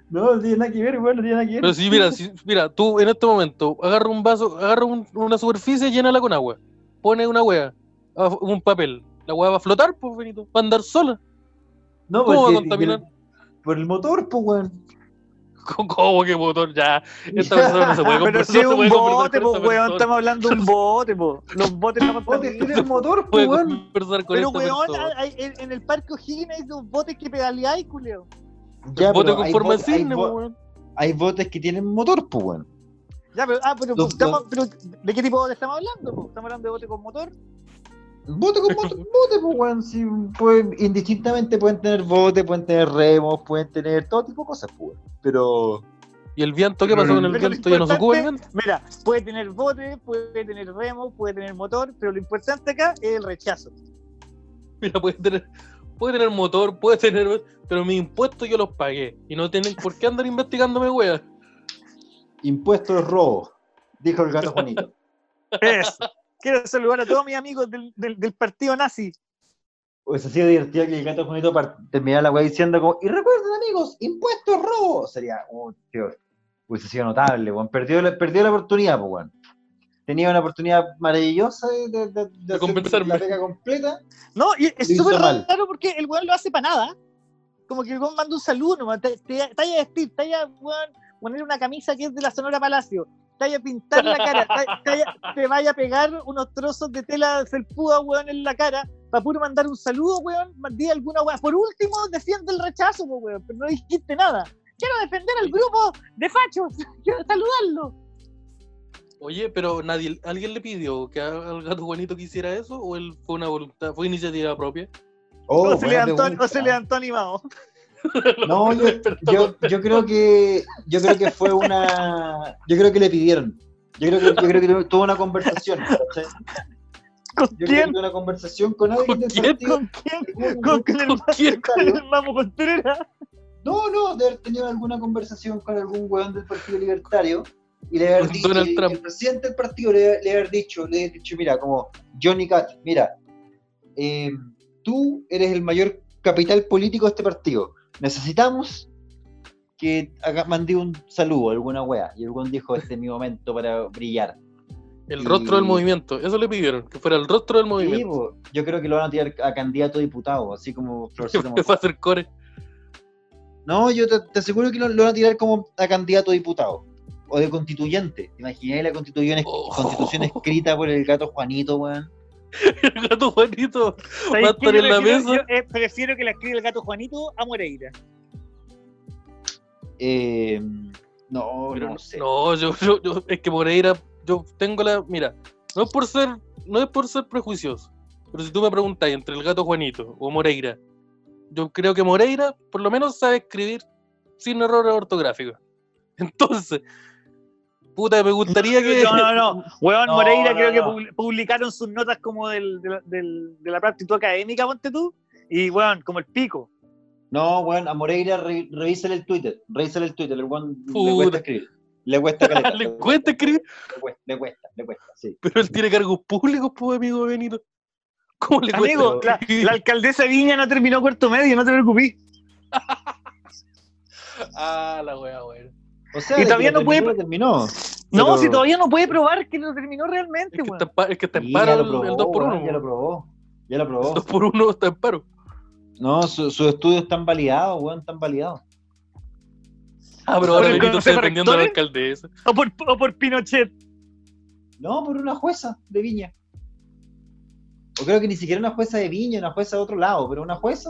Speaker 2: No, no tiene nada que ver, weón. No tiene nada que ver.
Speaker 3: Pero si, mira, si, mira, tú en este momento agarra un vaso, agarra un- una superficie, llénala con agua. Pone una hueá, ah, un papel. La hueá va a flotar, pues, Benito. Va a andar sola.
Speaker 2: no,
Speaker 3: ¿cómo va a
Speaker 2: porque-
Speaker 3: contaminar?
Speaker 2: Por el motor, pues, weón.
Speaker 3: ¿Cómo que motor? Ya. Esta persona no se puede
Speaker 1: Ah, Pero
Speaker 3: conversar,
Speaker 1: si es
Speaker 3: no se
Speaker 1: un
Speaker 3: puede
Speaker 1: bote,
Speaker 3: conversar con
Speaker 1: pues,
Speaker 3: esta
Speaker 1: weón,
Speaker 3: persona.
Speaker 1: estamos hablando de un bote, pues. Los botes no
Speaker 2: Botes
Speaker 1: contaminan.
Speaker 2: tiene el motor, pues,
Speaker 3: puede
Speaker 2: weón.
Speaker 3: conversar con
Speaker 1: Pero,
Speaker 3: esta
Speaker 1: weón,
Speaker 3: persona.
Speaker 1: hay- hay- en el parque O'Higgins hay dos botes que pedaleáis, culeo.
Speaker 2: Ya,
Speaker 3: Bote
Speaker 2: pero
Speaker 3: con
Speaker 2: hay
Speaker 3: forma de
Speaker 2: bot- hay
Speaker 3: cisne,
Speaker 2: bot-
Speaker 3: weón.
Speaker 2: hay botes que tienen motor, pues, weón.
Speaker 1: Ya, pero, ah, pero,
Speaker 2: Los-
Speaker 1: estamos- pero, ¿de qué tipo de bote estamos hablando? po? ¿Estamos hablando de bote con motor?
Speaker 2: Bote con bote, bote, pues, weón. Si, pueden- indistintamente pueden tener bote, pueden tener remos, pueden tener todo tipo de cosas, pues, weón. Pero.
Speaker 3: ¿Y el viento? ¿Qué pasó
Speaker 2: Mm.
Speaker 3: con el
Speaker 1: Pero lo
Speaker 3: viento? ¿Ya no se ocupa el
Speaker 1: importante-
Speaker 3: viento?
Speaker 1: Mira, puede tener bote, puede tener remo, puede tener motor, pero lo importante acá es el rechazo.
Speaker 3: Mira, puede tener, puede tener motor, puede tener... Pero mis impuestos yo los pagué. Y no tienen por qué andar investigándome, weón.
Speaker 2: Impuesto de robo, dijo el gato Juanito.
Speaker 1: Eso. Quiero saludar a todos mis amigos del, del- del partido nazi.
Speaker 2: Hubiese sido Pues divertido que el gato Juanito par- terminara la weá diciendo como, y recuerden amigos, impuesto de robo. Sería, oh, tío, hubiese sido notable, weón. Perdió la, perdió la oportunidad, pues, weón. Tenía una oportunidad maravillosa de, de, de- de hacer
Speaker 3: compensarme.
Speaker 2: la pega completa.
Speaker 1: No, y
Speaker 2: Lo
Speaker 1: es
Speaker 2: hizo
Speaker 1: súper
Speaker 2: mal.
Speaker 1: raro porque el weón lo hace para nada. Como que el weón manda un saludo, nomás, te, te- talla vestir, talla weón, poner una camisa que es de la Sonora Palacio, talla pintar la cara, talla, talla- te vaya a pegar unos trozos de tela felpuda, weón, en la cara, para puro mandar un saludo, weón, di alguna weón. Por último, defiende el rechazo, po, weón, pero no dijiste nada. Quiero defender al grupo de fachos, quiero saludarlo.
Speaker 3: Oye, pero nadie, ¿alguien le pidió que a- al gato Juanito quisiera eso? ¿O él fue una voluntad, fue iniciativa propia?
Speaker 2: Oh,
Speaker 1: o, se
Speaker 2: buena
Speaker 1: levantó,
Speaker 2: pregunta.
Speaker 1: o se levantó animado.
Speaker 2: No, yo, yo, yo creo que yo creo que fue una yo creo que le pidieron. Yo creo que, yo creo que tuvo- tuvo una conversación. ¿cachai?
Speaker 1: ¿Con
Speaker 2: Yo creo que
Speaker 1: quién?
Speaker 2: tuvo una conversación con alguien
Speaker 3: ¿Con
Speaker 2: del
Speaker 3: quién?
Speaker 2: partido.
Speaker 1: ¿Con quién? ¿Con, con el,
Speaker 3: ¿Con quién?
Speaker 1: con el Mamo Contreras?
Speaker 2: No, no, de haber tenido alguna conversación con algún weón del Partido Libertario y le haber
Speaker 3: Con
Speaker 2: dicho,
Speaker 3: Donald
Speaker 2: el,
Speaker 3: Trump.
Speaker 2: el presidente del partido le, le haber dicho, le haber dicho, mira, como Johnny Cash, mira, eh, tú eres el mayor capital político de este partido. Necesitamos que haga, mandé un saludo a alguna wea. Y el weón dijo, este es mi momento para brillar.
Speaker 3: El rostro del
Speaker 2: Y-
Speaker 3: movimiento. Eso le pidieron, que fuera el rostro del
Speaker 2: Mm. Sí,
Speaker 3: movimiento.
Speaker 2: po, yo creo que lo van a tirar a candidato a diputado, así como Florcita
Speaker 3: Que
Speaker 2: Mocón.
Speaker 3: fue a hacer core.
Speaker 2: No, yo te, te aseguro que lo, lo van a tirar como a candidato a diputado o de constituyente. Imaginé la constitución, es-
Speaker 3: Oh.
Speaker 2: constitución escrita por el gato Juanito, weón.
Speaker 3: El gato Juanito.
Speaker 1: ¿Sabéis
Speaker 3: Va a
Speaker 1: qué?
Speaker 3: estar
Speaker 1: Yo
Speaker 3: en la
Speaker 1: prefiero-
Speaker 3: mesa.
Speaker 1: yo, eh, prefiero que la escriba el gato Juanito a Moreira.
Speaker 2: Eh, no,
Speaker 3: Pero
Speaker 2: no
Speaker 3: no,
Speaker 2: sé.
Speaker 3: no, yo, yo, yo- es que Moreira, yo tengo la, mira, no es por ser, no es por ser prejuicioso, pero si tú me preguntas entre el gato Juanito o Moreira, yo creo que Moreira por lo menos sabe escribir sin errores ortográficos. Entonces, puta, me gustaría que
Speaker 1: No, no, no. Weón,
Speaker 2: No,
Speaker 1: Moreira
Speaker 2: no,
Speaker 1: creo que
Speaker 2: no.
Speaker 1: publi- publicaron sus notas como del, del- del- de la práctica académica, ponte tú. Y weón, como el pico.
Speaker 2: No, weón, a Moreira re- revísale el Twitter, revísale el Twitter, el weón le
Speaker 3: Puta.
Speaker 2: cuesta escribir. Le cuesta caleta,
Speaker 3: le
Speaker 2: le,
Speaker 3: cuesta escribir,
Speaker 2: le cuesta, le cuesta, le cuesta, sí.
Speaker 3: pero él tiene cargos públicos, pues amigo Benito. ¿Cómo le cuesta?
Speaker 1: Amigo, la, la alcaldesa de Viña no terminó cuarto medio, no te preocupes.
Speaker 3: Ah, la wea, wea.
Speaker 2: O sea,
Speaker 1: Y
Speaker 2: de que
Speaker 1: todavía
Speaker 2: lo
Speaker 1: no puede-
Speaker 2: terminó, lo terminó.
Speaker 1: No,
Speaker 2: Pero-
Speaker 1: si todavía no puede probar que lo terminó realmente,
Speaker 3: Es que,
Speaker 1: weón.
Speaker 3: está, en pa- es que está en
Speaker 2: Sí,
Speaker 3: paro
Speaker 2: ya lo
Speaker 3: el-
Speaker 2: probó,
Speaker 3: el 2 por
Speaker 2: weón,
Speaker 3: 1
Speaker 2: Ya lo
Speaker 3: El
Speaker 2: probó. Ya lo probó.
Speaker 3: 2 por 1 está en paro.
Speaker 2: No, su- sus estudios están validados, weón, están validados.
Speaker 3: Ah, pero
Speaker 1: ¿Por
Speaker 3: ahora
Speaker 1: el
Speaker 3: Benito está
Speaker 1: Consejo
Speaker 3: defendiendo a la
Speaker 1: Rector?
Speaker 3: alcaldesa.
Speaker 1: O, por, o por Pinochet.
Speaker 2: No, por una jueza de Viña. O creo que ni siquiera una jueza de Viña, una jueza de otro lado, pero una jueza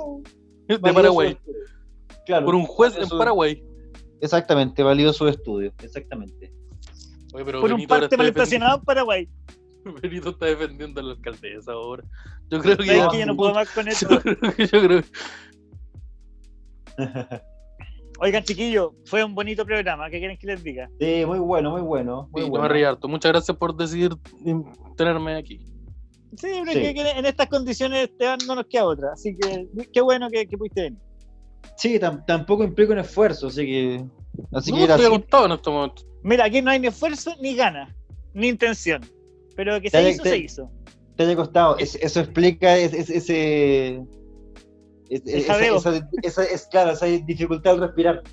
Speaker 3: De
Speaker 2: validó
Speaker 3: Paraguay.
Speaker 2: su estudio. Claro.
Speaker 3: Por un juez en
Speaker 2: Eso-
Speaker 3: Paraguay.
Speaker 2: Exactamente, valió su estudio, exactamente.
Speaker 3: Oye, pero
Speaker 1: Por un
Speaker 3: Benito, ahora
Speaker 1: parte
Speaker 3: está
Speaker 1: mal
Speaker 3: defendiendo,
Speaker 1: estacionado en Paraguay.
Speaker 3: Benito está defendiendo a la alcaldesa ahora. Yo creo que.
Speaker 1: ¿Sabes
Speaker 2: Ya,
Speaker 1: que yo no
Speaker 2: sí.
Speaker 1: puedo más con esto?
Speaker 3: Yo creo que. Yo creo que-
Speaker 1: Oigan, chiquillos, fue un bonito programa. ¿Qué quieren que les diga?
Speaker 2: Sí, muy bueno, muy bueno, muy
Speaker 3: Sí, yo me
Speaker 2: bueno.
Speaker 3: reí harto. Muchas gracias por decidir mm, tenerme aquí.
Speaker 1: Sí, pero
Speaker 2: Sí.
Speaker 1: Que, que en estas condiciones, Esteban, no nos queda otra. Así que qué bueno que, que pudiste venir.
Speaker 2: Sí, tam- tampoco implica un esfuerzo, así que. Así
Speaker 3: no,
Speaker 2: que era
Speaker 3: estoy
Speaker 2: así.
Speaker 3: agotado en este momento.
Speaker 1: Mira, aquí no hay ni esfuerzo, ni gana, ni intención. Pero que se
Speaker 2: Dale,
Speaker 1: hizo,
Speaker 2: te-
Speaker 1: se hizo.
Speaker 2: te haya costado. Es- eso explica es- es- ese. es-
Speaker 1: El
Speaker 2: esa,
Speaker 1: jadeo.
Speaker 2: esa- esa- es claro, esa dificultad al respirar.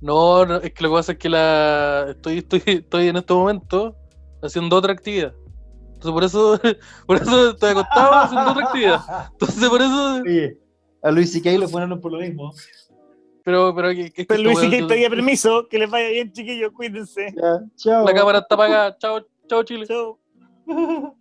Speaker 3: No, no, es que lo que pasa es que la estoy, estoy, estoy en este momento haciendo otra actividad. Entonces por eso, por eso estoy acostado haciendo otra actividad. Entonces por eso,
Speaker 2: Oye, a Luis y Kay lo fueron por lo mismo.
Speaker 3: pero, pero que, que-
Speaker 1: Pero
Speaker 3: que
Speaker 1: Luis y
Speaker 3: weón,
Speaker 1: Kate pedía permiso. Que les vaya bien, chiquillos. Cuídense.
Speaker 2: Ya, chao.
Speaker 3: la cámara está apagada. Chao, chao Chile.
Speaker 1: Chau.